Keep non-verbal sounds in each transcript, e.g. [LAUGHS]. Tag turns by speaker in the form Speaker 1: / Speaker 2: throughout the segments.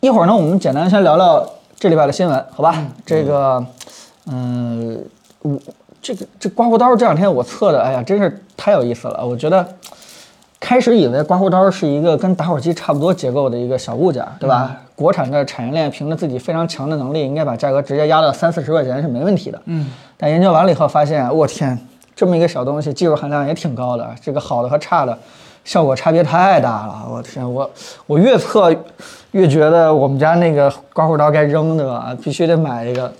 Speaker 1: 一会儿呢，我们简单先聊聊这礼拜的新闻，好吧？这个，嗯、我这个这刮胡刀这两天我测的，哎呀，真是太有意思了。我觉得开始以为刮胡刀是一个跟打火机差不多结构的一个小物件，对吧？国产的产业链凭着自己非常强的能力，应该把价格直接压到三四十块钱是没问题的。嗯，但研究完了以后发现，我天，这么一个小东西，技术含量也挺高的，这个好的和差的。效果差别太大了，我天！我我越测越觉得我们家那个刮胡刀该扔，对吧？必须得买一个，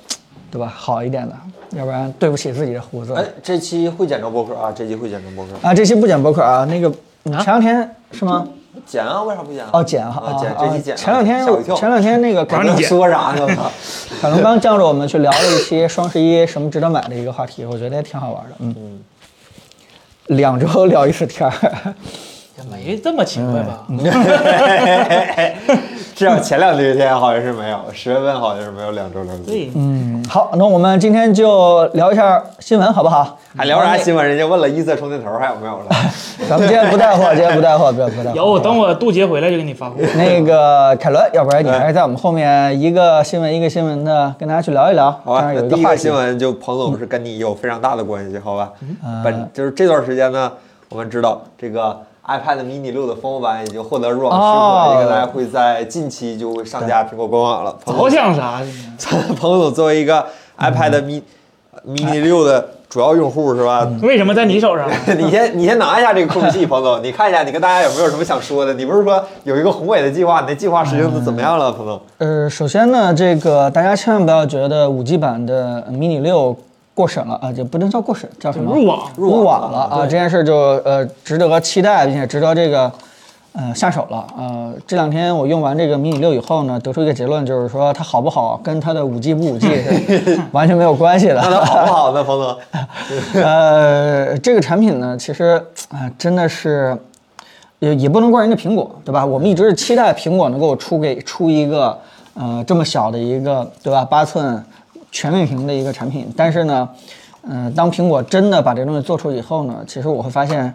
Speaker 1: 对吧？好一点的，要不然对不起自己的胡子。
Speaker 2: 哎，这期会剪成播客啊，这期会剪成播客。
Speaker 1: 啊，这期不剪博客啊，那个前两天是吗？
Speaker 2: 剪啊，为啥不剪啊？
Speaker 1: 哦，剪哈，
Speaker 2: 啊
Speaker 1: 啊
Speaker 2: 剪
Speaker 1: 啊
Speaker 2: 这期剪啊。
Speaker 1: 前两天
Speaker 2: 吓我一跳，
Speaker 1: 前两天那个凯
Speaker 2: 你
Speaker 1: 伦
Speaker 2: 说啥呢？
Speaker 1: 凯伦刚叫着我们去聊了一些双十一什么值得买的一个话题，我觉得也挺好玩的。嗯，两周聊一次天儿，
Speaker 3: 也没这么勤快吧？
Speaker 2: [LAUGHS] 至少嗯前两天好像是没有，十月份好像是没有两周两次。
Speaker 3: 对，
Speaker 1: 嗯，好，那我们今天就聊一下新闻，好不好？
Speaker 2: 还聊啥新闻？人家问了一色充电头还有没有 [LAUGHS] 了？
Speaker 1: 咱们今天不带货，今天不带货，不要不带货。
Speaker 3: 有，等我渡劫回来就给你发货。
Speaker 1: 那个凯伦，要不然你还是在我们后面一个新闻一个新闻的跟大家去聊一聊，
Speaker 2: 好吧，
Speaker 1: 这样有
Speaker 2: 那
Speaker 1: 一
Speaker 2: 第一
Speaker 1: 话
Speaker 2: 个
Speaker 1: 题
Speaker 2: 新。闻就彭总是跟你有非常大的关系，好吧？本就是这段时间呢，我们知道这个 iPad mini 六的蜂窝版已经获得入网
Speaker 1: 哦
Speaker 2: 试火，应该会在近期就会上架苹果官网了。彭
Speaker 3: 早
Speaker 2: 总，
Speaker 3: 想啥呢？
Speaker 2: [LAUGHS] 彭总作为一个 iPad mini mini 六的主要用户是吧？
Speaker 3: 为什么在你手
Speaker 2: [LAUGHS]
Speaker 3: 上？
Speaker 2: 你先你先拿一下这个控制器，
Speaker 1: [LAUGHS]
Speaker 2: 彭总，你看一下，你跟大家有没有什么想说的？你不是说有一个宏伟的计划，你那计划实行的怎么样
Speaker 1: [LAUGHS]
Speaker 2: 了，彭总？
Speaker 1: 呃，首先呢，这个大家千万不要觉得五 G 版的 mini 六过审了啊，就不能叫过审，叫什么？
Speaker 3: 入网
Speaker 1: 入网了啊！这件事就呃值得期待，并且值得这个呃下手了。呃，这两天我用完这个 mini 六以后呢，得出一个结论，就是说它好不好跟它的五 G 不五 G 是完全没有关系的。
Speaker 2: 那它好不好呢，彭总？
Speaker 1: [LAUGHS] 呃，这个产品呢，其实啊、真的是也也不能怪人家苹果，对吧？我们一直是期待苹果能够出给出一个呃这么小的一个，对吧？八寸全面屏的一个产品，但是呢，呃，当苹果真的把这东西做出以后呢，其实我会发现，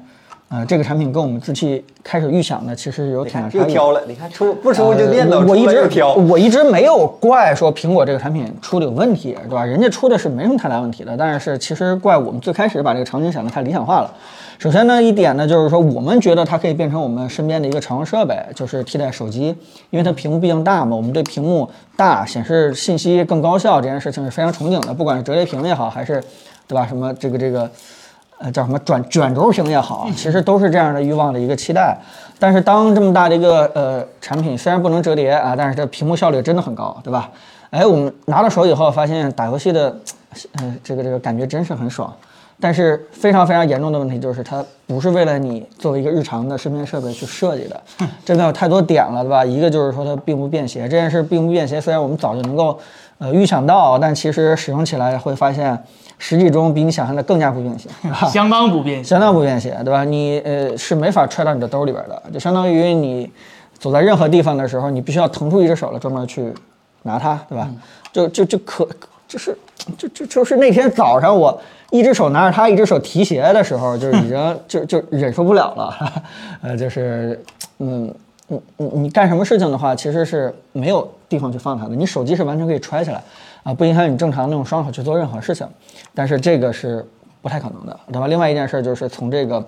Speaker 1: 呃，这个产品跟我们自己开始预想的其实有
Speaker 2: 你
Speaker 1: 挺大
Speaker 2: 看
Speaker 1: 差异 [LAUGHS]
Speaker 2: 又
Speaker 1: 的。
Speaker 2: 挑了，你看出不出就念叨，
Speaker 1: 呃我我一
Speaker 2: 出来
Speaker 1: 直
Speaker 2: 又挑。
Speaker 1: 我一直没有怪说苹果这个产品出的有问题，对吧？人家出的是没什么太大问题的，但是其实怪我们最开始把这个场景想的太理想化了。首先呢，一点呢就是说，我们觉得它可以变成我们身边的一个常用设备，就是替代手机，因为它屏幕毕竟大嘛，我们对屏幕大、显示信息更高效这件事情是非常憧憬的，不管是折叠屏也好，还是对吧什么这个这个。呃，叫什么转卷轴屏也好，其实都是这样的欲望的一个期待。但是当这么大的一个呃产品，虽然不能折叠啊，但是这屏幕效率真的很高，对吧？哎，我们拿到手以后发现打游戏的，呃，这个这个感觉真是很爽。但是非常非常严重的问题就是，它不是为了你作为一个日常的身边设备去设计的，这边有太多点了，对吧？一个就是说它并不便携，这件事并不便携。虽然我们早就能够呃预想到，但其实使用起来会发现，实际中比你想象的更加不便携，对吧？
Speaker 3: 相当不便携。
Speaker 1: 相当不便携，对吧？你呃是没法揣到你的兜里边的，就相当于你走在任何地方的时候，你必须要腾出一只手来专门去拿它，对吧？就就就可就是就就就是那天早上我一只手拿着它，一只手提鞋的时候，就是已经 [LAUGHS] 就就忍受不了了， [LAUGHS] 呃，就是嗯。你你你干什么事情的话，其实是没有地方去放它的。你手机是完全可以揣起来，啊，不影响你正常的用双手去做任何事情。但是这个是不太可能的，对吧？另外一件事就是从这个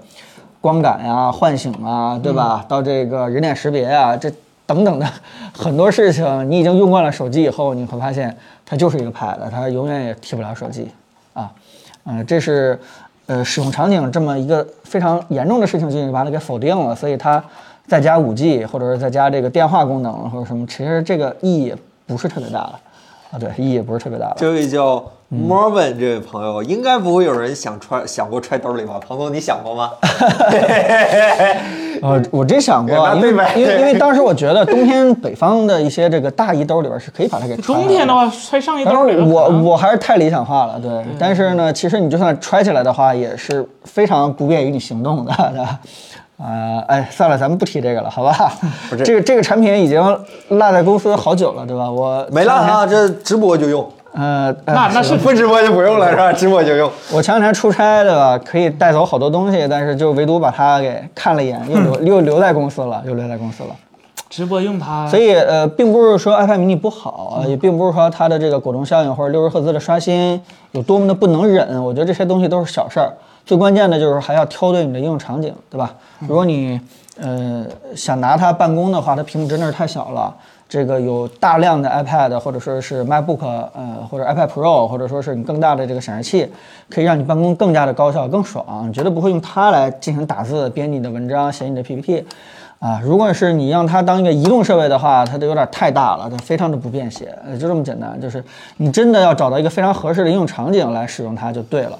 Speaker 1: 光感呀、唤醒啊，对吧？到这个人脸识别啊，这等等的很多事情，你已经用惯了手机以后，你会发现它就是一个 pad，它永远也替不了手机啊。呃，这是呃使用场景这么一个非常严重的事情，就已经把它给否定了，所以它再加 5G 或者是再加这个电话功能或者什么，其实这个意义不是特别大了啊，对，意义不是特别大了。
Speaker 2: 这位叫
Speaker 1: 嗯
Speaker 2: Morven 这位朋友，应该不会有人想揣想过揣兜里吧？彭总，你想过吗？
Speaker 1: 呃，我真想过，
Speaker 2: 那
Speaker 1: 因
Speaker 2: 对
Speaker 1: 为
Speaker 2: 呗
Speaker 1: 因为因为当时我觉得冬天北方的一些这个大衣兜里边是可以把它给揣
Speaker 3: [LAUGHS] 冬天的
Speaker 1: 话，
Speaker 3: 话，揣 [LAUGHS] 上一
Speaker 1: 但
Speaker 3: 兜里
Speaker 1: 是
Speaker 2: 哎
Speaker 3: 了。
Speaker 1: 我我还是太理想化了，对。但是呢，其实你就算揣起来的话，也是非常不便于你行动的。 [LAUGHS] 对吧呃，哎，算了，咱们不提这个了，好吧？
Speaker 2: 不是
Speaker 1: 这个这个产品已经落在公司好久了，对吧？我
Speaker 2: 没了
Speaker 1: 前两天。 [LAUGHS]
Speaker 2: 啊，这直播就用，
Speaker 1: 呃，呃
Speaker 3: 那那是
Speaker 2: 不直播就不用了是吧？直播就
Speaker 1: [LAUGHS]
Speaker 2: 用。
Speaker 1: 我前两天出差对吧，可以带走好多东西，但是就唯独把它给看了一眼，又留、又留在公司了，又留在公司了。
Speaker 3: 直播用它，
Speaker 1: 所以呃，并不是说 iPad mini 不好，啊，也并不是说它的这个果冻效应或者六十赫兹的刷新有多么的不能忍，我觉得这些东西都是小事儿。最关键的就是还要挑对你的应用场景，对吧？如果你呃想拿它办公的话，它屏幕真的是太小了。这个有大量的 iPad 或者说是 MacBook，呃，或者 iPad Pro，或者说是你更大的这个显示器，可以让你办公更加的高效、更爽。你绝对不会用它来进行打字、编你的文章、写你的 PPT。啊，如果是你让它当一个移动设备的话，它就有点太大了，它非常的不便携，呃，就这么简单。就是你真的要找到一个非常合适的应用场景来使用它就对了。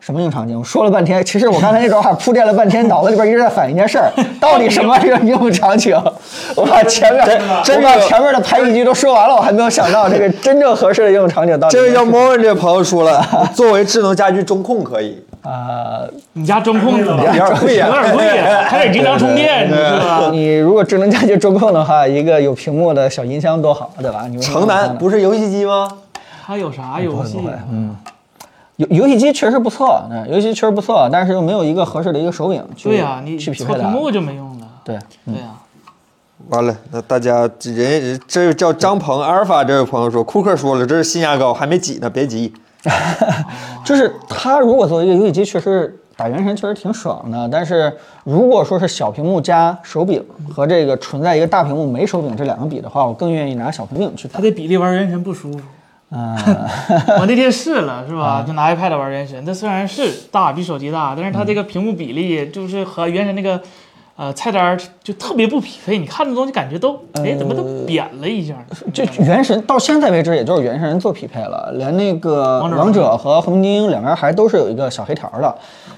Speaker 1: 什么应用场景？我说了半天， [LAUGHS] 其实我刚才那段话铺垫了半天，脑子里边一直在反应一件事儿：到底什么是应用场景？我把前面
Speaker 2: 真
Speaker 1: 我把前面的排比句都说完了，我还没有想到这个真正合适的应用场景到底
Speaker 2: 这
Speaker 1: 是。
Speaker 2: 位叫 Morgan 这位朋友说
Speaker 1: [LAUGHS]
Speaker 2: 了，作为智能家居中控可以，
Speaker 1: 啊、
Speaker 3: 你家中控有
Speaker 2: 有点贵啊呀，
Speaker 3: 有点贵呀，还得经常
Speaker 2: [LAUGHS]
Speaker 3: 充电，你知道吧？
Speaker 1: 你如果智能家居中控的话，一个有屏幕的小音箱多好，对吧？你为什么
Speaker 2: 城
Speaker 1: 不
Speaker 2: 南
Speaker 1: 看呢
Speaker 2: 不是游戏机吗？
Speaker 3: 它有啥游
Speaker 2: 哎
Speaker 3: 戏？
Speaker 2: 嗯
Speaker 1: 游游戏机确实不错，嗯，游戏机确实不错，但是又没有一个合适的一个手柄去
Speaker 3: 对呀，你
Speaker 1: 去匹
Speaker 3: 搓
Speaker 1: 配
Speaker 3: 屏
Speaker 2: 啊
Speaker 1: 它。
Speaker 3: 幕就没用了。
Speaker 1: 对，
Speaker 2: 嗯
Speaker 3: 对啊呀，
Speaker 2: 完了，那大家人人这位叫张鹏阿尔法这位朋友说，库克说了，这是新牙膏，还没挤呢，别急。
Speaker 1: 就是它如果作为一个游戏机，确实打原神确实挺爽的，但是如果说是小屏幕加手柄和这个存在一个大屏幕没手柄这两个比的话，我更愿意拿小屏幕去打
Speaker 3: 它。这比例玩原神不舒服。
Speaker 1: 嗯，
Speaker 3: [LAUGHS] 我那天试了，是吧？就拿 iPad 玩原神，它虽然是大，比手机大，但是它这个屏幕比例就是和原神那个，呃，菜单儿就特别不匹配。你看的东西感觉都，哎，怎么都扁了一下？
Speaker 1: 就
Speaker 3: 嗯
Speaker 1: 原神到现在为止，也就是原神做匹配了，连那个
Speaker 3: 王者
Speaker 1: 王者和红精英两边还都是有一个小黑条的。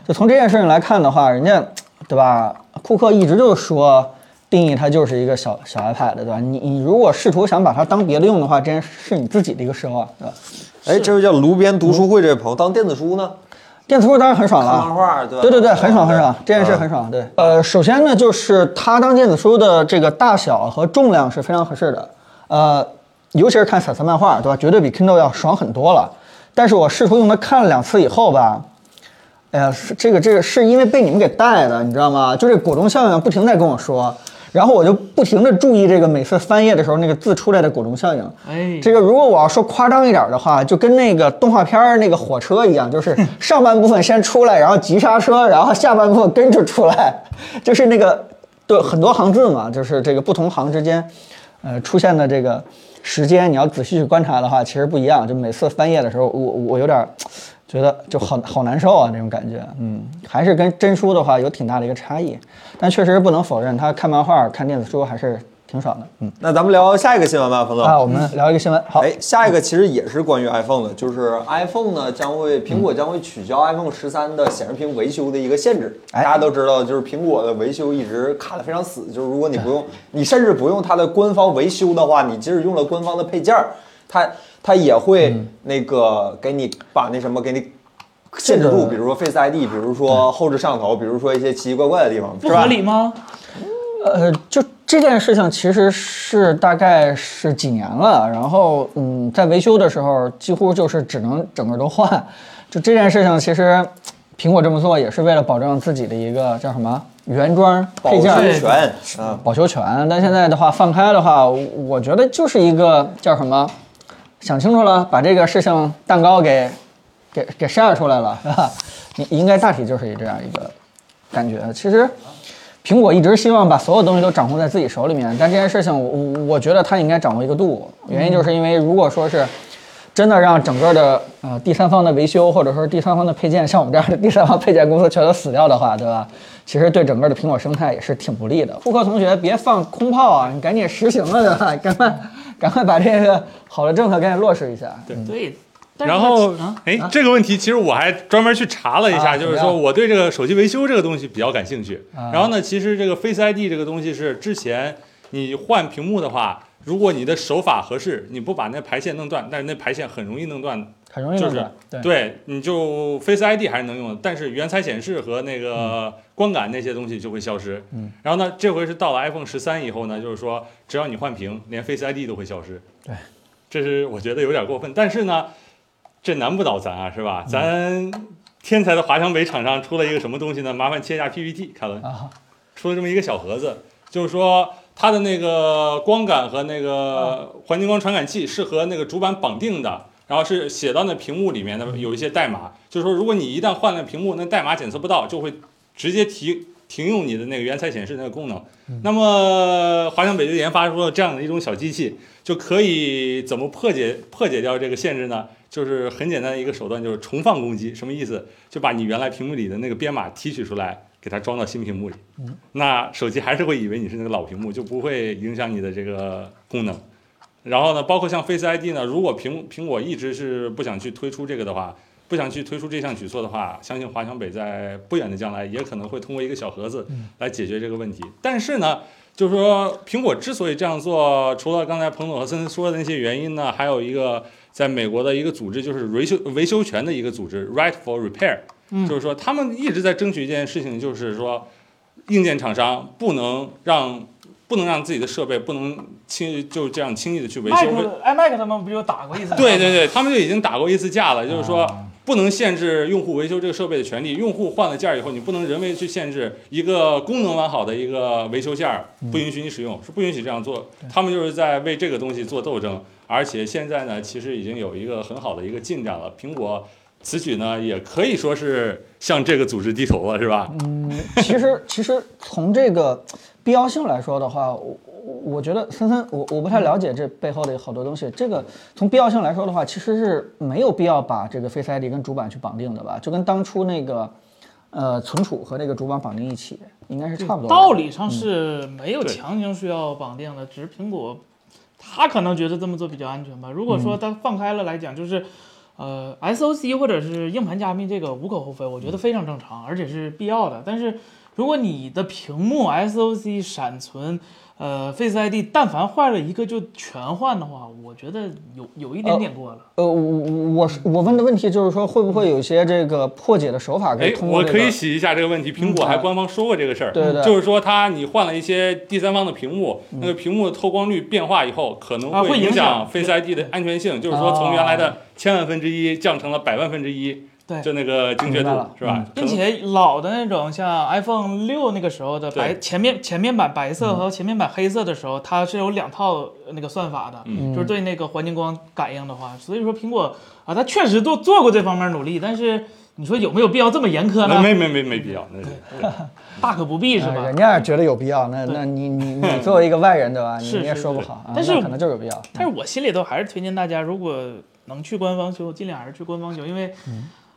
Speaker 1: 就从这件事情来看的话，人家对吧？库克一直就说定义它就是一个小小 iPad，对吧？你你如果试图想把它当别的用的话，这件事是你自己的一个奢望，对吧？
Speaker 2: 哎，这位叫炉边读书会这位朋友，当电子书呢？
Speaker 1: 电子书当然很爽了，啊
Speaker 2: 看漫画对吧嗯
Speaker 1: 对对对，很爽很爽，这件事很爽。对，呃，首先呢，就是它当电子书的这个大小和重量是非常合适的，呃，尤其是看散色漫画，对吧？绝对比 Kindle 要爽很多了。但是我试图用它看了两次以后吧，哎呀，是这个这个是因为被你们给带的，你知道吗？就这果冻效应不停在跟我说，然后我就不停的注意这个每次翻页的时候那个字出来的果冻效应。
Speaker 3: 哎，
Speaker 1: 这个如果我要说夸张一点的话，就跟那个动画片儿那个火车一样，就是上半部分先出来，然后急刹车，然后下半部分跟着出来， [LAUGHS] 就是那个对很多行字嘛，就是这个不同行之间，呃出现的这个时间，你要仔细去观察的话，其实不一样。就每次翻页的时候，我我有点儿觉得就好好难受啊，这种感觉，嗯，还是跟真书的话有挺大的一个差异，但确实不能否认，他看漫画、看电子书还是挺爽的，嗯。
Speaker 2: 那咱们聊下一个新闻吧，冯总。
Speaker 1: 啊，我们聊一个新闻，好。
Speaker 2: 哎，下一个其实也是关于 iPhone 的，就是 iPhone 呢将会苹果将会取消 iPhone 十三的显示屏维修的一个限制。
Speaker 1: 哎
Speaker 2: 大家都知道，就是苹果的维修一直卡得非常死，就是如果你不用，你甚至不用它的官方维修的话，你即使用了官方的配件儿，它它也会
Speaker 1: 嗯
Speaker 2: 那个给你把那什么给你。限制
Speaker 1: 这
Speaker 2: 住，
Speaker 1: 个
Speaker 2: 比如说 Face ID，比如说后置摄像头，比如说一些奇奇怪怪的地方，
Speaker 3: 不
Speaker 2: 是吧
Speaker 3: 合？理吗？
Speaker 1: 呃，就这件事情其实是大概是几年了，然后嗯，在维修的时候几乎就是只能整个都换。就这件事情，其实苹果这么做也是为了保证自己的一个叫什么原装
Speaker 2: 保
Speaker 1: 配件儿
Speaker 2: 护权啊，
Speaker 1: 保修权。但现在的话放开的话，我我觉得就是一个叫什么，想清楚了，把这个事情蛋糕给给给 share 出来了，是吧？ [LAUGHS] 你应该大体就是这样一个感觉。其实。苹果一直希望把所有东西都掌控在自己手里面，但这件事情我我我觉得它应该掌握一个度，原因就是因为如果说是真的让整个的呃第三方的维修或者说是第三方的配件，像我们这样的第三方配件公司全都死掉的话，对吧？其实对整个的苹果生态也是挺不利的。库克同学，别放空炮啊，你赶紧实行了，对吧？赶快赶快把这个好的政策赶紧落实一下。对，
Speaker 3: 对，但是
Speaker 4: 然后
Speaker 3: 它啊，
Speaker 4: 哎，这个问题其实我还专门去查了一下，
Speaker 1: 啊
Speaker 4: 就
Speaker 1: 怎
Speaker 4: 是
Speaker 1: 么
Speaker 4: 说
Speaker 1: 样啊
Speaker 4: 我对这个手机维修这个东西比较感兴趣。然后呢，其实这个 Face ID 这个东西是之前你换屏幕的话，如果你的手法合适，你不把那排线弄断，但是那排线很容易弄断，
Speaker 1: 很容易
Speaker 4: 就
Speaker 1: 弄
Speaker 4: 是
Speaker 1: 的。对
Speaker 4: 对，你就 Face ID 还是能用的，但是原彩显示和那
Speaker 1: 嗯
Speaker 4: 个光感那些东西就会消失。嗯，然后呢，这回是到了 iPhone 十三以后呢，就是说只要你换屏，连 Face ID 都会消失。
Speaker 1: 对，
Speaker 4: 这是我觉得有点过分，但是呢，这难不倒咱啊，是
Speaker 1: 嗯
Speaker 4: 吧？咱天才的华强北厂商出了一个什么东西呢？麻烦切一下 PPT，凯伦。
Speaker 1: 啊，
Speaker 4: 出了这么一个小盒子，就是说它的那个光感和那个环境光传感器是和那个主板绑定的，然后是写到那屏幕里面的有一些代码，就是说如果你一旦换了屏幕，那代码检测不到，就会直接提停用你的那个原彩显示那个功能。那么华强北就研发出了这样的一种小机器，就可以怎么破解破解掉这个限制呢？就是很简单的一个手段，就是重放攻击。什么意思？就把你原来屏幕里的那个编码提取出来，给它装到新屏幕里。那手机还是会以为你是那个老屏幕，就不会影响你的这个功能。然后呢，包括像 Face ID 呢，如果苹苹果一直是不想去推出这个的话，不想去推出这项举措的话，相信华强北在不远的将来也可能会通过一个小盒子来解决这个问题。但是呢，就是说苹果之所以这样做，除了刚才彭总和森森说的那些原因呢，还有一个在美国的一个组织就是维修维修权的一个组织 Right for Repair，、就是说他们一直在争取一件事情，就是说。硬件厂商不能让不能让自己的设备不能轻就这样轻易的去维修。为
Speaker 3: Mac 啊 iMac 他们不就打过一次？
Speaker 4: 对对对，他们就已经打过一次架了，就是说不能限制用户维修这个设备的权利。用户换了件儿以后，你不能人为去限制一个功能完好的一个维修件儿，不允许你使用，是不允许这样做。他们就是在为这个东西做斗争，而且现在呢，其实已经有一个很好的一个进展了。苹果此举呢，也可以说是向这个组织低头了，是吧？
Speaker 1: [LAUGHS] 其实其实从这个必要性来说的话，我我我觉得森森，我我不太了解这背后的好多东西。这个从必要性来说的话，其实是没有必要把这个 Face ID 跟主板去绑定的吧？就跟当初那个呃存储和那个主板绑定一起，应该是差不多的。嗯
Speaker 3: 道理上是没有
Speaker 4: 对
Speaker 3: 强行需要绑定的，只是苹果他可能觉得这么做比较安全吧。如果
Speaker 1: 嗯
Speaker 3: 说他放开了来讲，就是呃 SOC 或者是硬盘加密这个无可厚非，我觉
Speaker 1: 嗯
Speaker 3: 得非常正常，而且是必要的。但是如果你的屏幕 SOC 闪存呃 Face ID 但凡坏了一个就全换的话，我觉得有有一点点过了。
Speaker 1: 呃，我我我问的问题就是说，会不会有一些这个破解的手法可
Speaker 4: 哎
Speaker 1: 以，通过
Speaker 4: 我
Speaker 1: 这
Speaker 4: 可
Speaker 1: 个？
Speaker 4: 以洗一下这个问题。苹果还
Speaker 1: 哎
Speaker 4: 官方说过这个事儿，
Speaker 1: 对对嗯
Speaker 4: 就是说它你换了一些第三方的屏幕，那个屏幕的透光率变化以后，可能
Speaker 3: 啊会影
Speaker 4: 影响
Speaker 3: 响
Speaker 4: Face ID 的安全性，
Speaker 1: 哦
Speaker 4: 就是说从原来的千万分之一降成了百万分之一，
Speaker 3: 对
Speaker 4: 就那个精确
Speaker 1: 明白
Speaker 4: 度
Speaker 1: 了嗯
Speaker 4: 是吧？
Speaker 3: 并且老的那种，像 iPhone 六那个时候的白
Speaker 4: 对嗯
Speaker 3: 前面前面版白色和前面版黑色的时候，它是有两套呃那个算法的，
Speaker 4: 嗯
Speaker 3: 就是对那个环境光感应的话，所以说苹果啊，它确实做做过这方面努力，但是你说有没有必要这么严苛
Speaker 4: 可能
Speaker 3: 呢？
Speaker 4: 没没没没必要，那是
Speaker 3: 大可不必是
Speaker 1: 呃
Speaker 3: 吧
Speaker 1: 人？家觉得有必要，那那你你你作为一个外人对吧？你
Speaker 3: 是
Speaker 1: 你也
Speaker 3: 是
Speaker 1: 说不
Speaker 4: 是
Speaker 1: 好啊，
Speaker 3: 但是
Speaker 1: 那可能就是有必要。
Speaker 3: 但是我心里头还是推荐大家，如果能去官方修，尽量还是去官方修，因为，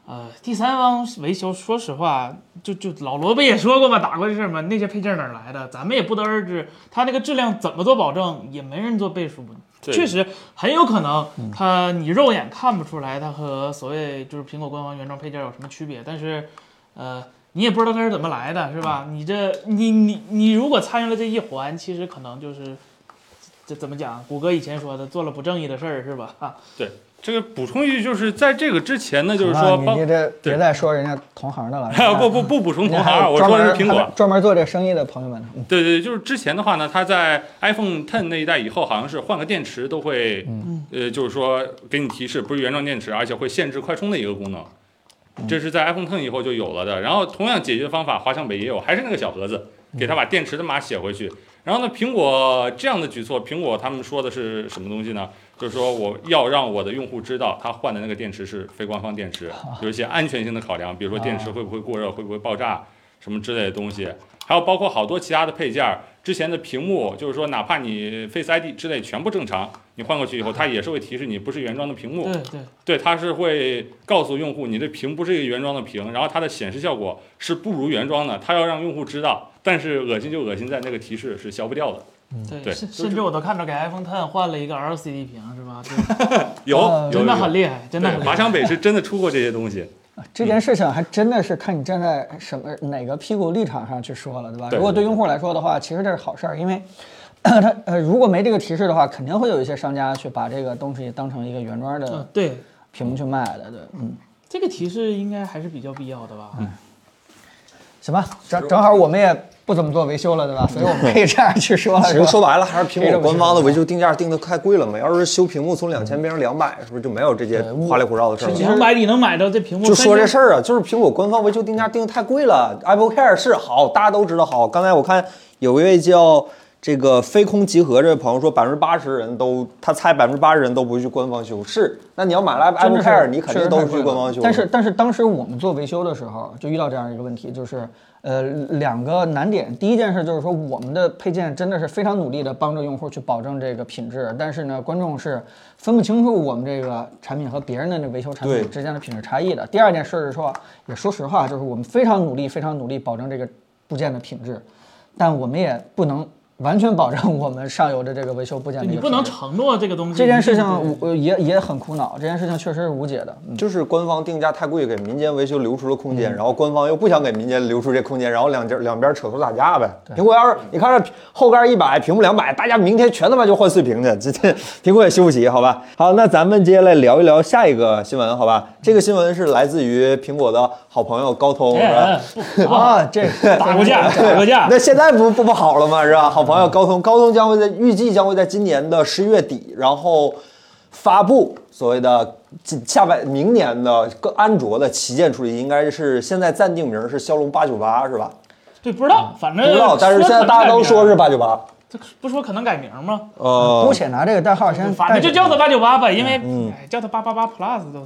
Speaker 3: 呃，第三方维修，说实话，就就老罗不也说过嘛，打过这事儿嘛，那些配件哪儿来的，咱们也不得而知，它那个质量怎么做保证，也没人做背书。
Speaker 4: 对嗯
Speaker 3: 确实很有可能它你肉眼看不出来它和所谓就是苹果官方原装配件有什么区别，但是，呃。你也不知道它是怎么来的，是吧？
Speaker 4: 嗯
Speaker 3: 你这你你你如果参与了这一环，其实可能就是这怎么讲？谷歌以前说的，做了不正义的事儿是吧？ [LAUGHS] 啊，
Speaker 4: 对。这个补充一句，就是在这个之前呢，就是
Speaker 1: 啊
Speaker 4: 说包 [LAUGHS]
Speaker 1: 你你这
Speaker 4: 对。
Speaker 1: 别再说人家同行的了
Speaker 4: 不不不补充
Speaker 1: 人
Speaker 4: 同
Speaker 1: 家还
Speaker 4: 行，啊
Speaker 1: 有
Speaker 4: 我
Speaker 1: 专
Speaker 4: 说的
Speaker 1: 门
Speaker 4: 是苹果。
Speaker 1: 专门做这生意的朋友们，嗯
Speaker 4: 对对，就是之前的话呢，它在 iPhone 10那一代以后，好像是换个电池都会，呃，就是说给你提示不是原装电池，而且会限制快充的一个功能。这是在 iPhone 10以后就有了的。然后同样解决方法，华强北也有，还是那个小盒子，给它把电池的码写回去。然后呢，苹果这样的举措，苹果他们说的是什么东西呢？就是说我要让我的用户知道他换的那个电池是非官方电池，有一些安全性的考量，比如说电池会不会过热，会不会爆炸什么之类的东西。还有包括好多其他的配件儿，之前的屏幕就是说，哪怕你 Face ID 之类全部正常，你换过去以后，它也是会提示你不是原装的屏幕。
Speaker 3: 对对，
Speaker 4: 对，它是会告诉用户你的屏不是一个原装的屏，然后它的显示效果是不如原装的，它要让用户知道。但是恶心就恶心在那个提示是消不掉的，嗯对
Speaker 3: 对，甚甚至我都看着给 iPhone Ten 换了一个 LCD 屏，是
Speaker 4: [LAUGHS]
Speaker 3: 吧？对
Speaker 1: 呃
Speaker 4: 有、有
Speaker 3: 哦真的很
Speaker 4: 有。
Speaker 3: 厉害，真的很
Speaker 4: 对，
Speaker 3: 厉
Speaker 4: 华
Speaker 3: 害。
Speaker 4: 强北是真的出过这些东西，
Speaker 1: 这件事情还真的是看你站在什么哪个屁股立场上去说了，对吧？
Speaker 4: 对
Speaker 1: 如果对
Speaker 4: 对
Speaker 1: 用户来说的话，其实这是好事儿，因为 [CLEARS THROAT] 他呃如果没这个提示的话，肯定会有一些商家去把这个东西当成一个原装
Speaker 3: 嗯
Speaker 1: 的，
Speaker 3: 对，
Speaker 1: 屏幕去卖的，对，嗯。
Speaker 3: 这个提示应该还是比较必要的吧？
Speaker 4: 嗯
Speaker 1: 行吧，正正好我们也不怎么做维修了，对吧？所以我们可以这样去说了。
Speaker 2: 其
Speaker 1: 是吧
Speaker 2: 实说白了，哦还是苹果官方的维修定价定的太贵了嘛。要是修屏幕从两千变成两百，是不是就没有这些花里胡哨的事儿了？
Speaker 3: 两百你能买到这屏幕，
Speaker 2: 就说这事
Speaker 3: 儿，
Speaker 2: 儿啊，就是苹果官方维修定价定的太贵了。Apple Care 是好，大家都知道好。刚才我看有一位叫这个飞空集合这位朋友说，百分之八十人都，他猜百分之八十人都不会去官方修。是，那你要买了 Apple
Speaker 1: 真
Speaker 2: Apple
Speaker 1: 的
Speaker 2: Care，
Speaker 1: 是，
Speaker 2: 你肯
Speaker 1: 确
Speaker 2: 定
Speaker 1: 实
Speaker 2: 都
Speaker 1: 太
Speaker 2: 是去
Speaker 1: 贵
Speaker 2: 官
Speaker 1: 了
Speaker 2: 方修。
Speaker 1: 但是但是当时我们做维修的时候，就遇到这样一个问题，就是呃两个难点。第一件事就是说，我们的配件真的是非常努力的帮着用户去保证这个品质，但是呢，观众是分不清楚我们这个产品和别人的那维修产
Speaker 2: 对
Speaker 1: 品之间的品质差异的。第二件事是说，也说实话，就是我们非常努力，非常努力保证这个部件的品质，但我们也不能完全保证我们上游的这个维修部件的一
Speaker 3: 你
Speaker 1: 个
Speaker 3: 不
Speaker 1: 品
Speaker 3: 能
Speaker 1: 质
Speaker 3: 承诺这个东西。
Speaker 1: 这件事情
Speaker 3: 对对对
Speaker 1: 我我也也很苦恼，这件事情确实是无解的。嗯
Speaker 2: 就是官方定价太贵，给民间维修留出了空
Speaker 3: 嗯
Speaker 2: 间，然后官方又不想给民间留出这空间，然后两家两边扯头打架呗。苹果要是你看这后盖一百，屏幕两百，大家明天全他妈就换碎屏去，这这苹果也修不起，好吧？好，那咱们接下来聊一聊下一个新闻，好吧？这个新闻是来自于苹果的好朋友高通，是吧
Speaker 3: 哎，不
Speaker 1: 啊，这个
Speaker 3: 打过
Speaker 2: [LAUGHS]
Speaker 3: 架，打过架。
Speaker 2: 那现在不不不好了吗？是吧？好朋友高通，高通将会在预计将会在今年的十一月底，然后发布所谓的今下半明年的更安卓的旗舰处理器，应该是现在暂定名是骁龙八九八，是吧？
Speaker 3: 对，不知道，反
Speaker 2: 嗯不
Speaker 3: 正
Speaker 2: 知道，但是现在大家都说是八九八，
Speaker 3: 这不说可能改名吗？
Speaker 2: 呃
Speaker 1: 姑，且拿这个代号先，
Speaker 3: [LAUGHS] 反正就叫它。八九八吧，因为
Speaker 2: 嗯
Speaker 3: 哎叫它八八八 plus 都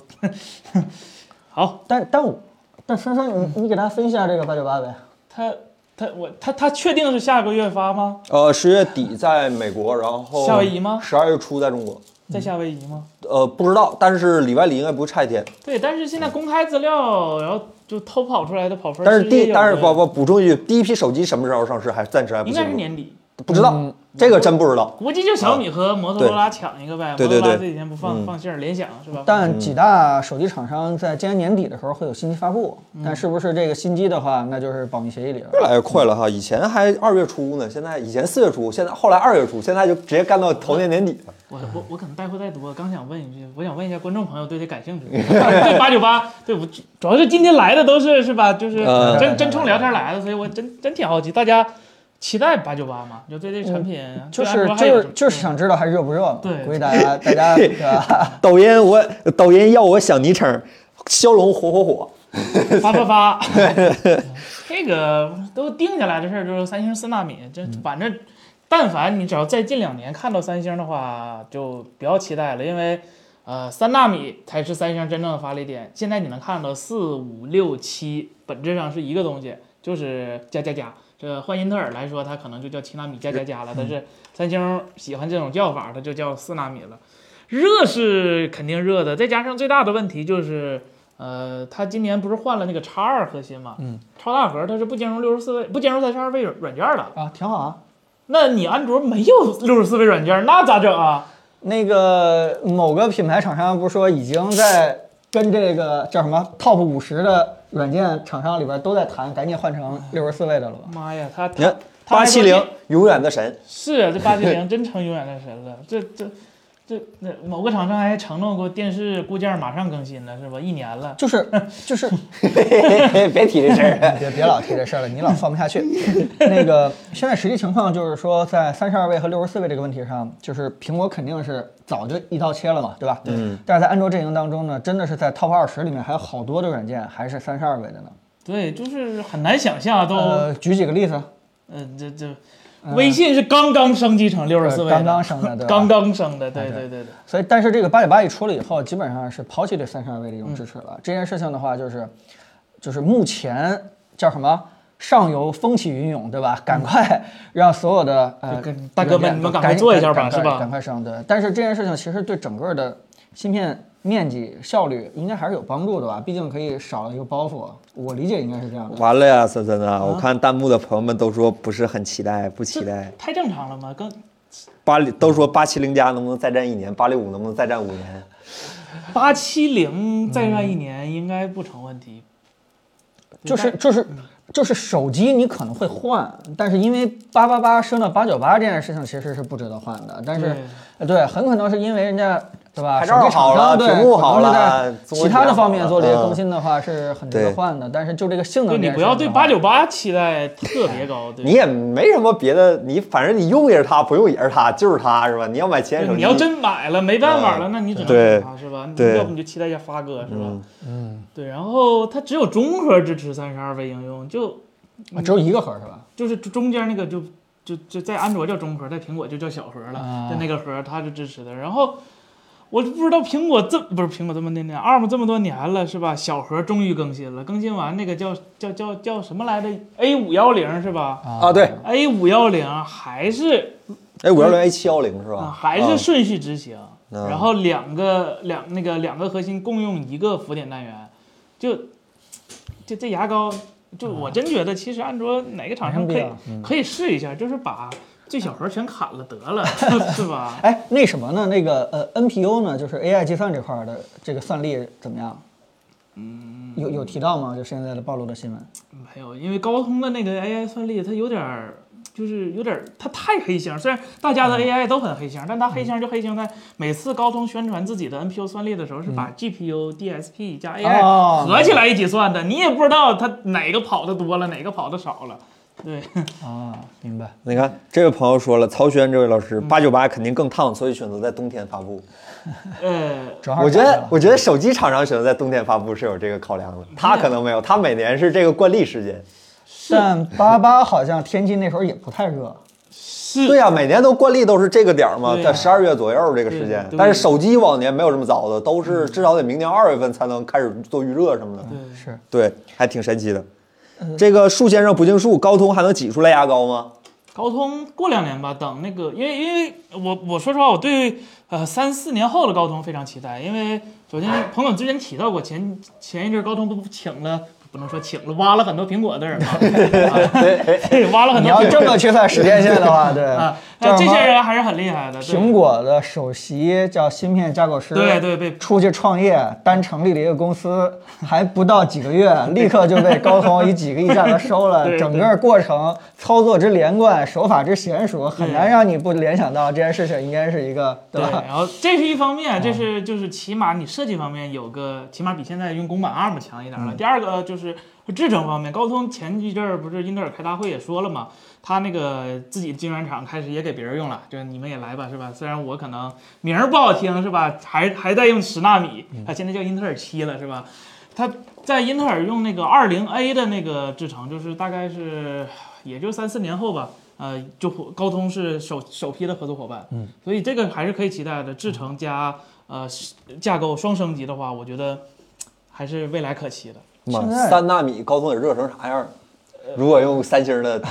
Speaker 3: 好。
Speaker 1: 但但我但珊珊，你你给大家分析一下这个八九八呗。
Speaker 3: 它它我它它确定是下个月发吗？
Speaker 2: 呃，十月底在美国，然后
Speaker 3: 夏威夷吗
Speaker 2: 十二月初在中国，
Speaker 3: 在夏威夷吗？
Speaker 2: 呃，不知道，但是里外里应该不会差一天。
Speaker 3: 对，但是现在公开资料，然后就偷跑出来的跑分，
Speaker 2: 但是第，但是不
Speaker 3: 不
Speaker 2: 不补充一句，第一批手机什么时候上市还暂时还不
Speaker 3: 应
Speaker 2: 清
Speaker 3: 该是
Speaker 2: 楚，
Speaker 3: 年嗯底，
Speaker 2: 不知道，这个真不知道。
Speaker 3: 估计就小米和摩托罗拉抢一个呗。
Speaker 2: 对嗯
Speaker 3: 摩托罗
Speaker 2: 对对
Speaker 3: 拉这几天不放放信儿，联想是吧？
Speaker 1: 但几大手机厂商在今年年底的时候会有新机发布，但是不是这个新机的话，那就是保密协议里了。
Speaker 3: 啊
Speaker 2: 越来越快了哈，以前还二月初呢，现在以前四月初，现在后来二月初，现在就直接干到头年年底了。
Speaker 3: 我
Speaker 1: 嗯
Speaker 3: 我我可能带货带多，刚想问一句，我想问一下观众朋友对这感兴趣吗？
Speaker 1: [LAUGHS]
Speaker 3: 对八九八，对我主要是今天来的都是是吧？就是
Speaker 1: 嗯
Speaker 2: 呃
Speaker 3: 真真冲聊天来的，所以我真真挺好奇，大家期待八九八吗？就对这个产品，
Speaker 1: 嗯就
Speaker 3: 对
Speaker 1: 是
Speaker 3: 安卓还有
Speaker 1: 就
Speaker 3: 什
Speaker 1: 是
Speaker 3: 么
Speaker 1: 就是想知道还热不热嘛？
Speaker 3: 对
Speaker 1: 估计大家大家对吧？
Speaker 2: 抖音我抖音要我想昵称，骁龙火火火，
Speaker 3: 发发发， [LAUGHS] 这个都定下来的事儿，就是三星四纳米，这反正但凡你只要再近两年看到三星的话，就不要期待了，因为呃三纳米才是三星真正的发力点。现在你能看到四五六七本质上是一个东西，就是加加加。这换英特尔来说，它可能就叫七纳米加加加了，但是三星喜欢这种叫法，它就叫四纳米了。热是肯定热的，再加上最大的问题就是，呃，它今年不是换了那个 x 二核心嘛？嗯，超大核它是不兼容六十四位，不兼容三十二位软件的。
Speaker 1: 啊，挺好啊。
Speaker 3: 那你安卓没有六十四位软件，那咋整啊？
Speaker 1: 那个某个品牌厂商不是说已经在跟这个叫什么 Top 五十的软件厂商里边都在谈，赶紧换成六十四位的了吧？
Speaker 3: 妈呀，它
Speaker 2: 你
Speaker 3: 它
Speaker 2: 看
Speaker 3: 它
Speaker 2: 八
Speaker 3: 还
Speaker 2: 七
Speaker 3: 说
Speaker 2: 零永远的
Speaker 3: [LAUGHS]
Speaker 2: 神，
Speaker 3: 是啊，这八七零真成永远的神了。这这这那某个厂商还承诺过电视固件马上更新了，是吧？一年了。
Speaker 1: 就是 [LAUGHS] 就是，
Speaker 2: 别提这事儿
Speaker 3: [LAUGHS]
Speaker 2: 了。
Speaker 1: 别别老提这事儿了，你老放不下去。 [LAUGHS] 那个现在实际情况就是说，在三十二位和六十四位这个问题上，就是苹果肯定是早就一刀切了嘛，对吧？嗯。但是在安卓阵营当中呢，真的是在 Top 二十里面还有好多的软件还是三十二位的呢。
Speaker 3: 对，就是很难想象啊都，嗯、
Speaker 1: 呃，举几个例子，
Speaker 3: 这这。微信是刚刚升级成六十四位的，
Speaker 1: 呃刚刚升的对吧
Speaker 3: 刚刚升的，对对对对。
Speaker 1: 所以，但是这个八九八一出了以后，基本上是抛弃对三十二位的一种支持
Speaker 3: 嗯
Speaker 1: 了。这件事情的话，就是就是目前叫什么？上游风起云涌，对吧？赶快让所有的呃
Speaker 3: 嗯就跟大哥们
Speaker 1: 软件
Speaker 3: 你们赶
Speaker 1: 赶
Speaker 3: 快做一下吧
Speaker 1: 赶赶
Speaker 3: 是吧
Speaker 1: 赶快上对。但是这件事情其实对整个的芯片面积效率应该还是有帮助的吧？毕竟可以少了一个包袱。我理解应该是这样的。
Speaker 2: 完了呀，森森啊！我看弹幕的朋友们都说不是很期待，不期待。
Speaker 3: 太正常了嘛，更
Speaker 2: 八零都说八七零加能不能再战一年，八六五能不能再战五年？
Speaker 3: 八七零再战一年应该不成问题。
Speaker 1: 就是就是
Speaker 3: 嗯
Speaker 1: 就是手机你可能会换，但是因为八八八升到八九八这件事情其实是不值得换的，但是
Speaker 3: 对
Speaker 1: 呃对，很可能是因为人家对吧，
Speaker 2: 拍
Speaker 1: 手
Speaker 2: 照
Speaker 1: 机厂
Speaker 2: 好了
Speaker 1: 商对，
Speaker 2: 屏幕好
Speaker 1: 可能是
Speaker 2: 了
Speaker 1: 在
Speaker 2: 做一
Speaker 1: 其他
Speaker 2: 点
Speaker 1: 的
Speaker 2: 好
Speaker 1: 方面
Speaker 2: 了
Speaker 1: 做这些
Speaker 2: 嗯
Speaker 1: 更新的话是很值得
Speaker 2: 对
Speaker 1: 换的，但是就这个性能这
Speaker 3: 就你
Speaker 1: 件事情的话，
Speaker 3: 不要对八九八期待特别高，对。
Speaker 2: 你也没什么别的，你反正你用也是它，不用也是它，就是它是吧？你要买旗舰手
Speaker 3: 对
Speaker 2: 机，
Speaker 3: 你要真买了，没办法了，那你只能
Speaker 2: 对
Speaker 3: 等它是吧？
Speaker 2: 对
Speaker 3: 要不你就期待一下发哥是吧？嗯，对。然后它只有中核支持三十二位应用，就嗯
Speaker 1: 啊只有一个核是吧？
Speaker 3: 就是中间那个就就就在安卓叫中核，在苹果就叫小核了，
Speaker 1: 啊
Speaker 3: 在那个核它是支持的。然后我就不知道苹果这不是苹果这么多年，ARM 这么多年了是吧？小核终于更新了，更新完那个叫叫叫叫什么来着？A 五幺零是吧
Speaker 1: 啊
Speaker 2: 啊，对，
Speaker 3: ？A 五幺零还是
Speaker 2: 哎，五幺零 A 七幺零是吧？
Speaker 3: 啊，还是顺序执行，
Speaker 2: 嗯
Speaker 3: 然后两个两那个两个核心共用一个浮点单元，就就这牙膏，就我真觉得其实安卓哪个厂商可
Speaker 1: 没
Speaker 3: 以
Speaker 1: 什么
Speaker 3: 可以试一下，就是把最小核全砍了得了，是吧？
Speaker 1: 哎，那什么呢？那个呃，NPU 呢，就是 AI 计算这块儿的这个算力怎么样？嗯，有有提到吗？就现在的暴露的新闻。
Speaker 3: 没有，因为高通的那个 AI 算力，它有点儿，就是有点儿，它太黑箱。虽然大家的 AI 都很黑箱，但它黑箱就黑箱在每次高通宣传自己的 NPU 算力的时候，是把 GPU、DSP 加 AI
Speaker 1: 哦
Speaker 3: 合起来一起算的，你也不知道它哪个跑的多了，哪个跑的少了。对，
Speaker 1: 啊，明白。
Speaker 2: 你看，这位朋友说了，曹轩这位老师，八九八肯定更烫，所以选择在冬天发布。
Speaker 3: 呃，
Speaker 1: 主要是
Speaker 2: 我觉
Speaker 1: 看见
Speaker 2: 得
Speaker 1: 了，
Speaker 2: 我觉得手机厂商选择在冬天发布是有这个考量的，他可能没有，他每年是这个惯例时间。
Speaker 1: 但八八好像天气那时候也不太热。
Speaker 3: 是
Speaker 2: 对呀、每年都惯例都是这个点儿嘛，
Speaker 3: 对呀
Speaker 2: 在十二月左右这个时间
Speaker 3: 对。对
Speaker 2: 但是手机往年没有这么早的，都是至少得明年二月份才能开始做预热什么的。
Speaker 3: 对
Speaker 1: 是，
Speaker 2: 对，还挺神奇的。这个树先生不敬树，高通还能挤出来牙膏吗？
Speaker 3: 高通过两年吧，等那个，因为因为我我说实话，我对呃三四年后的高通非常期待，因为首先彭总之前提到过，前前一阵高通不请了，不能说请了，挖了很多苹果
Speaker 1: [LAUGHS]
Speaker 3: 的人嘛，啊、 [LAUGHS] 挖了
Speaker 1: 哎
Speaker 3: 很
Speaker 1: 你
Speaker 3: 多
Speaker 1: 要
Speaker 3: 苹
Speaker 1: 这么去算时间线的话，
Speaker 3: [LAUGHS]
Speaker 1: 对
Speaker 3: 啊，
Speaker 1: 叫
Speaker 3: 那
Speaker 1: 什
Speaker 3: 这
Speaker 1: 么
Speaker 3: 些人还是很厉害的，对
Speaker 1: 苹果的首席叫芯片架构师，
Speaker 3: 对对被
Speaker 1: 出去创业，单成立了一个公司，还不到几个月，立刻就被高通以几个亿价格收了
Speaker 3: [LAUGHS] 对。对
Speaker 1: 整个过程操作之连贯，手法之娴熟，很难让你不联想到这件事情应该是一个，
Speaker 3: 对，
Speaker 1: 吧？
Speaker 3: 然后这是一方面，这是就是起码你设计方面有个，起码比现在用公版 ARM 强一点了。第二个就是制程方面，高通前一阵儿不是英特尔开大会也说了嘛，他那个自己的晶圆厂开始也给别人用了，就是你们也来吧，是吧？虽然我可能名儿不好听，是吧？还还在用十纳米，啊，现在叫英特尔七了，是吧？他在英特尔用那个二零 A 的那个制程，就是大概是也就三四年后吧，呃，就高通是首首批的合作伙伴，嗯，所以这个还是可以期待的。制程加呃架构双升级的话，我觉得还是未来可期的。
Speaker 2: 妈
Speaker 1: 现在
Speaker 2: 三纳米高通得热成啥样？如果用三星的，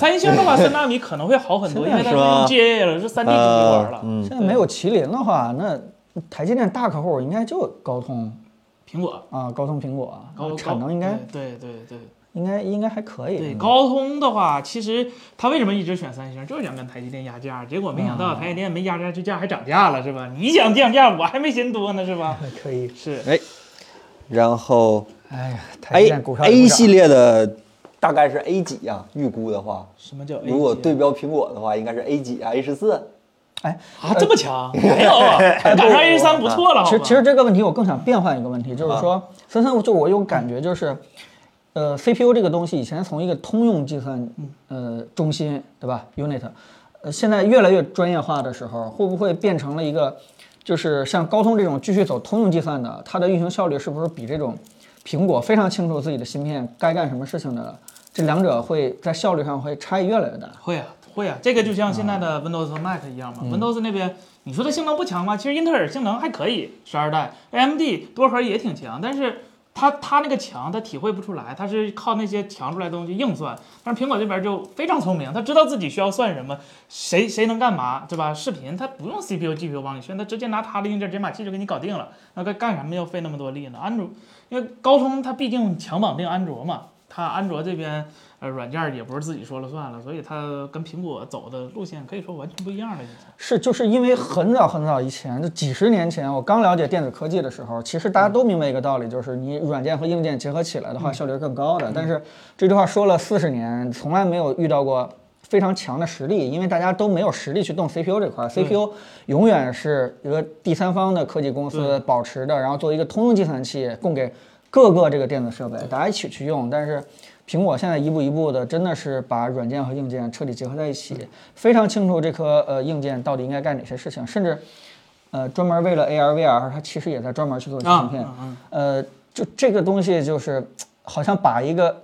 Speaker 3: 三星的话，三纳米可能会好
Speaker 1: [LAUGHS]
Speaker 3: 很多，因为它
Speaker 2: 是
Speaker 3: 是
Speaker 2: 吗
Speaker 3: 用 GA 了，是三 D 主机玩
Speaker 2: 呃
Speaker 3: 了，。
Speaker 2: 嗯，
Speaker 1: 现在没有麒麟的话，那台积电大客户应该就高通
Speaker 3: 苹果
Speaker 1: 啊，高通、苹果
Speaker 3: 高高
Speaker 1: 产能应该
Speaker 3: 对对对
Speaker 1: 应该应该还可
Speaker 3: 对
Speaker 1: 以。
Speaker 3: 对。高通的话，其实它为什么一直选三星，就是想跟台积电压价，结果没想到台积电没压下去价，还涨价了，是吧？你想降价，我还没嫌多呢，是吧？
Speaker 1: 可以。
Speaker 3: 是
Speaker 2: 然后
Speaker 1: 哎呀，台积
Speaker 2: A
Speaker 1: 电股票也
Speaker 2: A
Speaker 1: 不涨
Speaker 2: 系列的大概是 A 几呀、预估的话，
Speaker 3: 什么叫 A 啊
Speaker 2: 如果
Speaker 3: 级
Speaker 2: 对标苹果的话，应该是 A 几啊？A 十四。
Speaker 1: 哎，
Speaker 3: 啊，这么强，没有啊，赶上 A 三不错了，
Speaker 1: [LAUGHS] 其
Speaker 3: 好
Speaker 1: 实
Speaker 3: 吧
Speaker 1: 其实这个问题我更想变换一个问题，就是说，森森，就我有感觉就是，呃，CPU 这个东西以前从一个通用计算呃中心，对吧？unit，呃，现在越来越专业化的时候，会不会变成了一个，就是像高通这种继续走通用计算的，它的运行效率是不是比这种苹果非常清楚自己的芯片该干什么事情的，这两者会在效率上会差异越来越大？
Speaker 3: 会啊会啊，这个就像现在的 Windows 和 Mac 一样嘛、w i n d o w s 那边你说它性能不强吗？其实英特尔性能还可以，十二代，AMD 多核也挺强，但是。它它那个强，它体会不出来，它是靠那些强出来的东西硬算。但是苹果这边就非常聪明，它知道自己需要算什么，谁谁能干嘛，对吧？视频它不用 CPU、GPU 帮你算，它直接拿它的硬件解码器就给你搞定了。那该干什么要费那么多力呢？安卓，因为高通它毕竟强绑定安卓嘛，它安卓这边呃，软件儿也不是自己说了算了，所以它跟苹果走的路线可以说完全不一样了。已经
Speaker 1: 是，就是因为很早很早以前，就几十年前，我刚了解电子科技的时候，其实大家都明白一个道理，就是你软件和硬件结合起来的话，效率是更高的。但是这句话说了四十年，从来没有遇到过非常强的实力，因为大家都没有实力去动 CPU 这块儿，CPU 永远是一个第三方的科技公司保持的，然后作为一个通用计算器供给各个这个电子设备，大家一起去用。但是苹果现在一步一步的，真的是把软件和硬件彻底结合在一起，非常清楚这颗呃硬件到底应该干哪些事情，甚至呃专门为了 AR VR，它其实也在专门去做芯片。
Speaker 3: 啊，
Speaker 1: 呃，就这个东西就是好像把一个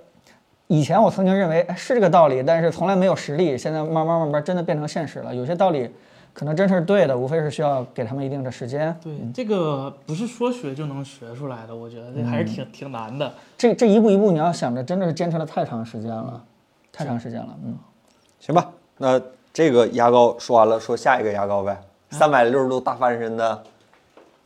Speaker 1: 以前我曾经认为哎是这个道理，但是从来没有实力。现在慢慢慢慢真的变成现实了，有些道理可能真是对的，无非是需要给他们一定的时间。
Speaker 3: 对，这个不是说学就能学出来的，我觉得这还
Speaker 1: 嗯
Speaker 3: 是挺、挺难的。
Speaker 1: 这这一步一步，你要想着真的是坚持了太长时间了，太长时间了。嗯，
Speaker 2: 行吧，那这个牙膏说完了，说下一个牙膏呗。三百六十度大翻身的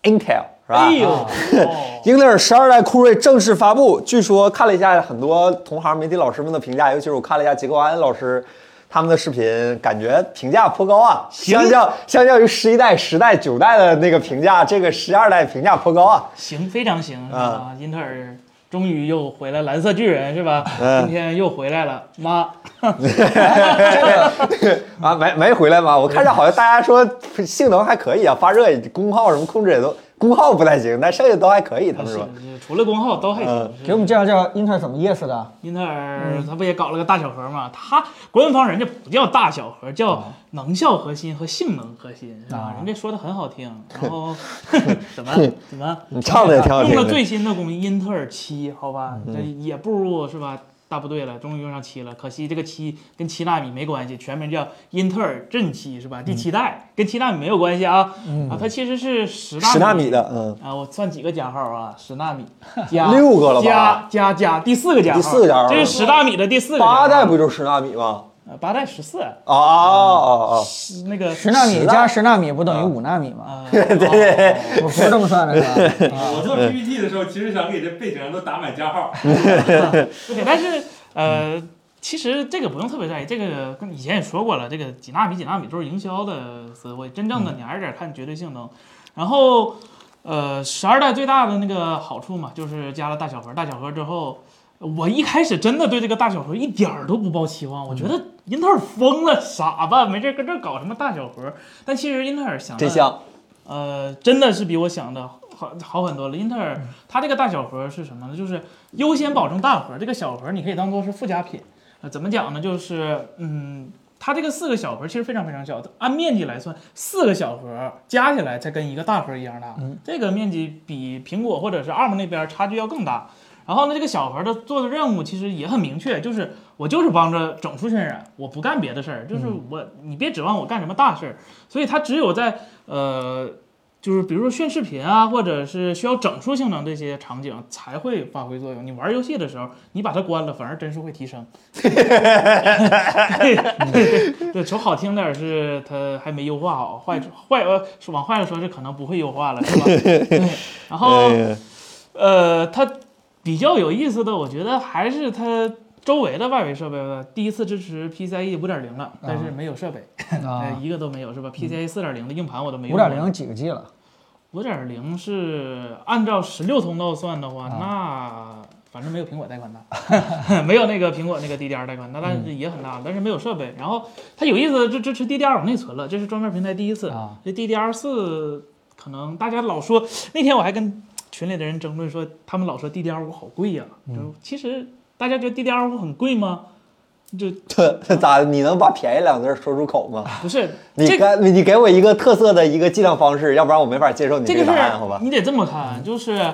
Speaker 2: Intel 是吧？
Speaker 3: 哎呦，
Speaker 1: 啊
Speaker 3: 哦
Speaker 2: 英特尔十二代酷睿正式发布，据说看了一下很多同行、媒体老师们的评价，尤其是我看了一下结构安老师他们的视频，感觉评价颇高啊。相较相较于十一代、十代、九代的那个评价，这个十二代评价颇高啊。
Speaker 3: 行，非常行，是吧？英特尔终于又回来，蓝色巨人是吧？
Speaker 2: 嗯
Speaker 3: 今天又回来了，妈，
Speaker 2: 啊，没没回来吗？我看着好像大家说性能还可以啊，发热也、功耗什么控制也都，功耗不太行，但剩下都还可以。他们
Speaker 3: 是
Speaker 2: 说，
Speaker 3: 是 [LAUGHS] 除了功耗都还行
Speaker 2: 嗯。
Speaker 3: 是
Speaker 1: 给我们介绍介绍英特尔怎么 yes 的。
Speaker 3: 英特尔它不也搞了个大小核嘛？它官方人家不叫大小核，
Speaker 2: 哦
Speaker 3: 叫能效核心和性能核心，是
Speaker 2: 啊
Speaker 3: 吧？人家说的很好听。
Speaker 2: [LAUGHS]
Speaker 3: 然后怎么怎么
Speaker 2: 你唱的也挺好听
Speaker 3: 用了
Speaker 2: 的。嗯
Speaker 3: 最新的工艺英特尔七，好吧，这也步入是吧大部队了，终于用上七了。可惜这个七跟七纳米没关系，全名叫英特尔震七
Speaker 2: 嗯
Speaker 3: 是吧？第七代、跟七纳米没有关系啊、啊，它其实是十纳
Speaker 2: 十纳米的，嗯，
Speaker 3: 啊，我算几个加号啊？十
Speaker 2: [LAUGHS]
Speaker 3: 纳米加
Speaker 2: 六个了吧
Speaker 3: 加加加第四个加号，
Speaker 2: 第四个加号
Speaker 3: 这是十纳米的第四个加号
Speaker 2: 八代不就十纳米吗？
Speaker 3: 呃八代十四，
Speaker 2: 啊啊啊！啊
Speaker 3: 是那个
Speaker 1: 十纳米
Speaker 2: [LAUGHS] 十纳
Speaker 1: 加十纳米不等于五纳米吗？
Speaker 3: 呃哦
Speaker 1: 我不是这么算的，啊是吧？
Speaker 4: 我做 PPT 的时候，其实想给这背景上都打满
Speaker 3: [LAUGHS]
Speaker 4: 加号。
Speaker 3: 对，但是呃，其实这个不用特别在意，这个跟以前也说过了，这个几纳米几纳米都是营销的词汇，真正的你还是得看绝对性能。然后呃，十二代最大的那个好处嘛，就是加了大小核，大小核之后。我一开始真的对这个大小核一点儿都不抱期望，我觉得英特尔疯了，傻吧，没事儿跟这儿搞什么大小核。但其实英特尔想
Speaker 2: 这
Speaker 3: 的
Speaker 2: 项
Speaker 3: 呃，真的是比我想的好好很多了。英特尔它这个大小核是什么呢？就是优先保证大核，这个小核你可以当做是附加品。呃，怎么讲呢？就是嗯，它这个四个小核其实非常非常小，按面积来算，四个小核加起来才跟一个大核一样大。这个面积比苹果或者是 ARM 那边差距要更大。然后呢，这个小核的做的任务其实也很明确，就是我就是帮着整除渲染，我不干别的事儿，就是我你别指望我干什么大事儿。所以它只有在呃，就是比如说炫视频啊，或者是需要整数性能这些场景才会发挥作用。你玩游戏的时候，你把它关了，反而帧数会提升。对对对对，说好听点儿是它还没优化好，坏坏呃是往坏了说是可能不会优化了，是吧？对，然后。
Speaker 2: [LAUGHS] 哎
Speaker 3: 呃，它比较有意思的，我觉得还是它周围的外围设备吧。第一次支持 PCIe E 五点零了，但
Speaker 1: 啊
Speaker 3: 是没有设备，呃，一个都没有，是吧？PCIE E 四点零的硬盘我都
Speaker 1: 嗯
Speaker 3: 没
Speaker 1: 五
Speaker 3: 用过。
Speaker 1: 点零几个 G 了？
Speaker 3: 五点零是按照十六通道算的话，
Speaker 1: 啊
Speaker 3: 那反正没有苹果带宽
Speaker 1: [LAUGHS]
Speaker 3: 大，没有那个苹果那个 DDR 带宽大，但
Speaker 1: 嗯
Speaker 3: 是也很大，但是没有设备。然后它有意思的是支持 DDR 往内存了，这是专门平台第一次。
Speaker 1: 啊
Speaker 3: 这 DDR 四可能大家老说，那天我还跟群里的人争论说，他们老说 DDR 五好贵呀、
Speaker 2: 嗯
Speaker 3: 就其实大家觉得 DDR 五很贵吗？就
Speaker 2: 这咋？你能把“便宜”两个字说出口吗？
Speaker 3: 不是
Speaker 2: [LAUGHS] 你
Speaker 3: 这
Speaker 2: 给
Speaker 3: 个
Speaker 2: 你给我一个特色的一个计量方式，要不然我没法接受你
Speaker 3: 这
Speaker 2: 个
Speaker 3: 个事
Speaker 2: 答案，
Speaker 3: 儿
Speaker 2: 好吧？嗯
Speaker 3: 你得这么看，就是，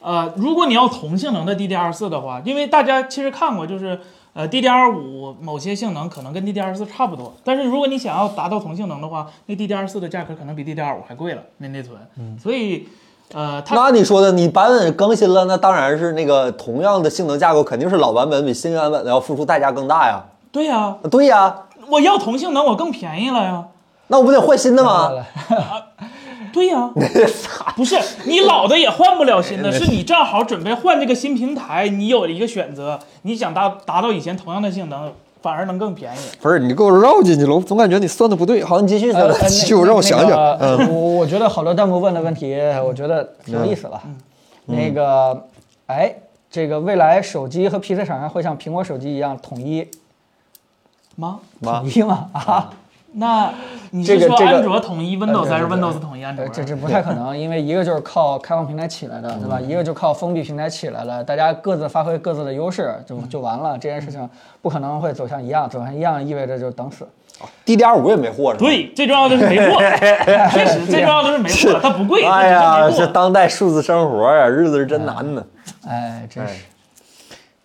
Speaker 3: 呃，如果你要同性能的 DDR 四的话，因为大家其实看过，就是呃 DDR 五某些性能可能跟 DDR 四差不多，但是如果你想要达到同性能的话，那 DDR 四的价格可能比 DDR 五还贵了，那内存，所以，呃，它
Speaker 2: 嗯那你说的，你版本更新了，那当然是那个同样的性能架构，肯定是老版本比新版本的要付出代价更大呀。
Speaker 3: 对呀、
Speaker 2: 对呀、
Speaker 3: 我要同性能我更便宜了呀，
Speaker 2: 那我不得换新的
Speaker 1: 呃
Speaker 2: 吗？
Speaker 3: 对呀、不是你老的也换不了新的，是你正好准备换这个新平台，你有了一个选择，你想达达到以前同样的性能，反而能更便宜。
Speaker 2: [LAUGHS] 不是，你给我绕进去了，我总感觉你算的不对。好，你继续
Speaker 1: 呃，
Speaker 2: [LAUGHS] 继续，我让我想想。
Speaker 1: 呃那那个我我觉得好多弹幕问的问题，我觉得挺有意思了。那个，哎，这个未来手机和 PC 厂商会像苹果手机一样统一
Speaker 3: 妈，
Speaker 2: 妈
Speaker 1: 统一吗？啊，
Speaker 3: 那你
Speaker 2: 这个
Speaker 3: 是说
Speaker 2: 这个
Speaker 3: 安卓统一 Windows 还是
Speaker 1: 对对对
Speaker 3: Windows 统一安卓
Speaker 1: 呃
Speaker 3: 啊？
Speaker 1: 这这不太可能，因为一个就是靠开放平台起来的，对吧？一个就靠封闭平台起来了，大家各自发挥各自的优势，就就完了。这件事情不可能会走向一样，走向一样意味着就等死。
Speaker 2: ，DDR 五也没货是吧？，
Speaker 3: 对，最重要的是没货，确实最重要的是没货，它不贵，
Speaker 2: 哎
Speaker 3: 它
Speaker 2: 呀，
Speaker 3: 只是
Speaker 2: 这
Speaker 3: 没货。
Speaker 2: 当代数字生活呀、日子是真难呢。
Speaker 1: 哎，真是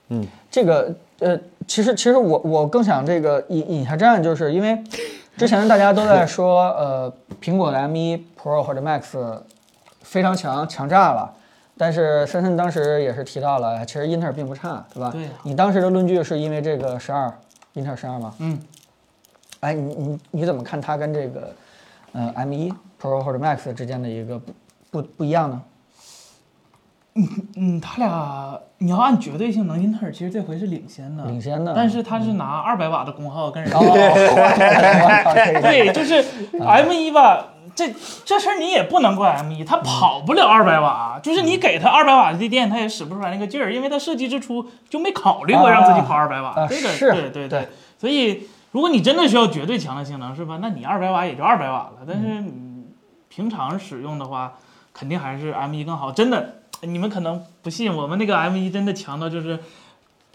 Speaker 2: 嗯，
Speaker 1: 这个呃，其实其实我我更想这个引引下战，就是因为之前大家都在说，呃，苹果的 M1 Pro 或者 Max 非常强，强炸了。但是森森当时也是提到了，其实英特尔并不差，对吧？
Speaker 3: 对呀啊
Speaker 1: 你当时的论据是因为这个十二，英特尔十二吗？
Speaker 3: 嗯，
Speaker 1: 哎，你你你怎么看它跟这个呃 M1 Pro 或者 Max 之间的一个不不不一样呢？
Speaker 3: 嗯，他俩你要按绝对性能，英特尔其实这回是领先的，
Speaker 1: 领先的
Speaker 3: 嗯但是他是拿二百瓦的功耗跟人家
Speaker 1: 哦，对，
Speaker 3: 对，就是 M 一吧，这这事儿你也不能怪 M 一，它跑不了二百瓦，就是你给它二百瓦的地电，它也使不出来那个劲儿，因为它设计之初就没考虑过让自己跑二百瓦，
Speaker 1: 啊
Speaker 3: 这个
Speaker 1: 是
Speaker 3: 对对
Speaker 1: 对，
Speaker 3: 所以如果你真的需要绝对强的性能，是吧？那你二百瓦也就二百瓦了，但是
Speaker 1: 嗯
Speaker 3: 你平常使用的话，肯定还是 M 一更好，真的。你们可能不信，我们那个 M 一真的强到就是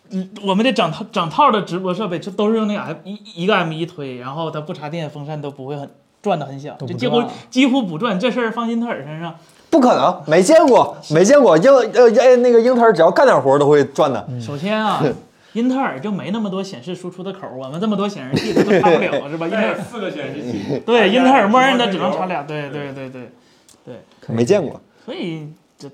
Speaker 3: 嗯，我们的整套整套的直播设备就都是用那个 M 一一个 M 一推，然后它不插电，风扇都不会很转的很响，
Speaker 1: 都
Speaker 3: 就
Speaker 1: 不
Speaker 3: 几乎
Speaker 1: 转啊
Speaker 3: 几乎不转。这事儿放英特尔身上，
Speaker 2: 不可能，没见过，没见过。英呃呃那个英特尔只要干点活都会赚的。
Speaker 1: 嗯
Speaker 3: 首先啊，英特尔就没那么多显示输出的口儿，我们这么多显示器它都插不了，
Speaker 1: [LAUGHS]
Speaker 3: 是吧？英特
Speaker 4: 带
Speaker 3: 尔
Speaker 4: 四个显示器，
Speaker 3: 对英特尔默认
Speaker 4: 的
Speaker 3: 的只能插俩，对对对对，
Speaker 2: 没见过。
Speaker 3: 所以这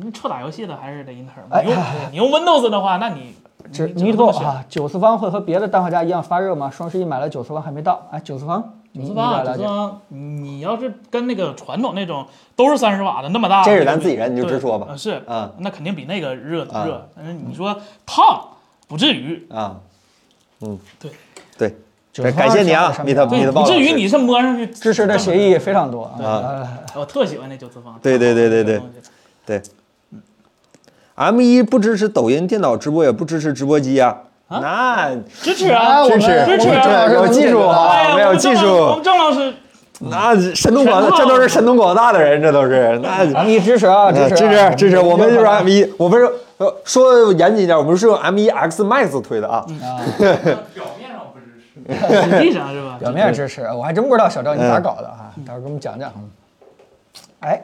Speaker 3: 你臭打游戏的还是得英特尔。
Speaker 1: 哎
Speaker 3: 你用对你用 Windows 的话，那你
Speaker 1: 这
Speaker 3: 你
Speaker 1: 泥
Speaker 3: 只能
Speaker 1: 土
Speaker 3: 这么选
Speaker 1: 啊，九次方会和别的氮化镓一样发热吗？双十一买了九次方还没到，哎，九次方，
Speaker 3: 九
Speaker 1: 你
Speaker 3: 次
Speaker 1: 你
Speaker 3: 方
Speaker 1: 来
Speaker 3: 啊，
Speaker 1: 了
Speaker 3: 九次
Speaker 1: 解。
Speaker 3: 方，你要是跟那个传统那种都是三十瓦的那么大，
Speaker 2: 这是咱自己人，你就
Speaker 3: 对
Speaker 2: 直说吧
Speaker 3: 呃。是，
Speaker 2: 啊
Speaker 3: 那肯定比那个热
Speaker 2: 啊
Speaker 3: 热。但是你说烫，不至于，
Speaker 2: 啊，嗯，
Speaker 3: 对
Speaker 2: 对，
Speaker 1: 九次方
Speaker 2: 感谢你啊
Speaker 1: 上
Speaker 2: 米特
Speaker 1: 上
Speaker 2: 米
Speaker 3: 对，
Speaker 2: 特
Speaker 3: 不
Speaker 2: 鲍
Speaker 3: 至
Speaker 2: 老
Speaker 3: 于
Speaker 2: 师
Speaker 3: 你是摸上去
Speaker 1: 支持的协议非常多
Speaker 3: 对
Speaker 1: 啊，
Speaker 3: 哎我特喜欢那九次方。
Speaker 2: 对对对对
Speaker 3: 这个
Speaker 2: 对
Speaker 3: 东西。
Speaker 2: 对。M 一不支持抖音电脑直播，也不支持直播机啊。
Speaker 3: 啊
Speaker 2: 那
Speaker 3: 支持啊，
Speaker 1: 哎我
Speaker 2: 支
Speaker 1: 们
Speaker 2: 持
Speaker 3: 支持
Speaker 2: 我们
Speaker 1: 啊
Speaker 2: 这有技术
Speaker 1: 哎
Speaker 2: 啊，
Speaker 3: 呀
Speaker 2: 没
Speaker 3: 我
Speaker 2: 有
Speaker 3: 们郑
Speaker 2: 技
Speaker 3: 老我
Speaker 2: 术
Speaker 3: 们，郑
Speaker 2: [LAUGHS]
Speaker 3: 老师
Speaker 2: 那神通广
Speaker 3: 全
Speaker 2: 大，
Speaker 3: 靠
Speaker 2: 这都是神通广大的人，这都是那
Speaker 1: 咱们一支持啊，支
Speaker 2: 呃
Speaker 1: 持
Speaker 2: 支
Speaker 1: 啊
Speaker 2: 持支持，我们就是 M
Speaker 1: 啊
Speaker 2: 一，我们是呃说严谨一点，我们是用 M 一 X Max 推的啊。
Speaker 3: 嗯
Speaker 4: 表面上不支持。
Speaker 3: 实际上是吧？
Speaker 1: 表面支持，我还真不知道小赵你咋搞的哈，到时候给我们讲讲。哎，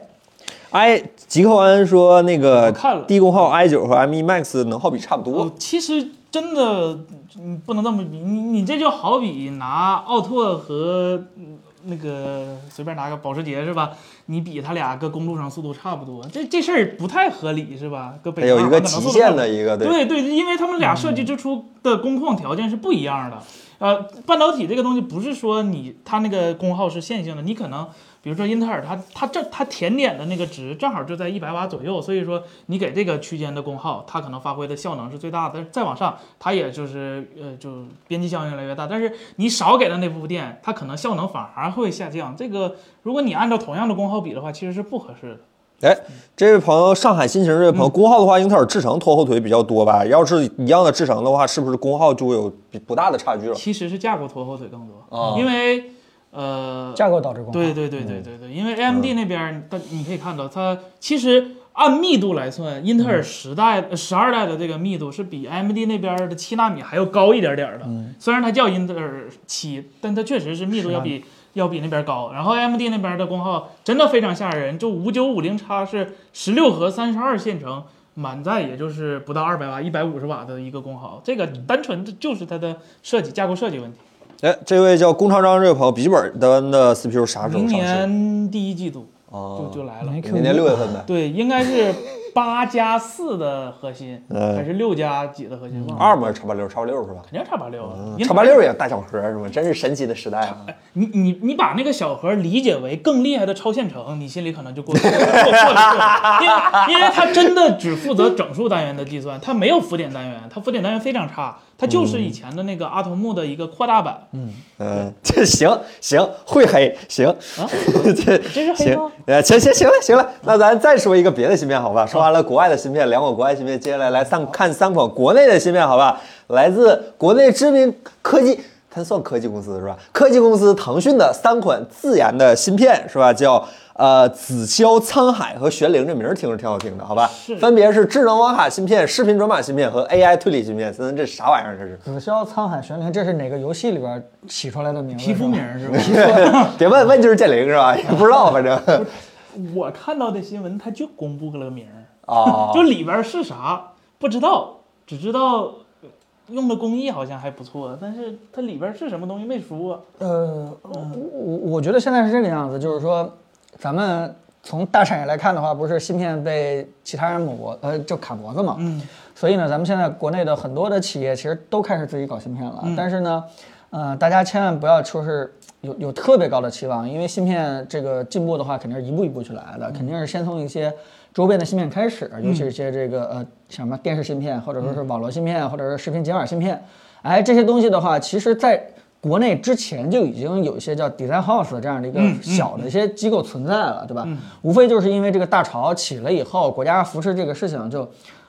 Speaker 2: i 极客安说那个
Speaker 3: 我看了哦
Speaker 2: 低功耗 i 九和 M 一 Max 能耗比差不多
Speaker 3: 我。呃其实真的，你不能这么比，你你这就好比拿奥拓和嗯那个随便拿个保时捷是吧？你比他俩搁公路上速度差不多，这这事儿不太合理是吧？搁北
Speaker 2: 有一
Speaker 3: 方
Speaker 2: 个
Speaker 3: 可能
Speaker 2: 极
Speaker 3: 速度
Speaker 2: 限的一个对
Speaker 3: 对对，因为他们俩设计之初的工况条件是不一样的。呃，半导体这个东西不是说你它那个功耗是线性的，你可能比如说英特尔它它正它甜点的那个值正好就在一百瓦左右，所以说你给这个区间的功耗，它可能发挥的效能是最大的。但是再往上，它也就是呃就边际效应越来越大，但是你少给了那部分电，它可能效能反而会下降。这个如果你按照同样的功耗比的话，其实是不合适的。
Speaker 2: 哎，这位朋友，上海新情这位
Speaker 3: 嗯
Speaker 2: 朋友，功耗的话，英特尔制程拖后腿比较多吧？要是一样的制程的话，是不是功耗就会有比不大的差距了？
Speaker 3: 其实是架构拖后腿更多，
Speaker 2: 哦
Speaker 3: 因为呃
Speaker 1: 架构导致功耗。
Speaker 3: 对对
Speaker 2: 嗯
Speaker 3: 对对对对，因为 AMD 那边儿，但你可以看到，它其实按密度来算，
Speaker 2: 嗯
Speaker 3: 英特尔十代、呃十二代的这个密度是比 AMD 那边儿的七纳米还要高一点点儿的。
Speaker 2: 嗯
Speaker 3: 虽然它叫英特尔七，但它确实是密度要比要比那边高。然后 AMD 那边的功耗真的非常吓人，就五九五零叉是十六核三十二线程。满载也就是不到二百瓦，一百五十瓦的一个功耗，这个
Speaker 2: 嗯
Speaker 3: 单纯的就是它的设计架构设计问题。
Speaker 2: 哎，这位叫龚长章这位朋友，笔记本端的 CPU 啥时候
Speaker 3: 明
Speaker 2: 上市？
Speaker 3: 年第一季度就
Speaker 2: 哦，
Speaker 3: 就来了，
Speaker 1: 没 Q
Speaker 2: 明年六月份呗。
Speaker 3: 对，应该是八加四的核心，
Speaker 2: 嗯
Speaker 3: 还是六加几的核心？忘了，
Speaker 2: 二嘛，叉八六，叉八六是吧？
Speaker 3: 肯定叉八六啊。
Speaker 2: 叉八六也大小核是吗？真是神奇的时代啊！
Speaker 3: 你你你把那个小核理解为更厉害的超线程，你心里可能就过过过过了，因为因为它真的只负责整数单元的计算，它没有浮点单元，它浮点单元非常差，它就是以前的那个阿童木的一个扩大版。
Speaker 2: 嗯， [LAUGHS] 这行行会黑行
Speaker 3: 啊，
Speaker 2: [LAUGHS] 这
Speaker 3: 这是黑
Speaker 2: 行
Speaker 3: 吗
Speaker 2: 呃行行行了行了，那咱再说一个别的芯片好吧？说完了国外的芯片，两款国外芯片，接下来来三看三款国内的芯片好吧？来自国内知名科技。它算科技公司是吧？科技公司腾讯的三款自研的芯片是吧？叫呃紫霄、沧海和玄灵，这名儿听着挺好听的，好吧？分别是智能网卡芯片、视频转码芯片和 AI 推理芯片。森森，这啥玩意儿？这是？ [COUGHS]
Speaker 1: 紫霄沧海玄灵，这是哪个游戏里边起出来的名字？
Speaker 3: 皮肤名
Speaker 1: 是吧。
Speaker 3: 儿是吧？
Speaker 2: 别问，问就是剑灵是吧？也不知道，反正嗯
Speaker 3: [LAUGHS] 我看到的新闻，它就公布了个名儿，
Speaker 2: 啊，
Speaker 3: 就里边是啥不知道，只知道用的工艺好像还不错，但是它里边是什么东西没说。啊
Speaker 1: 呃，我我我觉得现在是这个样子，就是说，咱们从大产业来看的话，不是芯片被其他人抹脖，呃，就卡脖子嘛。
Speaker 3: 嗯。
Speaker 1: 所以呢，咱们现在国内的很多的企业其实都开始自己搞芯片了，但是呢，呃，大家千万不要说是有有特别高的期望，因为芯片这个进步的话，肯定是一步一步去来的，肯定是先从一些周边的芯片开始，尤其是一些这个呃什么电视芯片，或者说是网络芯片，或者是视频解码芯片，哎，这些东西的话，其实在国内之前就已经有一些叫 design house 的这样的一个小的一些机构存在了，对吧？无非就是因为这个大潮起了以后，国家扶持这个事情就，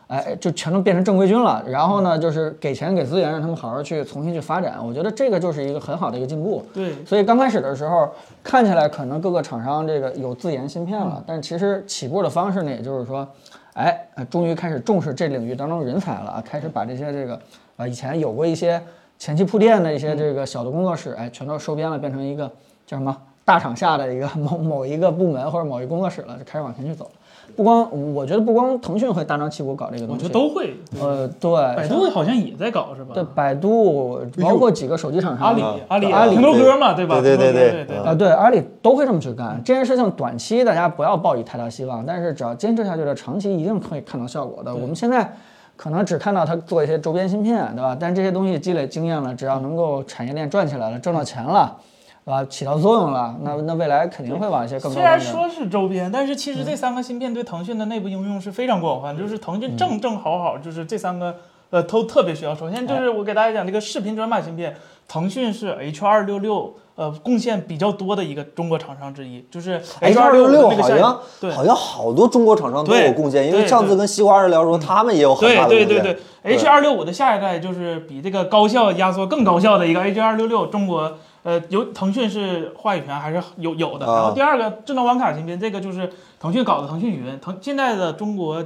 Speaker 1: 哎，就全都变成正规军了。然后呢，就是给钱给资源，让他们好好去重新去发展。我觉得这个就是一个很好的一个进步。
Speaker 3: 对
Speaker 1: 所以刚开始的时候，看起来可能各个厂商这个有自研芯片
Speaker 3: 嗯
Speaker 1: 了，但其实起步的方式呢，也就是说，哎，呃终于开始重视这领域当中人才了啊，开始把这些这个啊以前有过一些前期铺垫的一些
Speaker 3: 嗯
Speaker 1: 这个小的工作室，哎，全都收编了，变成一个叫什么大厂下的一个 [LAUGHS] 某某一个部门或者某一工作室了，就开始往前去走了。不光我觉得不光腾讯会大张旗鼓搞这个
Speaker 3: 我
Speaker 1: 东
Speaker 3: 觉
Speaker 1: 西，
Speaker 3: 得都会，
Speaker 1: 呃对，
Speaker 3: 百度好像也在搞是吧？哎
Speaker 1: 对百度，包括几个手机厂商，
Speaker 3: 阿里
Speaker 2: 嗯，
Speaker 3: 阿里，啊
Speaker 2: 阿里
Speaker 3: 挺多歌嘛，对吧？
Speaker 2: 对对
Speaker 3: 挺多
Speaker 2: 对
Speaker 3: 歌对
Speaker 2: 对
Speaker 1: 啊，对，阿里都会这么去干。这件事情短期大家不要抱以太大希望，但是只要坚持下去了，长期一定可以看到效果的。我们现在可能只看到它做一些周边芯片，对吧？但这些东西积累经验了，只要能够产业链转起来了，挣到钱了，对吧？起到作用了，那那未来肯定会往一些更高
Speaker 3: 虽
Speaker 1: 端
Speaker 3: 然
Speaker 1: 的。
Speaker 3: 说是周边，但是其
Speaker 2: 嗯
Speaker 3: 实这三个芯片对腾讯的内部应用是非常广泛，就是腾
Speaker 2: 嗯
Speaker 3: 讯正正好好就是这三个呃都特别需要。
Speaker 2: 哎
Speaker 3: 首先就是我给大家讲这个视频转码芯片，腾讯是 H 二六六呃贡献比较多的一个中国厂商之一，就是
Speaker 2: H
Speaker 3: 二
Speaker 2: 二六
Speaker 3: 六
Speaker 2: 六好像
Speaker 3: 对
Speaker 2: 好像好多中国厂商都有贡献，因为上次跟西瓜二聊说他们也有很大
Speaker 3: 对
Speaker 2: 的贡
Speaker 3: 对
Speaker 2: 献。
Speaker 3: 对对，H 二六五的下一代就是比这个高效压缩更高效的一个 H 二六六，中国呃有腾讯是话语权还是有有的。
Speaker 2: 啊
Speaker 3: 然后第二个智能网卡芯片，这个就是腾讯搞的腾讯云，腾现在的中国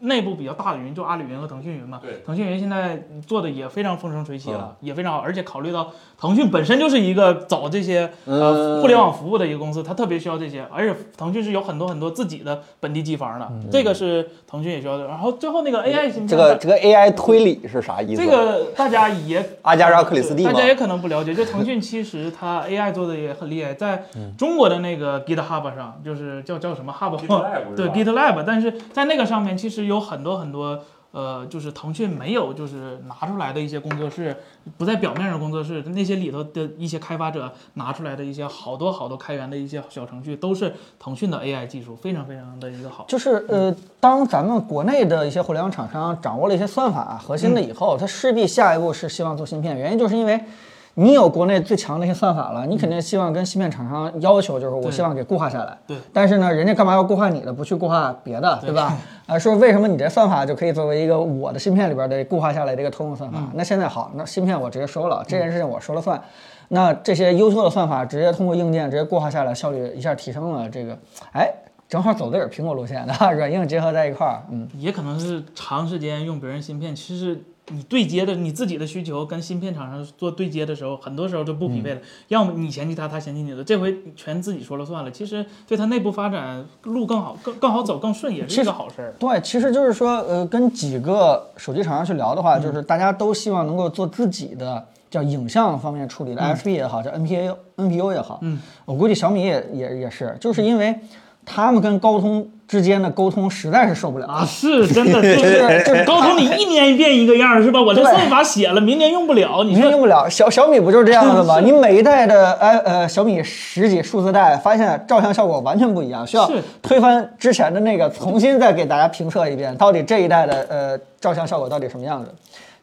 Speaker 3: 内部比较大的云就阿里云和腾讯云嘛。
Speaker 4: 对
Speaker 3: 腾讯云现在做的也非常风生水起
Speaker 2: 啊
Speaker 3: 了，也非常好，而且考虑到腾讯本身就是一个走这些呃
Speaker 2: 嗯
Speaker 3: 互联网服务的一个公司，它特别需要这些，而且腾讯是有很多很多自己的本地机房的，这个是腾讯也需要的。然后最后那个 AI 芯片，
Speaker 2: 嗯这个这个 AI 推理是啥意思？
Speaker 3: 这个大家也
Speaker 2: 阿加莎克里斯蒂
Speaker 3: 大
Speaker 2: 吗？
Speaker 3: 家也可能不了解，就腾讯其实它 AI 做的也很厉害，在
Speaker 2: 嗯
Speaker 3: 中国的那个 GitHub 上，就是叫叫什么 Hub，
Speaker 4: GitLab
Speaker 3: [LAUGHS] 对
Speaker 4: 是吧
Speaker 3: GitLab，但是在那个上面其实有很多很多。呃，就是腾讯没有，就是拿出来的一些工作室，不在表面上工作室，那些里头的一些开发者拿出来的一些好多好多开源的一些小程序，都是腾讯的 AI 技术，非常非常的一个好。嗯
Speaker 1: 就是呃，当咱们国内的一些互联网厂商掌握了一些算法、啊核心的
Speaker 3: 嗯
Speaker 1: 以后，它势必下一步是希望做芯片，原因就是因为。你有国内最强的一些算法了，你肯定希望跟芯片厂商要求，就是我
Speaker 3: 嗯对
Speaker 1: 希望给固化下来。
Speaker 3: 对
Speaker 1: 但是呢，人家干嘛要固化你的，不去固化别的，对
Speaker 3: [LAUGHS]
Speaker 1: 吧？啊，说为什么你这算法就可以作为一个我的芯片里边的固化下来这个通用算
Speaker 3: 嗯
Speaker 1: 法？那现在好，那芯片我直接收了，这件事情我说了算。那这些优秀的算法直接通过硬件直接固化下来，效率一下提升了。这个，哎，正好走的也是苹果路线的， [LAUGHS] 软硬结合在一块儿。嗯，
Speaker 3: 也可能是长时间用别人芯片，其实你对接的你自己的需求跟芯片厂商做对接的时候，很多时候就不匹配了，要么你嫌弃他，他嫌弃你的，这回全自己说了算了。其实对他内部发展路更好，更更好走，更顺，也是一个好事儿。
Speaker 1: 对，其实就是说，呃，跟几个手机厂商去聊的话，就是大家都希望能够做自己的叫影像方面处理的 SP 也好，叫 NPA、NPU 也好，嗯，我估计小米也也也是，就是因为他们跟高通之间的沟通实在是受不了。
Speaker 3: 啊，是真的，就
Speaker 1: 对
Speaker 3: 是
Speaker 1: 就是
Speaker 3: 高通，你一年一变一个样儿是吧？我这
Speaker 1: 对
Speaker 3: 算法写了，明年用不了，你
Speaker 1: 你
Speaker 3: 说
Speaker 1: 用不
Speaker 3: [LAUGHS]
Speaker 1: 了小小米不就是这样的吗？你每一代的哎呃小米十几数字代，发现照相效果完全不一样，需要
Speaker 3: 是
Speaker 1: 推翻之前的那个，重新再给大家评测一遍，到底这一代的呃照相效果到底什么样子？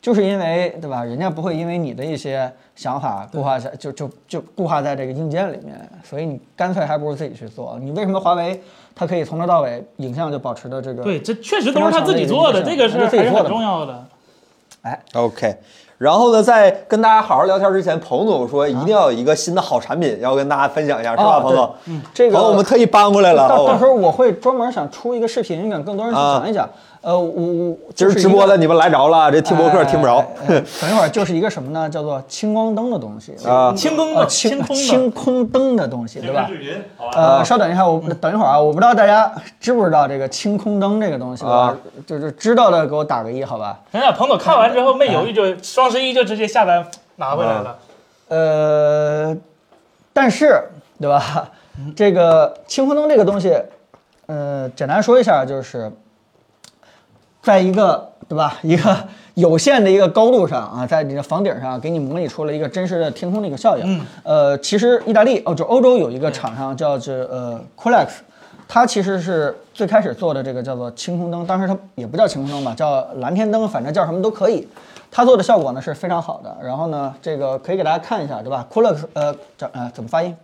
Speaker 1: 就是因为对吧，人家不会因为你的一些想法固化下，就就就固化在这个硬件里面，所以你干脆还不如自己去做。你为什么华为它可以从头到尾影像就保持着这个
Speaker 3: 对，这确实都是他自己做的，这个事儿
Speaker 1: 自己
Speaker 3: 还是
Speaker 1: 做
Speaker 3: 很
Speaker 1: 的
Speaker 3: 重要的。
Speaker 2: OK，然后呢，在跟大家好好聊天之前，彭总说一定要有一个新的好产品要跟大家分享一下，是吧，
Speaker 1: 啊
Speaker 2: 彭总？
Speaker 1: 对嗯这个
Speaker 2: 彭总我们特意搬过来了。
Speaker 1: 到到时
Speaker 2: 哦，啊
Speaker 1: 候我会专门想出一个视频，让更多人去讲一讲。呃，我我
Speaker 2: 今
Speaker 1: 就
Speaker 2: 儿
Speaker 1: 是一个
Speaker 2: 直播的你们来着了，这听播客听不着。[LAUGHS]
Speaker 1: 哎哎哎等一会儿就是一个什么呢？叫做青光灯的东西
Speaker 2: 啊
Speaker 3: 清空
Speaker 1: 呃
Speaker 3: 的，
Speaker 1: 清
Speaker 3: 清空的
Speaker 1: 清，空灯的东西，对吧
Speaker 4: 这？是云，好吧？
Speaker 2: 啊
Speaker 1: 呃，稍等一下，我
Speaker 2: 嗯
Speaker 1: 等一会儿啊，我不知道大家知不知道这个清空灯这个东西对吧
Speaker 2: 啊？
Speaker 1: 就是知道的给我打个一，好吧？
Speaker 3: 咱俩彭总看完之后没犹豫就刷双十一就直接下单拿回来了。
Speaker 1: 呃，但是对吧？这个清风灯这个东西，呃，简单说一下，就是在一个对吧， [LAUGHS] 一个有限的一个高度上啊，在你的房顶上给你模拟出了一个真实的天空的一个效应。呃，其实意大利哦，就欧洲有一个厂商叫做呃 Colex。它其实是最开始做的这个叫做清空灯，当时它也不叫清空灯吧，叫蓝天灯，反正叫什么都可以。它做的效果呢是非常好的。然后呢，这个可以给大家看一下，对吧？Colex，呃，叫呃怎么发音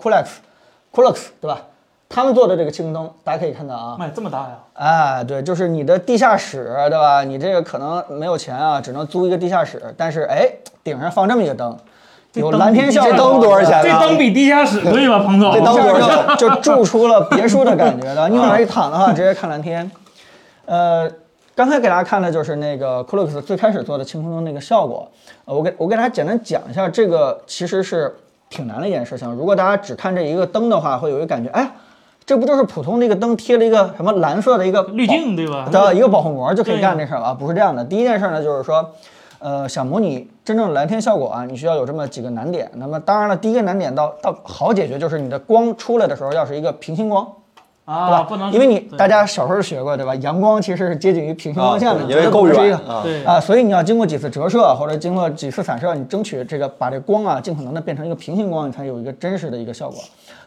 Speaker 1: ？Colex，Colex，对吧？他们做的这个清空灯，大家可以看到啊，
Speaker 3: 妈呀，这么大呀！
Speaker 1: 哎，对，就是你的地下室，对吧？你这个可能没有钱啊，只能租一个地下室，但是哎，顶上放这么一个灯，有蓝天效
Speaker 2: 这
Speaker 1: 应，
Speaker 2: 灯多少钱
Speaker 3: 这
Speaker 2: 呢？
Speaker 3: 灯比地下室贵吧，彭总？
Speaker 2: 这灯
Speaker 1: 啊这
Speaker 2: 多少钱？
Speaker 1: 样就就住出了别墅的感觉了。你往那一躺
Speaker 2: [LAUGHS]
Speaker 1: 的话，直接看蓝天。呃，刚才给大家看的就是那个 c o l o x 最开始做的清空中那个效果。呃，我给我给大家简单讲一下，这个其实是挺难的一件事情。如果大家只看这一个灯的话，会有一个感觉，哎，这不就是普通的一个灯贴了一个什么蓝色的一个
Speaker 3: 滤
Speaker 1: 保
Speaker 3: 镜对吧？
Speaker 1: 的一个保护膜就可以
Speaker 3: 对
Speaker 1: 干这事儿了啊，不是这样的。第一件事呢，就是说，呃，想模拟真正的蓝天效果啊，你需要有这么几个难点。那么当然了，第一个难点到到好解决，就是你的光出来的时候要是一个平行光，对吧？
Speaker 3: 啊，不能，
Speaker 1: 因为你
Speaker 3: 对
Speaker 1: 大家小时候学过对吧？阳光其实是接近于平行
Speaker 2: 啊
Speaker 1: 光线的，
Speaker 2: 因为
Speaker 1: 它
Speaker 2: 够
Speaker 1: 不是一
Speaker 2: 远
Speaker 1: 个
Speaker 2: 啊。
Speaker 3: 对
Speaker 1: 啊，所以你要经过几次折射或者经过几次散射，你争取这个把这光啊尽可能的变成一个平行光，你才有一个真实的一个效果。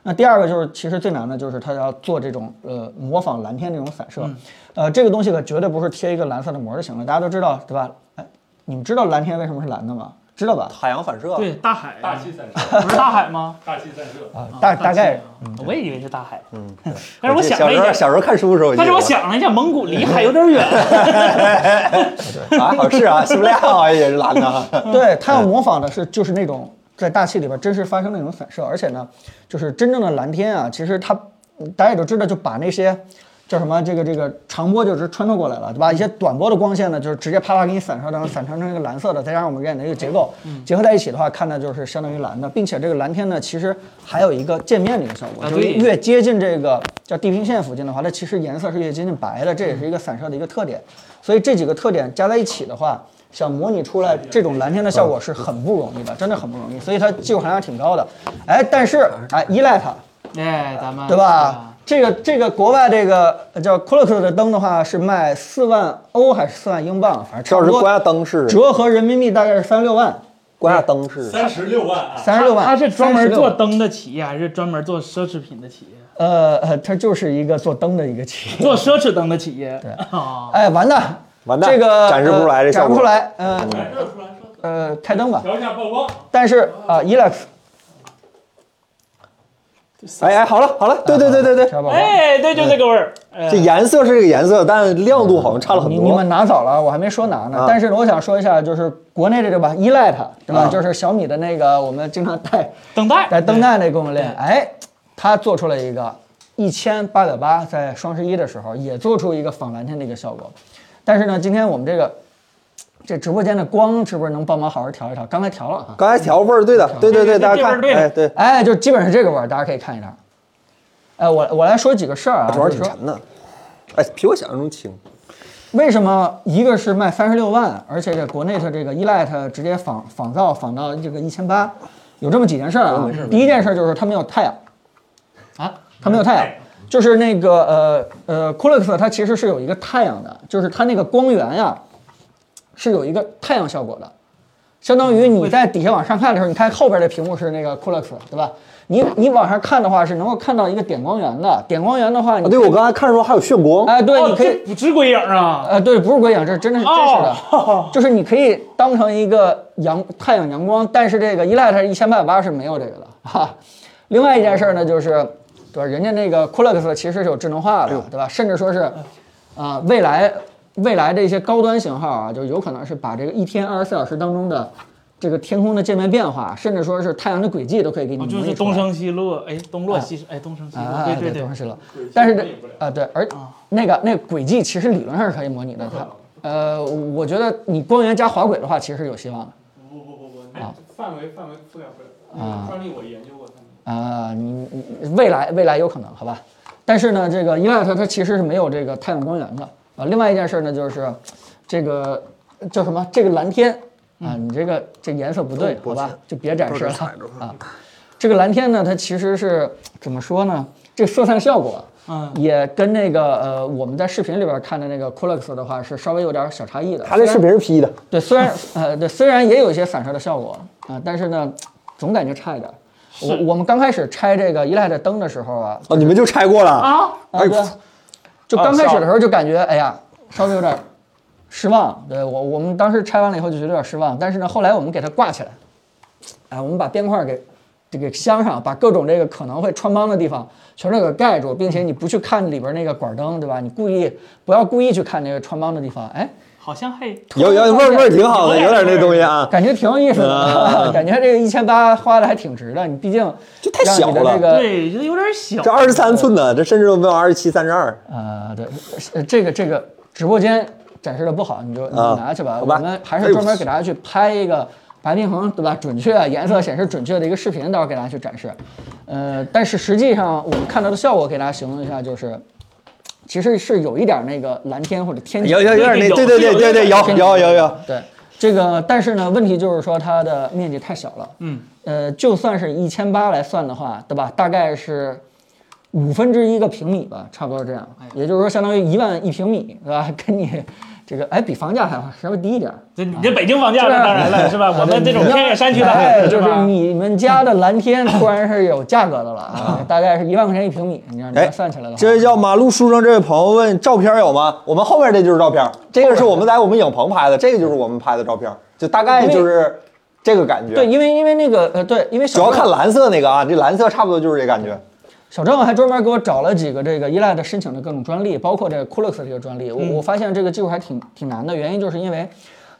Speaker 1: 那第二个就是其实最难的就是它要做这种呃模仿蓝天这种散射，
Speaker 3: 嗯
Speaker 1: 呃这个东西可绝对不是贴一个蓝色的膜就行了，大家都知道对吧？哎，你们知道蓝天为什么是蓝的吗？知道吧？
Speaker 2: 海洋反射，
Speaker 3: 对大海啊，
Speaker 4: 大气散射，
Speaker 3: 不是大海吗？
Speaker 4: 大气散射。
Speaker 1: 啊，大大
Speaker 3: 气
Speaker 1: 概
Speaker 3: 啊我也以为是大海，嗯， [LAUGHS] 但
Speaker 2: 我
Speaker 3: 是
Speaker 2: 记小
Speaker 3: 我想了
Speaker 2: 时
Speaker 3: 一
Speaker 2: 候
Speaker 3: 点，
Speaker 2: 小时候看书的时候记得，
Speaker 3: 但是我想了一下，蒙古离海有点
Speaker 1: [LAUGHS]
Speaker 3: 远，
Speaker 2: 啊，好是啊，西伯利亚好像也是蓝的啊。
Speaker 1: [LAUGHS]
Speaker 3: 哎
Speaker 1: 对，它要模仿的是就是那种在大气里边真实发生的那种散射，而且呢，就是真正的蓝天啊，其实它嗯大家也都知道，就把那些叫什么这个这个长波就直穿透过来
Speaker 3: 嗯
Speaker 1: 了，对吧？一些短波的光线呢，就是直接啪啪给你散射到，散成成一个蓝色的，再加上我们人眼的一个结构
Speaker 3: 嗯
Speaker 1: 结合在一起的话，看的就是相当于蓝的，并且这个蓝天呢，其实还有一个渐变的一个效果，
Speaker 3: 啊
Speaker 1: 就是
Speaker 3: 对
Speaker 1: 越接近这个叫地平线附近的话，它其实颜色是越接近白的，这也是一个散射的一个特点。所以这几个特点加在一起的话，想模拟出来这种蓝天的效
Speaker 2: 嗯
Speaker 1: 果是很不容易的，真的很不容易。所以它技术含量挺高的。哎，但是哎，依赖它，
Speaker 3: 哎，咱们
Speaker 1: 对
Speaker 2: 啊
Speaker 1: 吧？？这个这个国外这个呃叫 c o l o x 的灯的话是卖四万欧还是四万英镑，反正差
Speaker 2: 要 [LAUGHS]
Speaker 1: 不
Speaker 2: 是关
Speaker 1: 多
Speaker 2: 下灯是，
Speaker 1: 折合人民币大概是三十六万，
Speaker 2: 关下灯是
Speaker 4: 三十六万啊！
Speaker 1: 三十六万。
Speaker 3: 他是专门
Speaker 1: 36
Speaker 3: 做
Speaker 1: 万
Speaker 3: 灯的企业，还是专门做奢侈品的企业？
Speaker 1: 呃呃，它就是一个做灯的一个企业。
Speaker 2: [LAUGHS]
Speaker 3: 做奢侈灯的企业， [LAUGHS] 哦对
Speaker 1: 哎，完蛋，
Speaker 2: 完蛋
Speaker 1: 这个
Speaker 2: 展示不出来这
Speaker 1: 呃展
Speaker 2: 效
Speaker 1: 不
Speaker 2: 果
Speaker 1: 出来，嗯
Speaker 4: 来哎热出来说，
Speaker 1: 呃，开灯吧。
Speaker 4: 调一下曝光。
Speaker 1: 但是啊，Elex，
Speaker 2: 哎哎，好了好了，对对对对对，
Speaker 1: 小宝宝，
Speaker 3: 哎，对，就这个味儿，哎
Speaker 2: 这颜色是这个颜色，但亮度好像差了很
Speaker 1: 你你
Speaker 2: 多
Speaker 1: 们。拿早了，我还没说拿呢。
Speaker 2: 啊
Speaker 1: 但是呢我想说一下，就是国内这个吧，依赖它，对吧？
Speaker 2: 啊
Speaker 1: 就是小米的那个，我们经常
Speaker 2: [LAUGHS]
Speaker 1: 带
Speaker 3: 灯带，
Speaker 1: 带灯带那供应链，哎，它做出了一个一千八百八，在双十一的时候也做出一个仿蓝天的一个效果。但是呢，今天我们这个这直播间的光是不是能帮忙好好调一调？刚才调了啊，
Speaker 2: 刚才调味儿对的，对对对，
Speaker 3: 对对
Speaker 2: 大
Speaker 3: 这
Speaker 2: 家
Speaker 3: 味儿
Speaker 2: 看，
Speaker 3: 对
Speaker 2: 哎对，
Speaker 1: 哎，就基本上这个味儿，大家可以看一看。哎，我我来说几个事儿啊，
Speaker 2: 主要
Speaker 1: 就是
Speaker 2: 挺
Speaker 1: 说
Speaker 2: 沉的，哎，比我想象中轻。
Speaker 1: 为什么一个是卖三十六万，而且这国内它这个 Elite 直接仿仿造仿到这个一千八，有这么几件事儿啊。第一件事就是它没有太阳，
Speaker 3: 啊，
Speaker 1: 它没有太阳，就是那个呃呃 c o l e x 它其实是有一个太阳的，就是它那个光源呀、是有一个太阳效果的，相当于你在底下往上看的时候，你看后边的屏幕是那个 c o l e x 对吧？你你往上看的话是能够看到一个点光源的，点光源的话你
Speaker 2: 啊，对，我刚才看的时候还有炫光，
Speaker 1: 哎对，
Speaker 3: 哦
Speaker 1: 你可以
Speaker 3: 这不是鬼影啊，
Speaker 1: 呃，对，不是鬼影，这真的是真实的，
Speaker 3: 哦
Speaker 1: [LAUGHS] 就是你可以当成一个阳太阳阳光，但是这个依赖它一千八百八是没有这个的哈。另外一件事儿呢，就是对吧？人家那个 Colex 其实是有智能化的，对吧？甚至说是，啊、未来未来的一些高端型号啊，就有可能是把这个一天二十四小时当中的这个天空的界面变化，甚至说是太阳的轨迹都可以给你模
Speaker 3: 哦
Speaker 1: 拟
Speaker 3: 就是
Speaker 1: 出来
Speaker 3: 东升西落，哎，东落西，哎，东升西落，
Speaker 1: 嗯啊，
Speaker 3: 对对
Speaker 1: 对，东
Speaker 3: 对，
Speaker 1: 西了。但是这
Speaker 4: 模拟不了
Speaker 1: 啊，对，而那个那个轨迹其实理论上是可以模拟的，它呃，我觉得你光源加滑轨的话，其实是有希望的
Speaker 4: 不不不不不，
Speaker 3: 啊
Speaker 4: 那范围范围覆盖不了。
Speaker 1: 啊
Speaker 4: 那个专利我研究过他们。
Speaker 1: 啊，你你未来未来有可能，好吧？但是呢，这个 e l i t 它其实是没有这个太阳光源的啊。另外一件事呢，就是这个叫什么？这个蓝天啊，你这个这颜色不对，好
Speaker 2: 不
Speaker 1: 吧，就别展示了
Speaker 2: 都是踩着
Speaker 1: 啊。这个蓝天呢，它其实是怎么说呢？这色散效果，
Speaker 3: 嗯，
Speaker 1: 也跟那个呃我们在视频里边看的那个 Colex 的话是稍微有点小差异的。
Speaker 2: 他这
Speaker 1: 虽然
Speaker 2: 视频是 P 的，
Speaker 1: 对，虽然呃对，虽然也有一些散射的效果啊、但是呢，总感觉差一点。我我们刚开始拆这个依赖的灯的时候啊，
Speaker 2: 哦，你们就拆过了
Speaker 3: 啊？
Speaker 1: 啊
Speaker 2: 哎
Speaker 1: 对
Speaker 2: 呦，啊
Speaker 1: 就刚开始的时候就感觉哎呀，稍微有点失望。对我我们当时拆完了以后就觉得有点失望，但是呢，后来我们给它挂起来，哎，我们把边框给。这个镶上，把各种这个可能会穿帮的地方全都给盖住，并且你不去看里边那个管灯，对吧？你故意不要故意去看那个穿帮的地方，哎，
Speaker 3: 好像还
Speaker 2: 有有味儿味儿挺好的，有点那东西啊。
Speaker 1: 感觉挺有意思的， [LAUGHS] 感觉这个一千八花的还挺值的。你毕竟
Speaker 2: 这呃太
Speaker 1: 让你的
Speaker 2: 小了
Speaker 1: 这个
Speaker 3: 对，觉得有点小
Speaker 2: 这。二十三寸的，这甚至都没有二十七、三十二。
Speaker 1: 呃，对，呃这个这个直播间展示的不好，你就你就
Speaker 2: 啊
Speaker 1: 拿去吧。
Speaker 2: 好
Speaker 1: 我
Speaker 2: 吧
Speaker 1: 们还是专门给大家去拍一个白平衡，对吧？准确颜色显示准确的一个视频，到时候给大家去展示。呃，但是实际上我们看到的效果，给大家形容一下，就是其实是有一点那个蓝天或者天
Speaker 2: 有有有点那，对
Speaker 3: 对
Speaker 2: 对
Speaker 3: 对
Speaker 2: 对对对，有
Speaker 1: 天
Speaker 2: 有有有。
Speaker 1: 对，这个但是呢，问题就是说它的面积太小了。嗯，呃，就算是一千八来算的话，对吧？大概是五分之一个平米吧，差不多这样。
Speaker 3: 哎
Speaker 1: 也就是说，相当于一万一平米，对吧？ [LAUGHS] 跟你这个哎，比房价还稍微低一点儿。
Speaker 3: 这你这北京房价
Speaker 1: 是
Speaker 3: 那
Speaker 1: 啊
Speaker 3: 当然了，是吧？我们这种偏远山区
Speaker 1: 哎
Speaker 3: 的，
Speaker 1: 就是是
Speaker 3: 吧？
Speaker 1: 你们家的蓝
Speaker 3: [LAUGHS]
Speaker 1: 天突然是有价格的了啊，大概是一万块钱一平米，你让你
Speaker 2: 哎，
Speaker 1: 算起来的话，
Speaker 2: 这位叫马路书生这位朋友问：照片有吗？我们后面这就是照片，这个是我们在我们影棚拍的，这个就是我们拍的照片，就大概就是这个感觉。
Speaker 1: 对，，因为因为那个呃，对，因为
Speaker 2: 主
Speaker 1: 小
Speaker 2: 要
Speaker 1: 郑
Speaker 2: 看蓝色那个啊，这蓝色差不多就是这感觉。
Speaker 1: 小郑还专门给我找了几个这个依赖的申请的各种专利，包括这个 Coolux 这个专利。
Speaker 3: 嗯
Speaker 1: 我我发现这个技术还挺挺难的，原因就是因为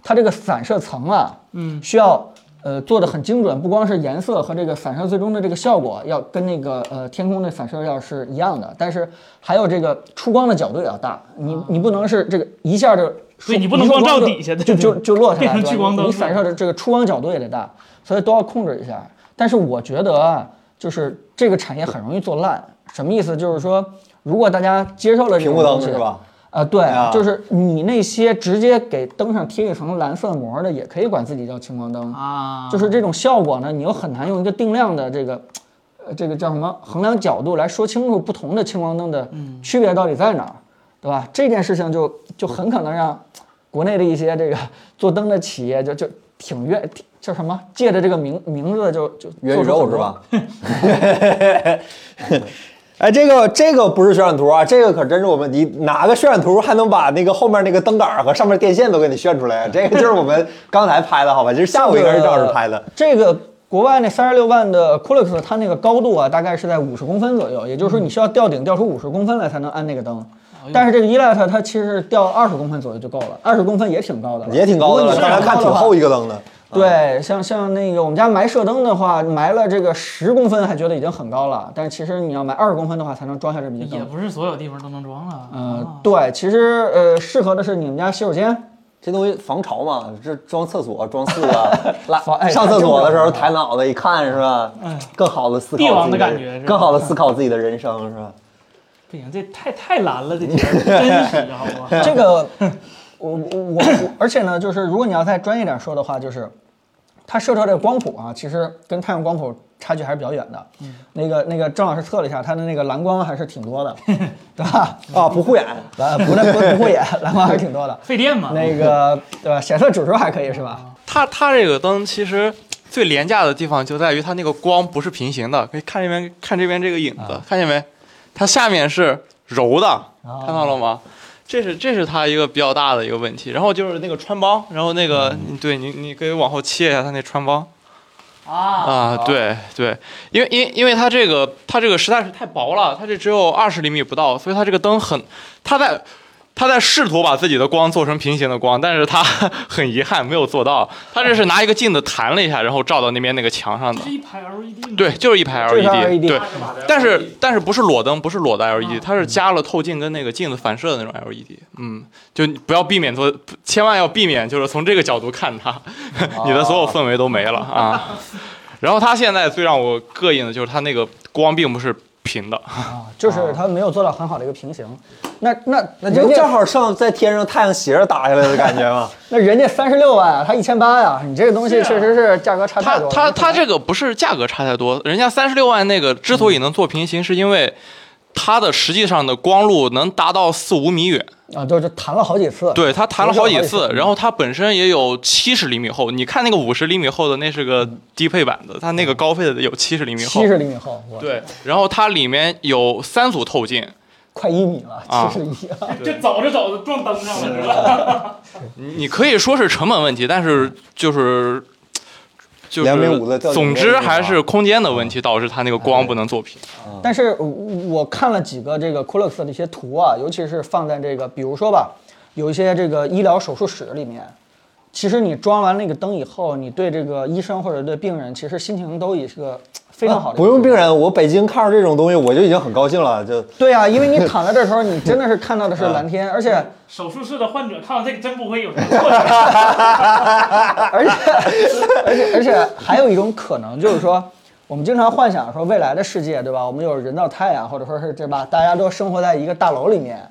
Speaker 1: 它这个散射层啊，嗯，需要呃做的很精准，不光是颜色和这个散射最终的这个效果要跟那个呃天空的散射要是一样的，但是还有这个出光的角度也要大，你你不能是这个一下就
Speaker 3: 啊对你不能
Speaker 1: 一束
Speaker 3: 光照
Speaker 1: 就
Speaker 3: 底下对
Speaker 1: 就就
Speaker 3: 对
Speaker 1: 就落下
Speaker 3: 变 [LAUGHS]
Speaker 1: 来，
Speaker 3: 成
Speaker 1: 对吧
Speaker 3: 聚光灯
Speaker 1: 你散射的这个出光角度也得大，所以都要控制一下。但是我觉得啊，就是这个产业很容易做烂，什么意思？就是说，如果大家接受了
Speaker 2: 屏
Speaker 1: 这种
Speaker 2: 幕灯
Speaker 1: 东西
Speaker 2: 是？吧？
Speaker 1: 啊，对，
Speaker 2: 啊
Speaker 1: 就是你那些直接给灯上贴一层蓝色膜的，也可以管自己叫青光灯。
Speaker 3: 啊，
Speaker 1: 就是这种效果呢，你又很难用一个定量的这个，呃，这个叫什么衡量角度来说清楚不同的青光灯的
Speaker 2: 嗯
Speaker 1: 区别到底在哪儿，对吧？这件事情就就很可能让国内的一些这个 [LAUGHS] 做灯的企业就就挺愿挺叫什么借着这个名名字就就
Speaker 2: 元宇
Speaker 1: 做出
Speaker 2: 宙
Speaker 1: 很
Speaker 2: 是
Speaker 1: 多
Speaker 2: 吧？ [LAUGHS] 哎，这个这个不是渲染图啊，这个可真是我们你哪个渲染图还能把那个后面那个灯杆儿和上面电线都给你炫出来啊？这个就是我们刚才拍的，好吧？这是下午一个人赵老师拍的。
Speaker 1: 这个国外那三十六万的 Coolux，它那个高度啊，大概是在五十公分左右，也就是说
Speaker 2: 嗯
Speaker 1: 你需要吊顶吊出五十公分来才能安那个灯。
Speaker 2: 哎
Speaker 1: 但是这个 E Elite 它其实是吊二十公分左右就够了，二十公分也挺高的，
Speaker 2: 也挺高的了，
Speaker 1: 如果你
Speaker 2: 刚才看
Speaker 1: 高的
Speaker 2: 挺
Speaker 1: 话
Speaker 2: 厚一个灯的。
Speaker 1: 对，像像那个我们家埋射灯的话，埋了这个十公分还觉得已经很高了，但是其实你要埋二十公分的话才能装下这么一个
Speaker 3: 也
Speaker 1: 灯。
Speaker 3: 不是所有地方都能装了。
Speaker 1: 呃
Speaker 3: 啊，，
Speaker 1: 对，其实呃适合的是你们家洗手间，
Speaker 2: 这东西防潮嘛，这装厕所、装四 [LAUGHS] 个，拉
Speaker 1: 防哎
Speaker 2: 上厕所的时
Speaker 1: 还
Speaker 2: 候
Speaker 1: 真是
Speaker 2: 抬脑袋一看是吧？更好哎的思考自己
Speaker 3: 帝王的感觉是吧
Speaker 2: 更好的思考自己的人生是吧？
Speaker 3: 不行，这太太蓝了，这节儿真实好
Speaker 1: [LAUGHS]
Speaker 3: 吗？
Speaker 1: 这个我我我，我而且呢，就是如果你要再专业点说的话，就是它射出来的光谱啊，其实跟太阳光谱差距还是比较远的。那个那个郑老师测了一下，它的那个蓝光还是挺多的，对吧？
Speaker 2: 啊，不护眼，
Speaker 1: [LAUGHS] 蓝不不不会演，蓝光还是挺多的。
Speaker 3: 费电嘛。
Speaker 1: 那个对吧？显色指数还可以是吧？
Speaker 5: 它它这个灯其实最廉价的地方就在于它那个光不是平行的，可以看这边看这边这个影子，看见没？它下面是柔的，看到了吗？这是这是它一个比较大的一个问题。然后就是那个穿帮，然后那个、对你你可以往后切一下它那穿帮
Speaker 3: 啊，
Speaker 5: 啊，对对，因为因为因为它这个它这个实在是太薄了，它这只有二十厘米不到，所以它这个灯很，它在它在试图把自己的光做成平行的光，但是它很遗憾没有做到，它这是拿一个镜子弹了一下，然后照到那边那个墙上的
Speaker 3: 这，是一排
Speaker 4: E
Speaker 3: LED 吗？
Speaker 5: 对，就是一排
Speaker 1: 就是 LED
Speaker 5: 对，但是但是不是裸灯，不是裸的
Speaker 1: 啊嗯
Speaker 5: LED，它是加了透镜跟那个镜子反射的那种 LED，嗯，就你不要避免做，不千万要避免就是从这个角度看它， [LAUGHS] 你的
Speaker 1: 哦
Speaker 5: 所有氛
Speaker 1: [LAUGHS]
Speaker 5: 围都没了啊。然后它现在最让我膈应的就是它那个光并不是平的。
Speaker 1: 就是它没有做到很好的一个平行。那那
Speaker 2: 那
Speaker 1: 人
Speaker 2: 就
Speaker 1: 家
Speaker 2: 正好上在天上太阳斜着打下来的感觉 [LAUGHS] 嘛。
Speaker 1: 那人家三十六万啊，它一千八呀，你这个东西确实是价格差太
Speaker 5: 它
Speaker 1: 多了。
Speaker 5: 它它这个不是价格差太多，人家三十六万那个之所以
Speaker 1: 嗯
Speaker 5: 能做平行，是因为它的实际上的光路能达到四五米远。
Speaker 1: 啊，就是谈了好几次。
Speaker 5: 对，它弹了
Speaker 1: 投
Speaker 5: 好
Speaker 1: 射
Speaker 5: 几
Speaker 1: 好几
Speaker 5: 次
Speaker 1: 次，
Speaker 5: 然后它本身也有七十厘米厚。你看那个五十厘米厚的，那是
Speaker 2: 嗯
Speaker 5: 个低配版的，它那个高配的有七十厘米厚
Speaker 1: 七。十厘米厚，我
Speaker 5: 对，然后它里面有三组透镜，
Speaker 1: 快一米了，
Speaker 5: 啊
Speaker 1: 七十厘米了。
Speaker 3: 这走着走着撞灯上了，
Speaker 1: [LAUGHS]
Speaker 3: 是吧？
Speaker 5: 你你可以说是成本问题，但是就是就
Speaker 2: 嗯两米五的
Speaker 5: 是，
Speaker 2: 吊顶
Speaker 5: 总之
Speaker 2: 的那个啊哎
Speaker 5: 还是空间的问题导致它那个光不能做平。
Speaker 1: 但是我我看了几个这个 Coolux 的一些图啊，尤其是放在这个，比如说吧，有一些这个医疗手术室里面，其实你装完那个灯以后，你对这个医生或者对病人，其实心情都也是个非常好的。
Speaker 2: [LAUGHS] 啊不用病。人，我北京看着这种东西我就已经很高兴了， [LAUGHS] 就
Speaker 1: 对啊，因为你躺在这儿的时候，你真的是看到的是
Speaker 2: 啊
Speaker 1: 蓝天，而且
Speaker 3: 手术室的患者看到这个真不会有什么错觉。
Speaker 1: [LAUGHS] 而且而且而且还有一种可能就是说，我们经常幻想说未来的世界，对吧？我们有人造太阳，或者说是对吧？大家都生活在一个大楼里面。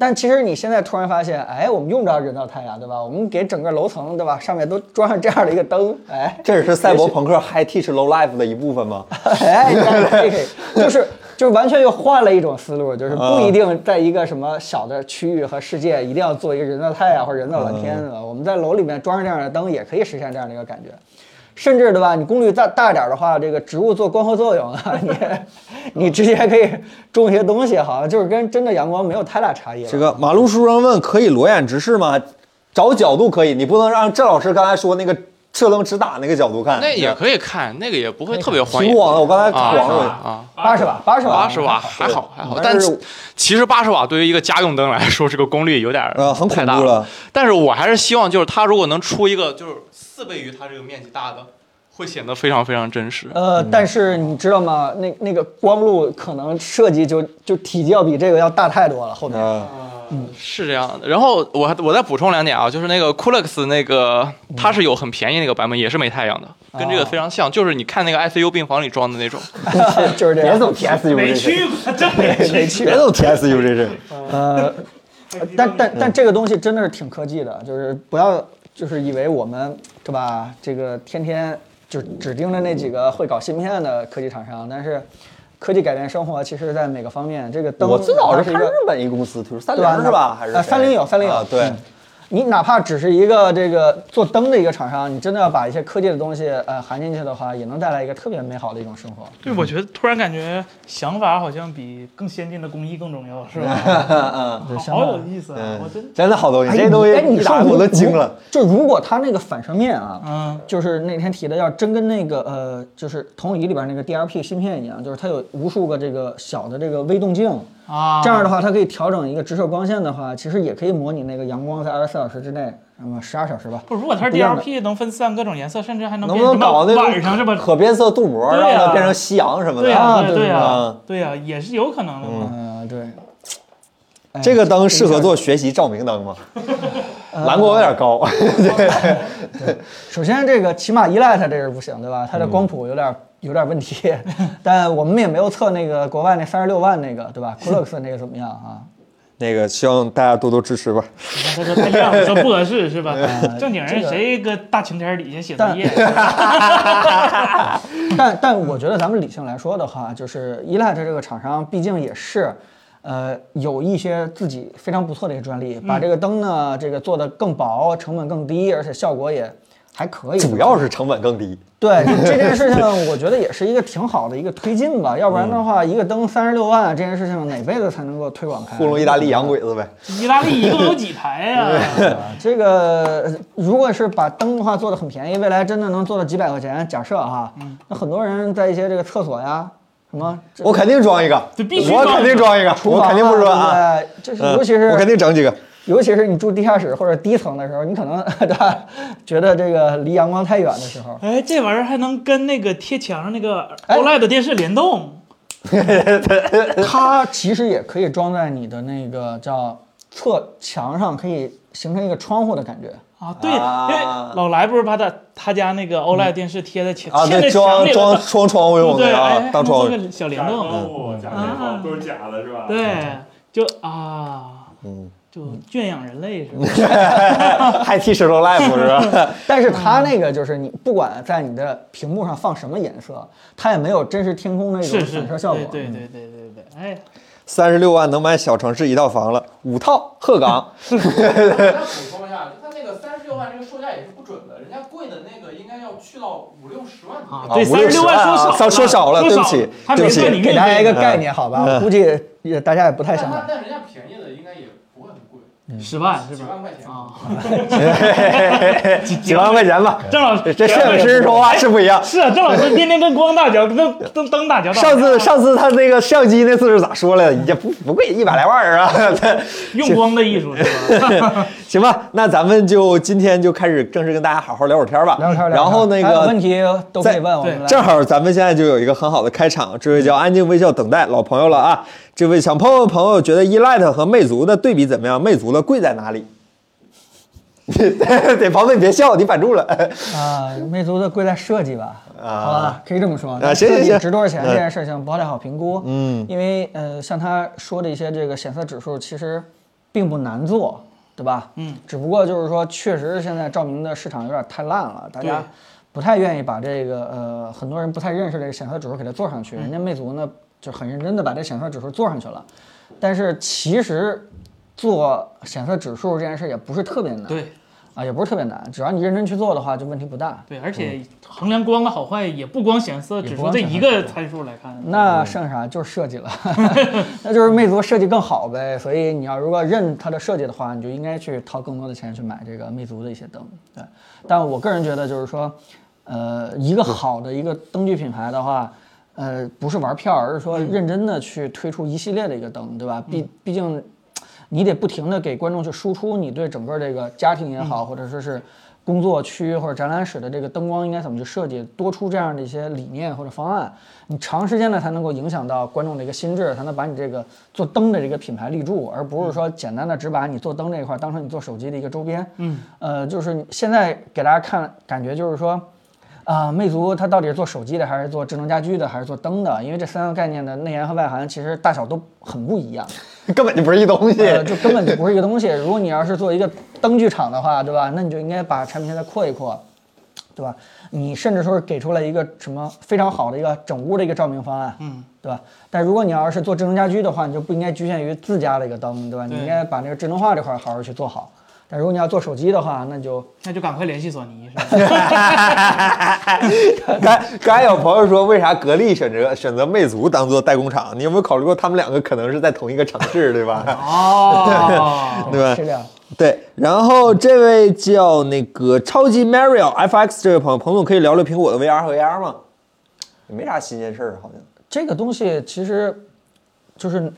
Speaker 1: 但其实你现在突然发现，哎，我们用不着人造太阳，对吧？我们给整个楼层，对吧？上面都装上这样的一个灯，哎，
Speaker 2: 这也是赛博朋克 high teach low life 的一部分 [LAUGHS] 嘛。
Speaker 1: 哎，对对对就是就是完全又换了一种思路，就是
Speaker 2: 啊
Speaker 1: 不一定在一个什么小的区域和世界一定要做一个人造太阳或者人造蓝天
Speaker 2: 啊
Speaker 1: 的，我们在楼里面装上这样的灯也可以实现这样的一个感觉。甚至对吧？你功率大大一点的话，这个植物做光合作用啊，
Speaker 2: [LAUGHS]
Speaker 1: 你你直接可以种一些东西，好像就是跟真的阳光没有太大差异了。
Speaker 2: 这个马路书生问：可以裸眼直视吗？找角度可以，你不能让郑老师刚才说那个射灯直打那个角度看。
Speaker 5: 那也可以看，那个也不会特别晃眼
Speaker 2: 挺广的，我刚才
Speaker 5: 啊
Speaker 2: 晃了。
Speaker 5: 啊。
Speaker 1: [LAUGHS] 八十瓦，八十瓦，
Speaker 5: 八十瓦还好还好，
Speaker 2: 但
Speaker 5: 但
Speaker 2: 是
Speaker 5: 其其实八十瓦对于一个家用灯来说，这个功率有点儿
Speaker 2: 呃很
Speaker 5: 太
Speaker 2: 恐
Speaker 5: 大
Speaker 2: 怖了。
Speaker 5: 但是我还是希望，就是它如果能出一个就是四倍于它这个面积大的，会显得非常非常真实。
Speaker 1: 呃，但是你知道吗？那那个光路可能设计就就体积要比这个要大太多了。后面、
Speaker 2: 嗯，
Speaker 5: 是这样的。然后我还我再补充两点啊，就是那个 Coolux
Speaker 6: 嗯
Speaker 5: 那个它是有很便宜那个版本，也是没太阳的，
Speaker 6: 哦
Speaker 5: 跟这个非常像，就是你看那个 ICU 病房里装的那
Speaker 6: [LAUGHS]
Speaker 5: 种。
Speaker 1: [LAUGHS] 就是这样。
Speaker 2: 别总提 SUV
Speaker 3: 没
Speaker 2: 这事， [LAUGHS]
Speaker 3: 去过，真没去过。
Speaker 2: 别总提 SUV 这事。
Speaker 1: 呃，但但但这个东西真的是挺科技的，就是不要就是以为我们对吧？这个天天就只盯着那几个会搞芯片的科技厂商，但是科技改变生活，其实在每个方面，这个
Speaker 2: [LAUGHS]
Speaker 1: 灯
Speaker 2: 我最早是
Speaker 1: 一
Speaker 2: 看
Speaker 1: 个
Speaker 2: 日本一公司推出三
Speaker 1: 对吧？
Speaker 2: 菱是吧？还是
Speaker 1: 啊，三菱有，三菱有
Speaker 2: 啊，对
Speaker 1: 嗯。你哪怕只是一个这个做灯的一个厂商，你真的要把一些科技的东西呃含进去的话，也能带来一个特别美好的一种生活。
Speaker 3: 对，我觉得突然感觉想法好像比更先进的工艺更重要，
Speaker 2: [LAUGHS]
Speaker 3: 是吧？好
Speaker 1: 想法
Speaker 3: 好有意思啊！我真
Speaker 2: 嗯，真的好东西，
Speaker 1: 哎
Speaker 2: 这些东西
Speaker 1: 哎你
Speaker 2: 一打
Speaker 1: 上
Speaker 2: 我都惊了。。
Speaker 1: 就如果它那个反射面啊，
Speaker 3: 嗯
Speaker 1: 就是那天提的，要真跟那个呃，就是投影仪里边那个 DLP 芯片一样，就是它有无数个这个小的这个微动镜。
Speaker 3: 啊，
Speaker 1: 这样的话，它可以调整一个直射光线的话，其实也可以模拟那个阳光在二十四小时之内，那么十二小时吧。
Speaker 3: 不，如果它是
Speaker 1: 一样的
Speaker 3: DLP 能分散各种颜色，甚至还能
Speaker 2: 能
Speaker 3: 变
Speaker 2: 不能搞那
Speaker 3: 什么
Speaker 2: 种
Speaker 3: 晚上是吧？
Speaker 2: 可变色镀膜，
Speaker 3: 对
Speaker 2: 让
Speaker 3: 啊
Speaker 2: 它变成夕阳什么
Speaker 3: 对
Speaker 2: 的？
Speaker 3: 呀，
Speaker 1: 啊
Speaker 3: 对
Speaker 1: 对
Speaker 3: 呀
Speaker 2: 吧，
Speaker 3: 对呀，也是有可能的嘛。
Speaker 1: 嗯、对。哎
Speaker 2: 这个呃灯适合做学习照明灯吗？蓝光有点高， [LAUGHS]
Speaker 1: 首先，这个起码 Elite 这是不行，对吧？它的光谱有点、有点问题， [LAUGHS] 但我们也没有测那个国外那三十六万那个，对吧 c o l u x 那个怎么样啊？
Speaker 2: 那个希望大家多多支持吧。
Speaker 3: 你看他说太亮，说不合适是吧？
Speaker 2: 嗯
Speaker 3: 正经
Speaker 1: 这
Speaker 3: 人
Speaker 1: 个
Speaker 3: 谁搁大晴天底下写作
Speaker 1: 但
Speaker 3: 业？
Speaker 1: [LAUGHS] 但但我觉得咱们理性来说的话，就是依赖它这个厂商，毕竟也是，呃，有一些自己非常不错的一个专利，把这个
Speaker 2: 嗯
Speaker 1: 灯呢，这个做的更薄，成本更低，而且效果也还可以。
Speaker 2: 主要是成本更低。
Speaker 1: 对这件事情，我觉得也是一个挺好的一个推进吧，要不然的话，一个灯三十六万，这件事情哪辈子才能够推广开？
Speaker 2: 嗯糊弄意大利洋鬼子呗。
Speaker 3: 意大利一共有几台呀？
Speaker 2: [LAUGHS]
Speaker 1: 这个呃如果是把灯的话做的很便宜，未来真的能做到几百块钱，假设哈，
Speaker 2: 嗯
Speaker 1: 那很多人在一些这个厕所呀，什么这
Speaker 2: 我肯定装一个，
Speaker 3: 这必须
Speaker 2: 我
Speaker 3: 装
Speaker 2: 肯定装一个，
Speaker 1: 厨
Speaker 2: 我
Speaker 1: 房
Speaker 2: 肯定不装啊。
Speaker 1: 啊，对不对就
Speaker 3: [LAUGHS]
Speaker 1: 是
Speaker 2: 嗯
Speaker 1: 尤其是、
Speaker 2: 我肯定整几个。
Speaker 1: 尤其是你住地下室或者低层的时候，你可能 [LAUGHS] 对吧，觉得这个离阳光太远的
Speaker 2: [LAUGHS]
Speaker 1: 时候，
Speaker 3: 哎，这玩意儿还能跟那个贴墙上那个
Speaker 1: 哎
Speaker 3: OLED 电视联动，
Speaker 1: 它其实也可以装在你的那个叫侧墙上可以形成一个窗户的感觉。
Speaker 3: 啊，对，
Speaker 2: 啊嗯
Speaker 3: 因为老来不是把他他家那个 OLED 电视贴在墙
Speaker 2: 啊，
Speaker 3: 贴在
Speaker 2: 对，
Speaker 3: 墙
Speaker 2: 装
Speaker 3: 里了
Speaker 2: 装
Speaker 3: 吧，
Speaker 2: 装窗户
Speaker 3: 对
Speaker 2: 用
Speaker 3: 不 [LAUGHS] 对？
Speaker 2: 的啊
Speaker 3: 哎，，
Speaker 2: 当窗户
Speaker 3: 弄这。个小
Speaker 4: 假
Speaker 3: 铃
Speaker 4: 窗
Speaker 3: 铛，
Speaker 4: 户、假
Speaker 3: 嗯
Speaker 4: 天窗都是假的，是
Speaker 2: 嗯
Speaker 4: 吧？
Speaker 3: 对，就啊，就圈养人类是吧？
Speaker 2: 还替石头 life 是
Speaker 3: [LAUGHS]
Speaker 2: 吧？
Speaker 1: 但是
Speaker 2: 嗯
Speaker 1: 它那个就是你不管在你的屏幕上放什么颜色，它也没有真实天空
Speaker 2: 嗯
Speaker 1: 的一种
Speaker 3: [LAUGHS] 是是，
Speaker 1: 反射啊效果嗯
Speaker 3: 对。对对对对对，哎，
Speaker 2: 三十六万能买小城市一套房了，五套鹤岗。
Speaker 6: 再补充一下，就他那个三十六万这个售价也是不准的，人家贵的那个应该要去到五六十万
Speaker 3: 啊
Speaker 6: 左右。
Speaker 3: 对，
Speaker 2: 五
Speaker 3: 三十
Speaker 2: 六
Speaker 3: 六
Speaker 2: 十
Speaker 3: 万
Speaker 2: 万啊
Speaker 3: 少了，
Speaker 2: 说
Speaker 3: 说
Speaker 2: 少了对不起
Speaker 3: 还
Speaker 2: 对
Speaker 3: 没
Speaker 2: 不起
Speaker 3: 算你
Speaker 1: 给
Speaker 3: 运
Speaker 1: 大家
Speaker 3: 费
Speaker 1: 一个
Speaker 3: 呢
Speaker 1: 概
Speaker 2: 嗯
Speaker 1: 念，好吧？我估计也大家也不太
Speaker 6: 但
Speaker 1: 想
Speaker 6: 他
Speaker 1: 买。
Speaker 6: 但人家便宜的应该也不会很贵，
Speaker 2: 嗯
Speaker 3: 十万是
Speaker 6: 几
Speaker 3: 吧？
Speaker 6: 万
Speaker 3: [LAUGHS]
Speaker 6: 块钱。
Speaker 3: 啊，
Speaker 2: [LAUGHS] 几万块钱吧。
Speaker 3: 郑老师，
Speaker 2: 这摄影师说话是不一 [LAUGHS] 样。
Speaker 3: 是啊，郑老师天天跟光打交，跟跟灯打交道。
Speaker 2: 上次上次他那个相机那次是咋说来着？也不不贵，一百来万儿啊。 [LAUGHS]
Speaker 3: 用光的艺术是吧？ [LAUGHS]
Speaker 2: 行吧，那咱们就今天就开始正式跟大家好好聊会儿天儿哎吧。
Speaker 1: 聊聊天，聊
Speaker 2: 嗯然后那
Speaker 1: 还有问
Speaker 2: 个。
Speaker 1: 题都可以问我们来。
Speaker 2: 正好，咱们现在就有一个很好的开场，这位叫安静微笑等待老朋友了啊。这位想朋友朋友觉得 Elite 和魅族的对比怎么样？魅族的贵在哪里？ [LAUGHS] 得庞子，你别笑，你板住了。 [LAUGHS]
Speaker 1: 啊，魅族的贵在设计吧，
Speaker 2: 啊
Speaker 1: 好吧，可以这么说。
Speaker 2: 啊行
Speaker 1: 设
Speaker 2: 行
Speaker 1: 计
Speaker 2: 行
Speaker 1: 值多少钱
Speaker 2: 嗯
Speaker 1: 这件事情不太好评估，
Speaker 2: 嗯
Speaker 1: 因为呃，像他说的一些这个显色指数，其实并不难做，对吧？嗯，只不过就是说，确实现在照明的市场有点太烂了，大家
Speaker 3: 对
Speaker 1: 不太愿意把这个呃，很多人不太认识这个显色指数给它做上去，人家魅族呢就很认真的把这显色指数做上去了，但是其实做显色指数这件事也不是特别难，
Speaker 3: 对
Speaker 1: 啊，也不是特别难，只要你认真去做的话，就问题不大。
Speaker 3: 对，而且衡量光的好坏也不光显色指数这一个参数来看。
Speaker 1: 那剩啥就是设计了， [LAUGHS] 那就是魅族设计更好呗。所以你要如果认它的设计的话，你就应该去掏更多的钱去买这个魅族的一些灯。对，但我个人觉得就是说，呃，一个好的一个灯具品牌的话，呃，不是玩票，而是说认真的去推出一系列的一个灯，对吧？毕毕竟你得不停的给观众去输出你对整个这个家庭也好，或者说是工作区或者展览室的这个灯光应该怎么去设计，多出这样的一些理念或者方案，你长时间的才能够影响到观众的一个心智，才能把你这个做灯的这个品牌立住，而不是说简单的只把你做灯这一块当成你做手机的一个周边。嗯，呃，就是现在给大家看，感觉就是说。啊、魅族它到底是做手机的，还是做智能家居的，还是做灯的？因为这三个概念的内涵和外涵其实大小都很不一样。
Speaker 2: 根本就不是一东西。
Speaker 1: 呃，就根本就不是一个东西。如果你要是做一个灯具厂的话，对吧？那你就应该把产品线再扩一扩，对吧？你甚至说是给出了一个什么非常好的一个整屋的一个照明方案，嗯，对吧？但如果你要是做智能家居的话，你就不应该局限于自家的一个灯，对吧？你
Speaker 3: 对
Speaker 1: 应该把那个智能化这块儿好好去做好。但如果你要做手机的话，那就
Speaker 3: 那就赶快联系索尼
Speaker 2: [LAUGHS]
Speaker 3: 是吧？
Speaker 2: 刚刚才有朋友说，为啥格力选择选择魅族当做代工厂？你有没有考虑过他们两个可能是在同一个城市，对吧？
Speaker 3: 哦，
Speaker 2: 对吧
Speaker 1: 是这样。
Speaker 2: 对。然后这位叫那个超级 Mario FX 这位朋友，彭总可以聊聊苹果的 VR 和 AR 吗？也没啥新鲜事儿，好像。
Speaker 1: 这个东西其实就是，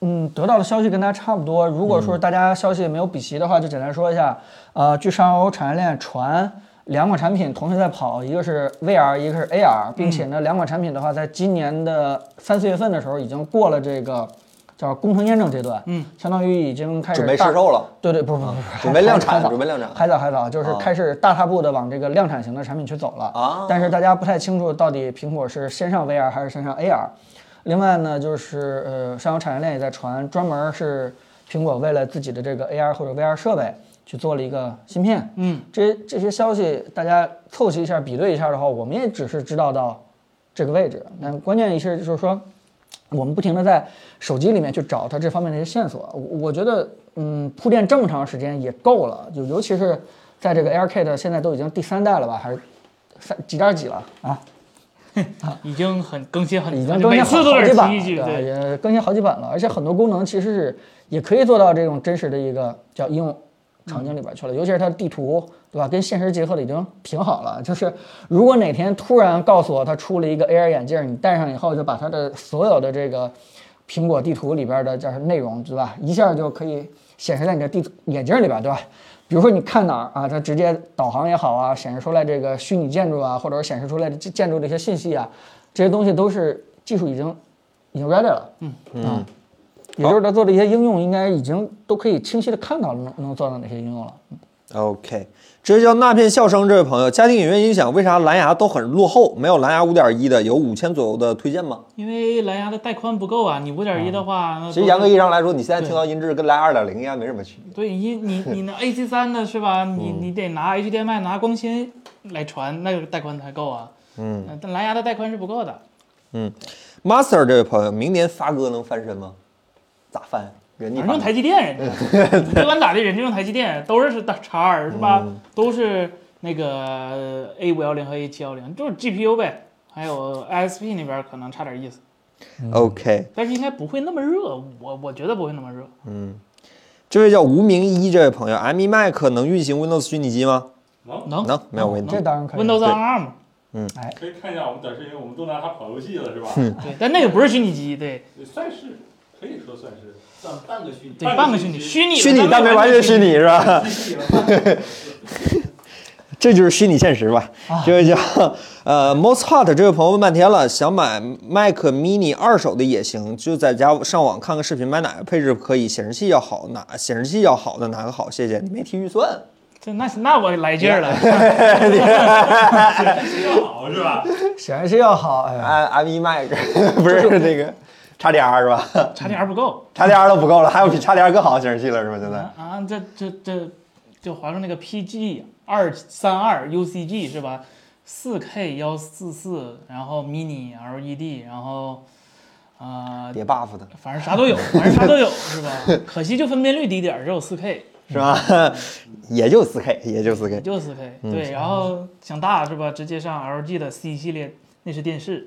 Speaker 1: 嗯，得到的消息跟大家差不多。如果说
Speaker 2: 嗯
Speaker 1: 大家消息没有比齐的话，就简单说一下。呃，据上游产业链传，两款产品同时在跑，一个是 VR，一个是 AR，并且
Speaker 2: 嗯
Speaker 1: 呢，两款产品的话，在今年的三四月份的时候，已经过了这个叫工程验证阶段，嗯，相当于已经开
Speaker 2: [LAUGHS]
Speaker 1: 始
Speaker 2: 准备
Speaker 1: 大
Speaker 2: 试售了。
Speaker 1: 对对，不是不是不
Speaker 2: [LAUGHS]
Speaker 1: 是，
Speaker 2: 准备
Speaker 1: 还
Speaker 2: 量
Speaker 1: 还
Speaker 2: 产
Speaker 1: 早
Speaker 2: 准备量产
Speaker 1: 还早还早，就是
Speaker 2: 啊
Speaker 1: 开始大踏步的往这个量产型的产品去走了
Speaker 2: 啊
Speaker 1: 但是大家不太清楚到底苹果是先上 VR 还是先上 AR。另外呢，就是呃，上游产业链也在传，专门是苹果为了自己的这个 AR 或者 VR 设备去做了一个芯片。嗯，这这些消息大家凑齐一下比对一下的话，我们也只是知道到这个位置。但关键一些就是说，我们不停的在手机里面去找它这方面的一些线索。我我觉得，嗯，铺垫这么长时间也够了，就尤其是在这个 AirKit 现在都已经第三代了吧，还是三几点几了啊？
Speaker 3: 已经很更新很，
Speaker 1: 已经更新
Speaker 3: 每
Speaker 1: 好
Speaker 3: 次都
Speaker 1: 好
Speaker 3: 得
Speaker 1: 几版
Speaker 3: 提
Speaker 1: 了，
Speaker 3: 一句，
Speaker 1: 吧
Speaker 3: 对，
Speaker 1: 也更新好几版了，而且很多功能其实是也可以做到这种真实的一个叫应用场景里边去了，尤其是它的地图，对吧？跟现实结合的已经挺好了。就是如果哪天突然告诉我它出了一个 AR 眼镜，你戴上以后就把它的所有的这个苹果地图里边的叫什么内容，对吧？一下就可以显示在你的地眼镜里边，对吧？比如说你看哪儿啊，它直接导航也好啊，显示出来这个虚拟建筑啊，或者是显示出来的建建筑的一些信息啊，这些东西都是技术已经已经 ready 了。嗯嗯，啊也就是它做的一些应用，应该已经都可以清晰的看到能能做到哪些应用了。
Speaker 2: OK，直接叫那片笑声这位朋友，家庭影院音响为啥蓝牙都很落后？没有蓝牙五点一的，有五千左右的推荐吗？
Speaker 3: 因为蓝牙的带宽不够啊，你五点一的话，那
Speaker 2: 其实
Speaker 3: 都
Speaker 2: 严格意义上来说，你现在听到音质跟蓝牙二点零应该没什么区别。
Speaker 3: 对你你你那 A C 三的是吧？你你得拿 HDMI 拿光纤来传，那个带宽才够啊。嗯，但蓝牙的带宽是不够的。
Speaker 2: Master 这位朋友，明年发哥能翻身吗？咋翻？人家
Speaker 3: 人用台积电，人
Speaker 2: [LAUGHS]
Speaker 3: 家你这完咋的？人家用台积电，都是大叉二是吧？
Speaker 2: 嗯
Speaker 3: 都是那个 A 五幺零和 A 七幺零，就是 GPU 呗。还有 ISP 那边可能差点意思，
Speaker 2: OK。
Speaker 3: 但是应该不会那么热，我我觉得不会那么热。
Speaker 2: 这位叫无名一这位朋友，M1 Mac 能运行 Windows 虚拟机吗？
Speaker 3: 能哦
Speaker 2: 能，没有问题
Speaker 1: 嗯这。当然可以。
Speaker 3: Windows on ARM，
Speaker 4: 可以看一下我们短视频，我们都拿它跑游戏了，是吧？
Speaker 3: 对，但那个不是虚拟机，对
Speaker 4: 算是，可以说算是。
Speaker 6: 算半个虚拟，
Speaker 3: 对，半个虚拟，虚拟的
Speaker 2: 虚拟但
Speaker 3: 但
Speaker 2: 没完全虚拟是
Speaker 3: [LAUGHS]
Speaker 2: 吧？这就是虚拟现实吧？
Speaker 3: 啊
Speaker 2: 这位叫呃 m o s Hot 这位朋友问半天了，想买 Mac Mini 二手的也行，就在家上网看看视频，买哪个配置可以？显示器要好，哪显示器要好的哪个好？谢谢你没提预算，
Speaker 3: 这那那我来劲儿了。
Speaker 2: [LAUGHS]
Speaker 4: 要哎好
Speaker 3: [LAUGHS]
Speaker 4: 是吧？
Speaker 3: 嗯
Speaker 1: 显示器要好，哎呀，
Speaker 2: M 啊 M 一 Mac [LAUGHS] 不是那个叉 D R 是吧？ [LAUGHS]
Speaker 3: 差点儿不够
Speaker 2: 叉 D R 都不够了，还有比叉 D R 更好的显示器了是吧？现在
Speaker 3: 啊啊！这这这，就华硕那个 PG 二三二 UCG 是吧？四 K 幺四四，然后 mini LED，然后啊、呃
Speaker 2: 叠 buff 的。
Speaker 3: 反正啥都有，反正啥都有是吧？可惜就分辨率低点儿，只有四 K，
Speaker 2: 是吧？ [LAUGHS] 也就四 K，也就四 K。
Speaker 3: 就四 K。对，
Speaker 2: 嗯
Speaker 3: 然后想大是吧？直接上 LG 的 C 系列内饰电视。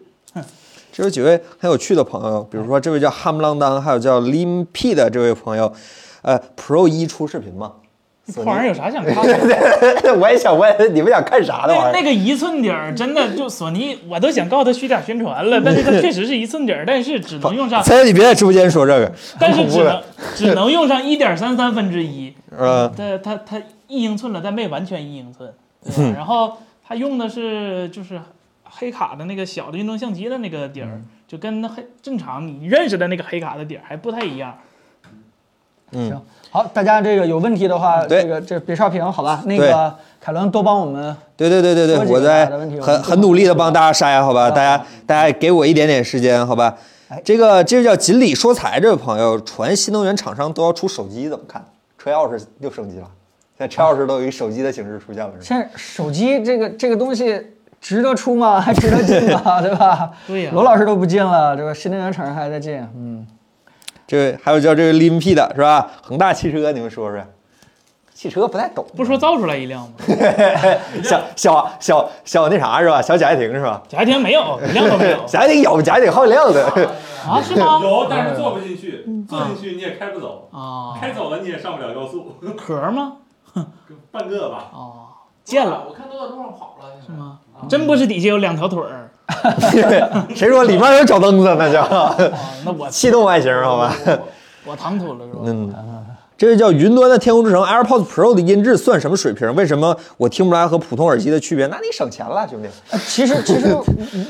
Speaker 2: 这有几位很有趣的朋友，比如说这位叫哈姆浪当，还有叫 Lim P 的这位朋友，呃，Pro 一出视频吗？
Speaker 3: 这玩意儿有啥想看
Speaker 2: [LAUGHS]
Speaker 3: 的？
Speaker 2: 我也想问，你们想看啥的
Speaker 3: 那
Speaker 2: 玩意
Speaker 3: 那
Speaker 2: 儿？
Speaker 3: 个一寸底儿，真的就索尼，我都想告他虚假宣传了。但是它确实是一寸底儿，但是只能用上，
Speaker 2: 猜你别在直播间说这个，
Speaker 3: [LAUGHS] 但是
Speaker 2: 恐
Speaker 3: 只
Speaker 2: 怖了
Speaker 3: 能只能用上一点三三分之一。
Speaker 2: 呃，
Speaker 3: 它它它一英寸了，但没完全一英寸。对吧然后它用的是就是黑卡的那个小的运动相机的那个底儿，就跟那黑正常你认识的那个黑卡的底儿还不太一样。
Speaker 1: 行，好，大家这个有问题的话，
Speaker 2: 对
Speaker 1: 这个这别刷屏，好吧？那
Speaker 2: 对
Speaker 1: 个凯伦多帮我们
Speaker 2: 对对对对对，
Speaker 1: 说几个
Speaker 2: 我在
Speaker 1: 大的问题我们
Speaker 2: 很
Speaker 1: 就
Speaker 2: 很努力的帮大家筛，好吧？
Speaker 1: 嗯
Speaker 2: 大家大家给我一点点时间，好吧？
Speaker 1: 哎
Speaker 2: 这个这个叫锦鲤说财这位朋友，传新能源厂商都要出手机，怎么看？车钥匙又升级了，现在车钥匙都有一手机的形式出现了，是吧？
Speaker 1: 现在手机这个这个东西值得出吗？ [LAUGHS] 还值得进吗？对吧？
Speaker 3: 对呀
Speaker 1: 罗老师都不进了，对吧？新能源厂商还在进，嗯，
Speaker 2: 这位还有叫这位 Lim P 的是吧？恒大汽车，你们说说，汽车不太
Speaker 1: [LAUGHS]
Speaker 2: 懂，
Speaker 3: 不说造出来一辆吗？
Speaker 2: 小小小小那啥是吧？小贾跃亭是吧？
Speaker 3: 贾跃亭没有，一辆都没
Speaker 2: [LAUGHS]
Speaker 3: 有
Speaker 2: 贾跃亭有，贾跃亭好几辆的。 [LAUGHS]
Speaker 3: 啊？是吗？
Speaker 4: 有，但是坐不进去，
Speaker 3: 嗯
Speaker 4: 坐进去你也开不走，
Speaker 3: 啊，
Speaker 4: 开走了你也上不了高速，
Speaker 3: 壳吗？
Speaker 4: 半个吧。
Speaker 3: 哦，见了
Speaker 6: 我看都在啊路上跑了，是
Speaker 3: 是？吗？真不是底下有两条腿儿
Speaker 2: 谁说里面有脚蹬子那叫 [LAUGHS]
Speaker 3: 啊？那我
Speaker 2: 气动外形好
Speaker 1: [LAUGHS]
Speaker 2: 吧？
Speaker 3: 我唐突了是
Speaker 2: 嗯
Speaker 3: 吧？
Speaker 2: 这位叫云端的天空之城 AirPods Pro 的音质算什么水平？为什么我听不出来和普通耳机的区别？那你省钱了，兄弟，
Speaker 1: 呃其实其实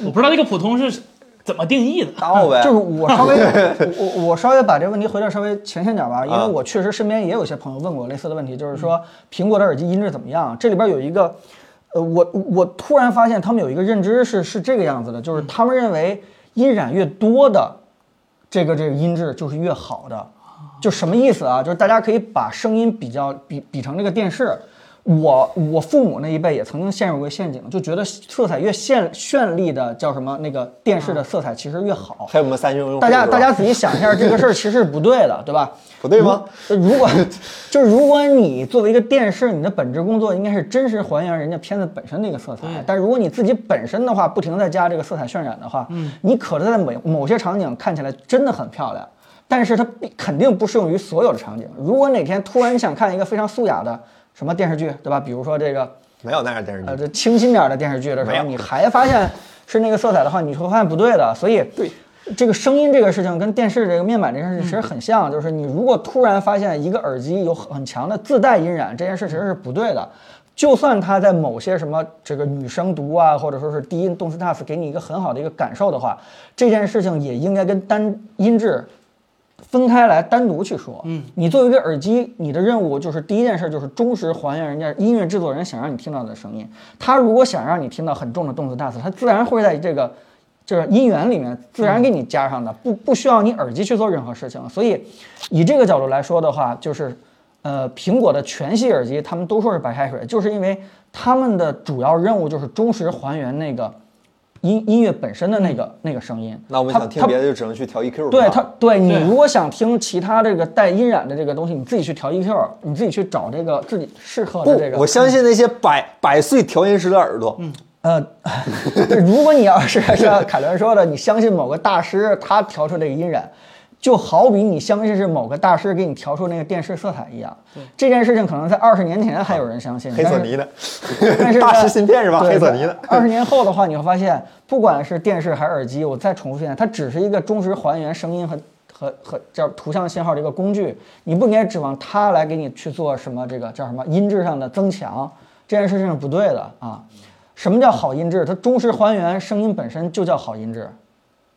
Speaker 3: 我不知道这个普通是怎么定义的。
Speaker 2: 打我呗
Speaker 1: 就是。我稍微我我稍微把这个问题回到稍微前线点吧，因为我确实身边也有些朋友问过我类似的问题，就是说苹果的耳机音质怎么样？这里边有一个，呃，我我突然发现他们有一个认知是是这个样子的，就是他们认为音染越多的这个这个音质就是越好的，就什么意思啊？就是大家可以把声音比较比比成这个电视。我我父母那一辈也曾经陷入过陷阱，就觉得色彩越绚绚丽的叫什么那个电视的色彩其实越好，
Speaker 2: 还有我们三兄用户
Speaker 1: [LAUGHS] 大家
Speaker 2: [LAUGHS] 是吧
Speaker 1: 大家仔细想一下，这个事儿其实是不对的，对吧？
Speaker 2: 不对吗
Speaker 1: 如？如果就是如果你作为一个电视，你的本职工作应该是真实还原人家片子本身那个色彩，但如果你自己本身的话，不停地加这个色彩渲染的话，你可能在某某些场景看起来真的很漂亮，但是它必肯定不适用于所有的场景。如果哪天突然你想看一个非常素雅的什么电视剧，对吧？比如说这个。
Speaker 2: 没有那样电视
Speaker 1: 呃，
Speaker 2: 机，
Speaker 1: 这清新点儿的电视剧的时
Speaker 2: 没有
Speaker 1: 候，你还发现是那个色彩的话，你会发现不对的。所以，对这个声音这个事情跟电视这个面板这件事情其实很像，
Speaker 2: 嗯
Speaker 1: 就是你如果突然发现一个耳机有很强的自带音染，这件事其实是不对的。就算它在某些什么这个女声读啊，或者说是低音动次打次给你一个很好的一个感受的话，这件事情也应该跟单音质分开来单独去说。
Speaker 3: 嗯，
Speaker 1: 你作为一个耳机，你的任务就是第一件事就是忠实还原人家音乐制作人想让你听到的声音。他如果想让你听到很重的动次打次，他自然会在这个就是音源里面自然给你加上的，不不需要你耳机去做任何事情。所以以这个角度来说的话，就是。呃，苹果的全系耳机，他们都说是白开水，就是因为他们的主要任务就是忠实还原那个音音乐本身的那个、那个声音。
Speaker 2: 那我们
Speaker 1: 它
Speaker 2: 想听
Speaker 1: 它
Speaker 2: 别的，就只能去调 E EQ 了。
Speaker 1: 对它，对你
Speaker 3: 对
Speaker 1: 如果想听其他这个带音染的这个东西，你自己去调 EQ，你自己去找这个自己适合的这个。
Speaker 2: 不，我相信那些百百岁调音师的耳朵， [LAUGHS]
Speaker 1: 呃，如果你要是像凯伦说的，你相信某个大师他调出这个音染，就好比你相信是某个大师给你调出那个电视色彩一样。这件事情可能在二十年前还有人相信，
Speaker 2: 黑索
Speaker 1: 但是
Speaker 2: 尼的，
Speaker 1: 但是呢
Speaker 2: [LAUGHS] 大师芯片是吧？
Speaker 1: 对
Speaker 2: 黑索尼的。
Speaker 1: 二十年后的话，你会发现，不管是电视还是耳机，我再重复一遍，它只是一个忠实还原声音和和和叫图像信号的一个工具。你不应该指望它来给你去做什么这个叫什么音质上的增强，这件事情是不对的啊。什么叫好音质？它忠实还原声音本身就叫好音质，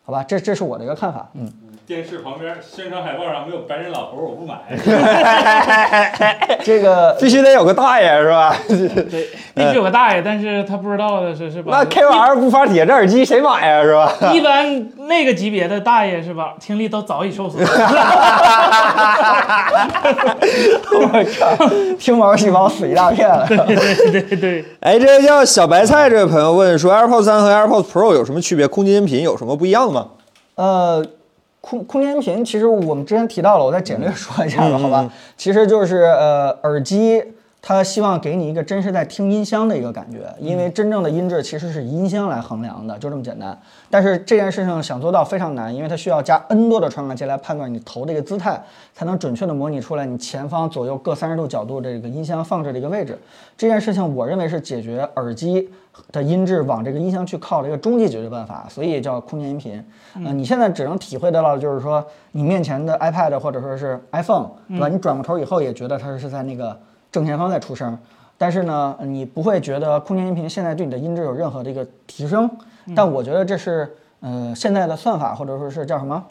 Speaker 1: 好吧？这这是我的一个看法。嗯，
Speaker 4: 电视旁边宣传海报上没有白人老头，我不买。
Speaker 3: [LAUGHS]
Speaker 1: 这
Speaker 2: [LAUGHS]
Speaker 1: 个
Speaker 2: 必须得有个大爷是吧？ [LAUGHS]
Speaker 3: 对，必须有个大爷，但是他不知道的是是吧？
Speaker 2: 那 K 玩意儿不发帖，这耳机谁买呀是吧？
Speaker 3: 一般那个级别的大爷是吧，听力都早已受损。
Speaker 2: [LAUGHS]
Speaker 1: 听毛细胞死一大片了。
Speaker 3: 对对对，
Speaker 2: 哎，这个叫小白菜这位朋友问说，AirPods 三和 AirPods Pro 有什么区别？空间音频有什么不一样的吗？
Speaker 1: 呃，空空间音频，其实我们之前提到了，我再简略说一下吧，好吧？其实就是呃，耳机它希望给你一个真是在听音箱的一个感觉，因为真正的音质其实是以音箱来衡量的，就这么简单。但是这件事情想做到非常难，因为它需要加 N 多的传感器来判断你头的一个姿态，才能准确的模拟出来你前方左右各三十度角度这个音箱放置的一个位置。这件事情，我认为是解决耳机的音质往这个音箱去靠的一个终极解决办法，所以叫空间音频。嗯、你现在只能体会得到，就是说你面前的 iPad 或者说是 iPhone，对吧？你转过头以后也觉得它是在那个正前方在出声，但是呢，你不会觉得空间音频现在对你的音质有任何的一个提升。但我觉得这是呃现在的算法或者说是叫什么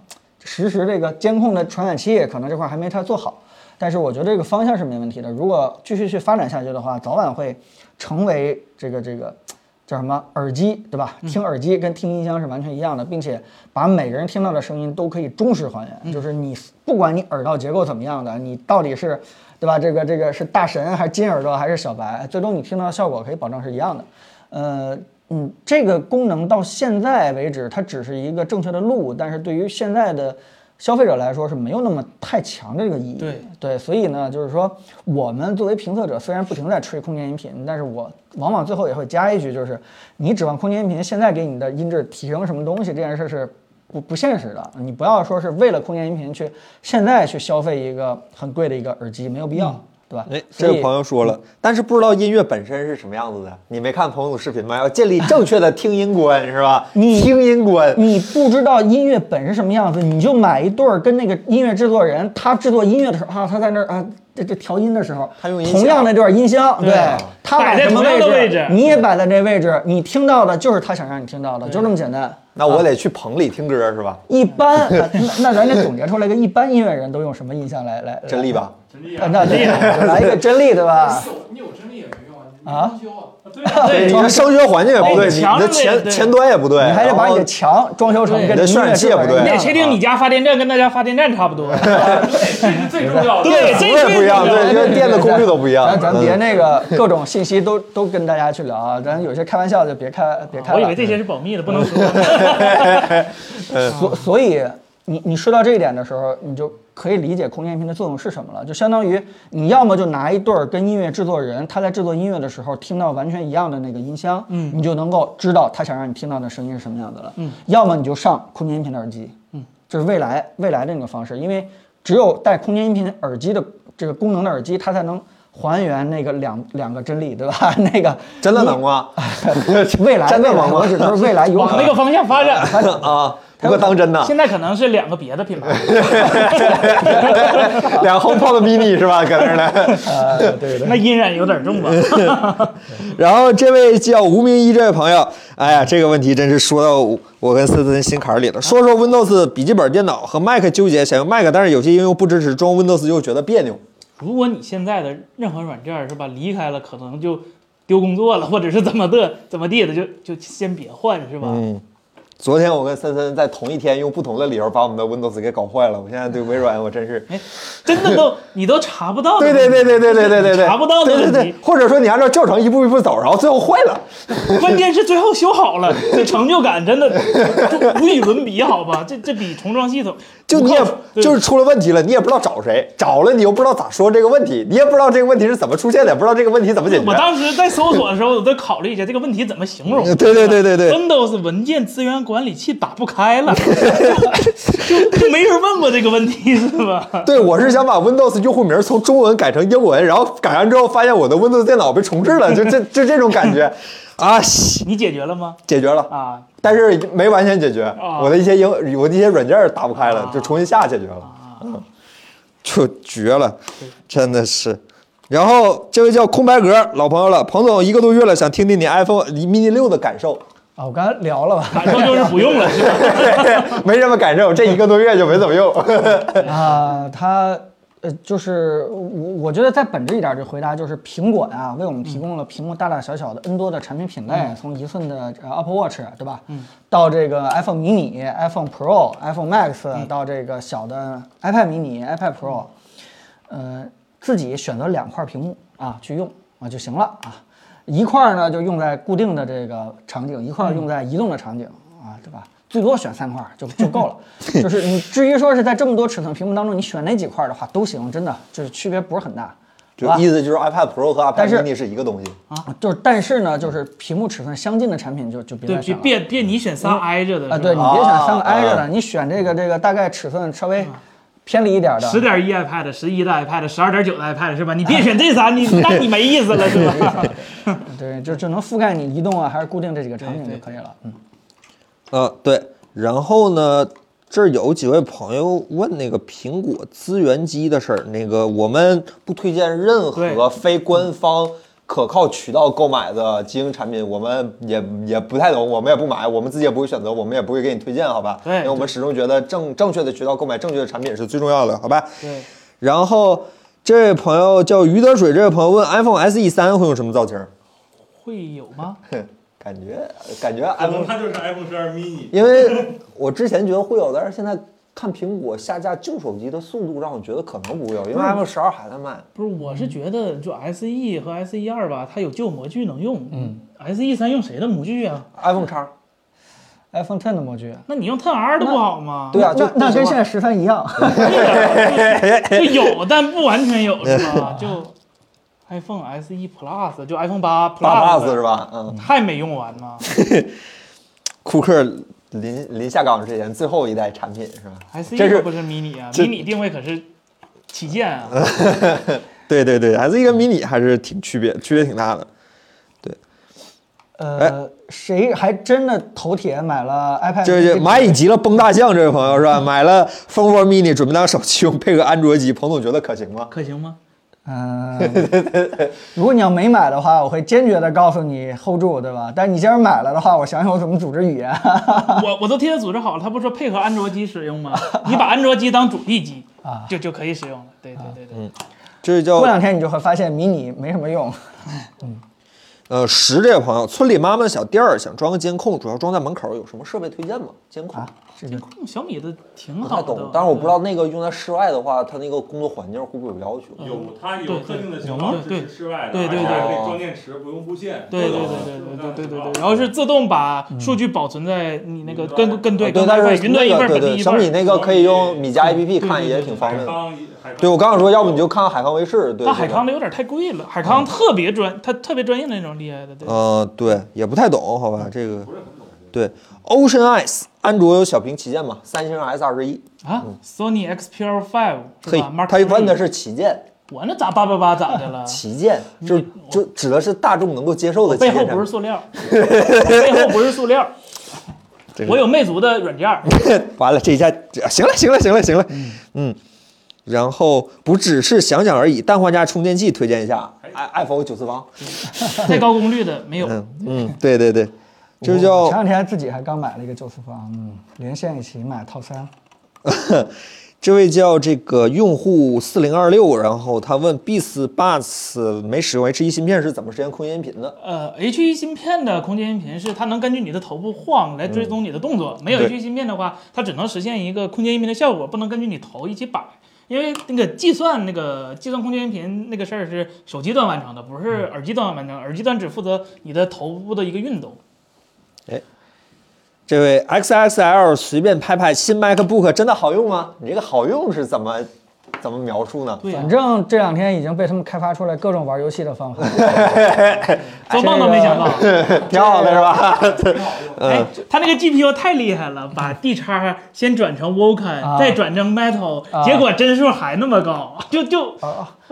Speaker 1: 实时这个监控的传感器，可能这块还没太做好。但是我觉得这个方向是没问题的。如果继续去发展下去的话，早晚会成为这个这个叫什么耳机，对吧？听耳机跟听音箱是完全一样的，并且把每个人听到的声音都可以忠实还原。就是你不管你耳道结构怎么样的，你到底是对吧？这个这个是大神还是金耳朵还是小白，最终你听到的效果可以保证是一样的。呃，嗯，这个功能到现在为止，它只是一个正确的路，但是对于现在的消费者来说是没有那么太强的这个意义。
Speaker 3: 对
Speaker 1: 所以呢，就是说我们作为评测者，虽然不停地在吹空间音频，但是我往往最后也会加一句，就是你指望空间音频现在给你的音质提升什么东西，这件事是不不现实的。你不要说是为了空间音频去现在去消费一个很贵的一个耳机，没有必要，对吧？
Speaker 2: 哎，
Speaker 1: 所
Speaker 2: 这
Speaker 1: 以
Speaker 2: 位朋友说了，但是不知道音乐本身是什么样子的。你没看彭总视频吗？要建立正确的听音观是
Speaker 1: [LAUGHS]
Speaker 2: 吧？
Speaker 1: 你
Speaker 2: 听音观，
Speaker 1: 你不知道音乐本是什么样子，你就买一对儿跟那个音乐制作人，他制作音乐的时候啊，他在那儿啊，这这调音的时候，
Speaker 2: 他用音响
Speaker 1: 同样的这段音箱，对
Speaker 3: 对
Speaker 1: 他
Speaker 3: 摆
Speaker 1: 摆
Speaker 3: 在
Speaker 1: 什么
Speaker 3: 同样的位
Speaker 1: 位
Speaker 3: 置
Speaker 1: 置，你也摆在这位置，你听到的就是他想让你听到的，就这么简单。
Speaker 2: 那我得去棚里听歌是吧？
Speaker 1: 一般，啊那那咱得总结出来个一般音乐人都用什么音箱来来
Speaker 2: 真力？吧？
Speaker 1: 来那对，来一个真力对吧？
Speaker 4: 啊
Speaker 6: 手你有真力也没用啊，你没
Speaker 1: 啊
Speaker 6: 装修啊。
Speaker 2: 对，你
Speaker 3: 对，
Speaker 2: 的声学环境也不对，
Speaker 1: 哦
Speaker 3: 哎
Speaker 2: 你
Speaker 3: 墙
Speaker 2: 的
Speaker 3: 上那
Speaker 2: 前
Speaker 3: 对
Speaker 2: 前端也不对，
Speaker 1: 你还得把你
Speaker 2: 然
Speaker 1: 的
Speaker 2: 后
Speaker 1: 墙装修成跟音乐
Speaker 3: 对
Speaker 1: 制作
Speaker 2: 你的渲染
Speaker 1: 人一样的
Speaker 2: 器也不对啊
Speaker 3: 你得确定你家发电站跟他家发电站差
Speaker 2: [LAUGHS]
Speaker 3: 不多。
Speaker 6: 这是最重要的。
Speaker 3: 对，
Speaker 2: 怎
Speaker 3: 这
Speaker 2: 么也
Speaker 3: 是
Speaker 2: 不一样，
Speaker 3: 最重要
Speaker 2: 对，
Speaker 3: 的
Speaker 2: 因为电的功率都不一样。
Speaker 1: 咱咱别
Speaker 2: 嗯
Speaker 1: 那个各种信息都都跟大家去聊啊，咱有些开玩笑就别开别开了。
Speaker 3: 我以为这些是保密的，不能说。
Speaker 1: 所所以你你说到这一点的时候，你就可以理解空间音频的作用是什么了，就相当于你要么就拿一对儿跟音乐制作人他在制作音乐的时候听到完全一样的那个音箱，嗯，你就能够知道他想让你听到的声音是什么样子了，嗯，要么你就上空间音频的耳机，嗯，这是未来未来的那个方式，因为只有带空间音频耳机的这个功能的耳机，它才能。还原那个两两个真理，对吧？ [LAUGHS] 那个
Speaker 2: 真的能吗？
Speaker 1: 未来，
Speaker 2: 真的
Speaker 1: 未来
Speaker 2: 吗
Speaker 1: 我只能说未来有
Speaker 3: 往
Speaker 1: 可
Speaker 3: 那
Speaker 1: 能
Speaker 3: 个方向发展。
Speaker 2: 啊，不过当真的，
Speaker 3: 现在可能是两个别的品牌，
Speaker 2: [LAUGHS] 俩 HomePod mini 是吧？搁那儿呢。
Speaker 1: 呃，对对对
Speaker 3: 那。音染有点重吧？
Speaker 2: 然后这位叫无名一这位朋友，哎呀，这个问题真是说到我我跟森森心坎儿里了。说说 Windows 笔记本电脑和 Mac 纠结，想用 Mac，但是有些应用不支持装 Windows 又觉得别扭。
Speaker 3: [LAUGHS] 如果你现在的任何软件儿是吧离开了，可能就丢工作了，或者是怎么的怎么地的，就就先别换是吧？
Speaker 2: 嗯，昨天我跟森森在同一天用不同的理由把我们的 Windows 给搞坏了。我现在对微软我真是，
Speaker 3: 哎真的都你都查不到的
Speaker 2: 对
Speaker 3: 问题。
Speaker 2: 对对对对对对对对，
Speaker 3: 查不到的
Speaker 2: 对对
Speaker 3: 问
Speaker 2: 对
Speaker 3: 题，，
Speaker 2: 或者说你按照教程一步一步走，然后最后坏了。
Speaker 3: [LAUGHS] 关键是最后修好
Speaker 2: [LAUGHS]
Speaker 3: 了，这成就感真的就无与伦比，好吧？这这比重装系统
Speaker 2: [LAUGHS] 就你
Speaker 3: 不靠
Speaker 2: 也就是出了问题了，你也不知道找谁，找了你又不知道咋说这个问题，你也不知道这个问题是怎么出现的，也不知道这个问题怎么解决
Speaker 3: 我。当时在搜索的时候，我都考虑一下这个问题怎么形容。
Speaker 2: 嗯 [LAUGHS] 对对对对对
Speaker 3: Windows 文件资源管理器打不开了，就就就没人问过这个问题是吧？
Speaker 2: 对，我是想把 Windows 用户名从中文改成英文，然后改完之后发现我的 Windows 电脑被重置了，就这就这种感觉， [LAUGHS] 啊，西
Speaker 3: 你解决了吗？
Speaker 2: 解决了，
Speaker 3: 啊，
Speaker 2: 但是没完全解决，
Speaker 3: 啊
Speaker 2: 我的一些英我的一些软件打不开了
Speaker 3: 啊，
Speaker 2: 就重新下解决了，嗯，就绝了，真的是。然后这位叫空白格老朋友了，彭总一个多月了，想听听你 iPhone mini 六的感受。
Speaker 1: 啊，我刚才聊了吧？
Speaker 3: 感受就是不用了，是吧？
Speaker 2: 没什么感受，这一个多月就没怎么 [LAUGHS] 用。
Speaker 1: [LAUGHS] 啊，它呃，就是我我觉得再本质一点，就回答就是苹果啊，为我们提供了屏幕大大小小的 N 多的产品品类，从一寸的呃 Apple Watch 对吧，嗯，到这个 iPhone mini、iPhone Pro、iPhone Max，、到这个小的 iPad mini、iPad Pro，、呃，自己选择两块屏幕啊去用啊就行了啊，一块儿呢就用在固定的这个场景，一块儿用在移动的场景、啊，对吧？最多选三块儿就就够了，就是你至于说是在这么多尺寸屏幕当中，你选哪几块儿的话都行，真的就是区别不是很大，
Speaker 2: 就
Speaker 1: 对吧？
Speaker 2: 意思就是 iPad Pro 和 iPad
Speaker 1: 但是
Speaker 2: mini 是一个东西。
Speaker 1: 就是但是呢，就是屏幕尺寸相近的产品就就别
Speaker 3: 对，
Speaker 1: 再
Speaker 3: 别
Speaker 1: 选了。
Speaker 3: 别别，你选仨挨着的
Speaker 1: 啊，对你别选三个挨着的，你选这个这个大概尺寸稍微偏离一点的，
Speaker 3: 十点一 iPad、十一的 iPad、十二点九的 iPad 是吧？你别选这仨，
Speaker 2: [LAUGHS]
Speaker 3: 你那你没意思了是吧？
Speaker 1: 对，就就能覆盖你移动啊还是固定这几个场景就可以了。嗯，
Speaker 2: 嗯，对。然后呢，这儿有几位朋友问那个苹果资源机的事儿，那个我们不推荐任何
Speaker 3: 对
Speaker 2: 非官方。可靠渠道购买的精英产品，我们也也不太懂，我们也不买，我们自己也不会选择，我们也不会给你推荐，好吧？
Speaker 3: 对
Speaker 2: 因为我们始终觉得正正确的渠道购买正确的产品是最重要的，好吧？
Speaker 3: 对，
Speaker 2: 然后这位朋友叫于德水，这位朋友问 iPhone SE 三会用什么造型？
Speaker 3: 会有吗？
Speaker 2: 哼感觉感觉
Speaker 4: 可能
Speaker 2: iPhone，
Speaker 4: 它就是 iPhone 十二 mini。
Speaker 2: 因为我之前觉得会有，但是现在看苹果下架旧手机的速度，让我觉得可能不会有，因为 iPhone 十二还在卖。
Speaker 3: 不是，我是觉得就 S E 和 S E 二吧，它有旧模具能用。嗯，S E 三用谁的模具啊？
Speaker 2: iPhone 叉，
Speaker 1: iPhone Ten 的模具，
Speaker 3: 那你用 Ten R 的不好吗？
Speaker 2: 对啊，就
Speaker 1: 那那
Speaker 2: 就行
Speaker 1: 跟现
Speaker 2: 了哎
Speaker 1: 在十三一
Speaker 2: [LAUGHS]
Speaker 1: 样，
Speaker 3: 就有但不完全
Speaker 2: [LAUGHS]
Speaker 3: 有是吧？就 iPhone S E Plus，就 iPhone 八
Speaker 2: 八
Speaker 3: Plus，
Speaker 2: Plus 是吧？嗯，
Speaker 3: 还没用完
Speaker 2: [LAUGHS]
Speaker 3: 呢。
Speaker 2: 库克临临下岗之前最后一代产品是吧？
Speaker 3: S
Speaker 2: 这
Speaker 3: E
Speaker 2: 是
Speaker 3: 不是 mini 啊
Speaker 2: 这嗯
Speaker 3: ，mini 定位可是旗舰啊。
Speaker 2: 对对对，还是一个 mini 还是挺区别区别挺大的。
Speaker 1: 呃，谁还真的头铁买了 iPad？
Speaker 2: 这这蚂蚁急了崩大象，这位朋友是吧？买了蜂窝 mini 准备当手机用，配个安卓机，彭总觉得可行吗？
Speaker 3: 可行吗？
Speaker 1: 嗯， [LAUGHS] 如果你要没买的话，我会坚决的告诉你 hold 住，对吧？但你既然买了的话，我想想我怎么组织语言。
Speaker 3: [LAUGHS]
Speaker 2: 哦
Speaker 3: 我我都替他组织好了，他不说配合安卓机使用吗？
Speaker 2: [LAUGHS]
Speaker 3: 你把安卓机当主力机
Speaker 1: 啊
Speaker 3: 就就可以使用了。对
Speaker 2: 啊
Speaker 3: 对对
Speaker 2: 嗯
Speaker 3: 对，
Speaker 2: 这叫
Speaker 1: 过两天你就会发现迷你没什么用。
Speaker 2: 呃，十这位朋友，村里妈妈的小店儿想装个监控，主要装在门口儿，有什么设备推荐吗？监控、
Speaker 1: 这个
Speaker 3: 嗯小米的挺
Speaker 2: 不
Speaker 3: 好
Speaker 2: 太
Speaker 3: 的
Speaker 2: 懂，，但是我不知道那个用在室外的话，它那个工作环境会不会有要求？
Speaker 3: 嗯
Speaker 4: 有，它有特定的型
Speaker 3: 有
Speaker 4: 号
Speaker 3: 吗
Speaker 4: 支持室外的，
Speaker 3: 对对
Speaker 4: 而且还可
Speaker 2: 对
Speaker 4: 以装电池，不用布线。
Speaker 3: 对。对
Speaker 4: 各
Speaker 3: 对
Speaker 4: 种
Speaker 3: 对对对对对对
Speaker 4: 各种各样的型号
Speaker 3: 对，然后是自动把数据保存在你那个
Speaker 4: 云端
Speaker 3: 跟跟对
Speaker 2: 哦啊对，
Speaker 3: 跟
Speaker 2: 但
Speaker 3: WiFi
Speaker 2: 是
Speaker 3: 云端一
Speaker 2: 那
Speaker 3: 份
Speaker 2: 个
Speaker 3: 儿
Speaker 2: 对
Speaker 3: 本地
Speaker 2: 对，
Speaker 3: 一
Speaker 2: 小
Speaker 3: 份
Speaker 2: 米
Speaker 3: 儿。嗯
Speaker 2: 那个可以用米家 APP 看，
Speaker 3: 对
Speaker 2: 也
Speaker 3: 对
Speaker 2: 挺方
Speaker 4: 海
Speaker 2: 便的。
Speaker 4: 康，海康
Speaker 2: 对，我刚想说，要不你就看看海康威视，对。
Speaker 3: 但海
Speaker 2: 这个
Speaker 3: 康的有点太贵了，海
Speaker 2: 嗯
Speaker 3: 康特别专，它特别专业的那种厉害的，对。
Speaker 2: 呃，对，也不太懂，好吧，这个。对，Ocean Eyes，安卓有小屏旗舰嘛？三星 S 二十一，
Speaker 3: 啊，Sony XPR Five 是
Speaker 2: 嗯嘿
Speaker 3: 吧？Mark，
Speaker 2: 它问的
Speaker 3: III
Speaker 2: 是旗舰，
Speaker 3: 我那咋八八八咋的了？
Speaker 2: 旗舰就是就指的是大众能够接受的旗
Speaker 3: 背
Speaker 2: 舰
Speaker 3: 后
Speaker 2: 产品
Speaker 3: 不是。
Speaker 2: [LAUGHS]
Speaker 3: 塑料，背后不是塑料。
Speaker 2: 这个
Speaker 3: 我有魅族的软
Speaker 2: [LAUGHS]
Speaker 3: 件儿，
Speaker 2: 完了，这一下行了，行了，行了，行了，嗯，然后不只是想想而已，氮化镓充电器推荐一下，i iPhone 九次方，
Speaker 3: 太高功率的没有。
Speaker 2: 嗯嗯，对对对，这
Speaker 1: 我
Speaker 2: 叫
Speaker 1: 前两天自己还刚买了一个九次方，嗯，连线一起买套餐，
Speaker 2: 这位叫这个用户四零二六，然后他问 b e a s Buds 没使用 H1 芯片是怎么实现空间音频的？
Speaker 3: 呃，H 1芯片的空间音频是它能根据你的头部晃来追踪你的动作，没有
Speaker 2: 对
Speaker 3: H 1芯片的话，它只能实现一个空间音频的效果，不能根据你头一起摆。因为那个计算那个计算空间音频那个事儿是手机端完成的，不是耳机端完成。耳机端只负责你的头部的一个运动。
Speaker 2: 这位 XXL 随便拍拍新 MacBook 真的好用吗？你这个好用是怎么怎么描述呢？
Speaker 3: 对呀、
Speaker 1: 反正这两天已经被他们开发出来各种玩游戏的方法，
Speaker 3: 做梦都没想
Speaker 1: [LAUGHS]
Speaker 3: 到。
Speaker 2: [LAUGHS]
Speaker 1: 嗯
Speaker 2: 挺好的是吧？
Speaker 3: 哎，它那个 GPU 太厉害了，把 D 叉先转成 Vulkan，、
Speaker 1: 啊
Speaker 3: 再转成 Metal，、
Speaker 1: 啊
Speaker 3: 结果帧数还那么高，就就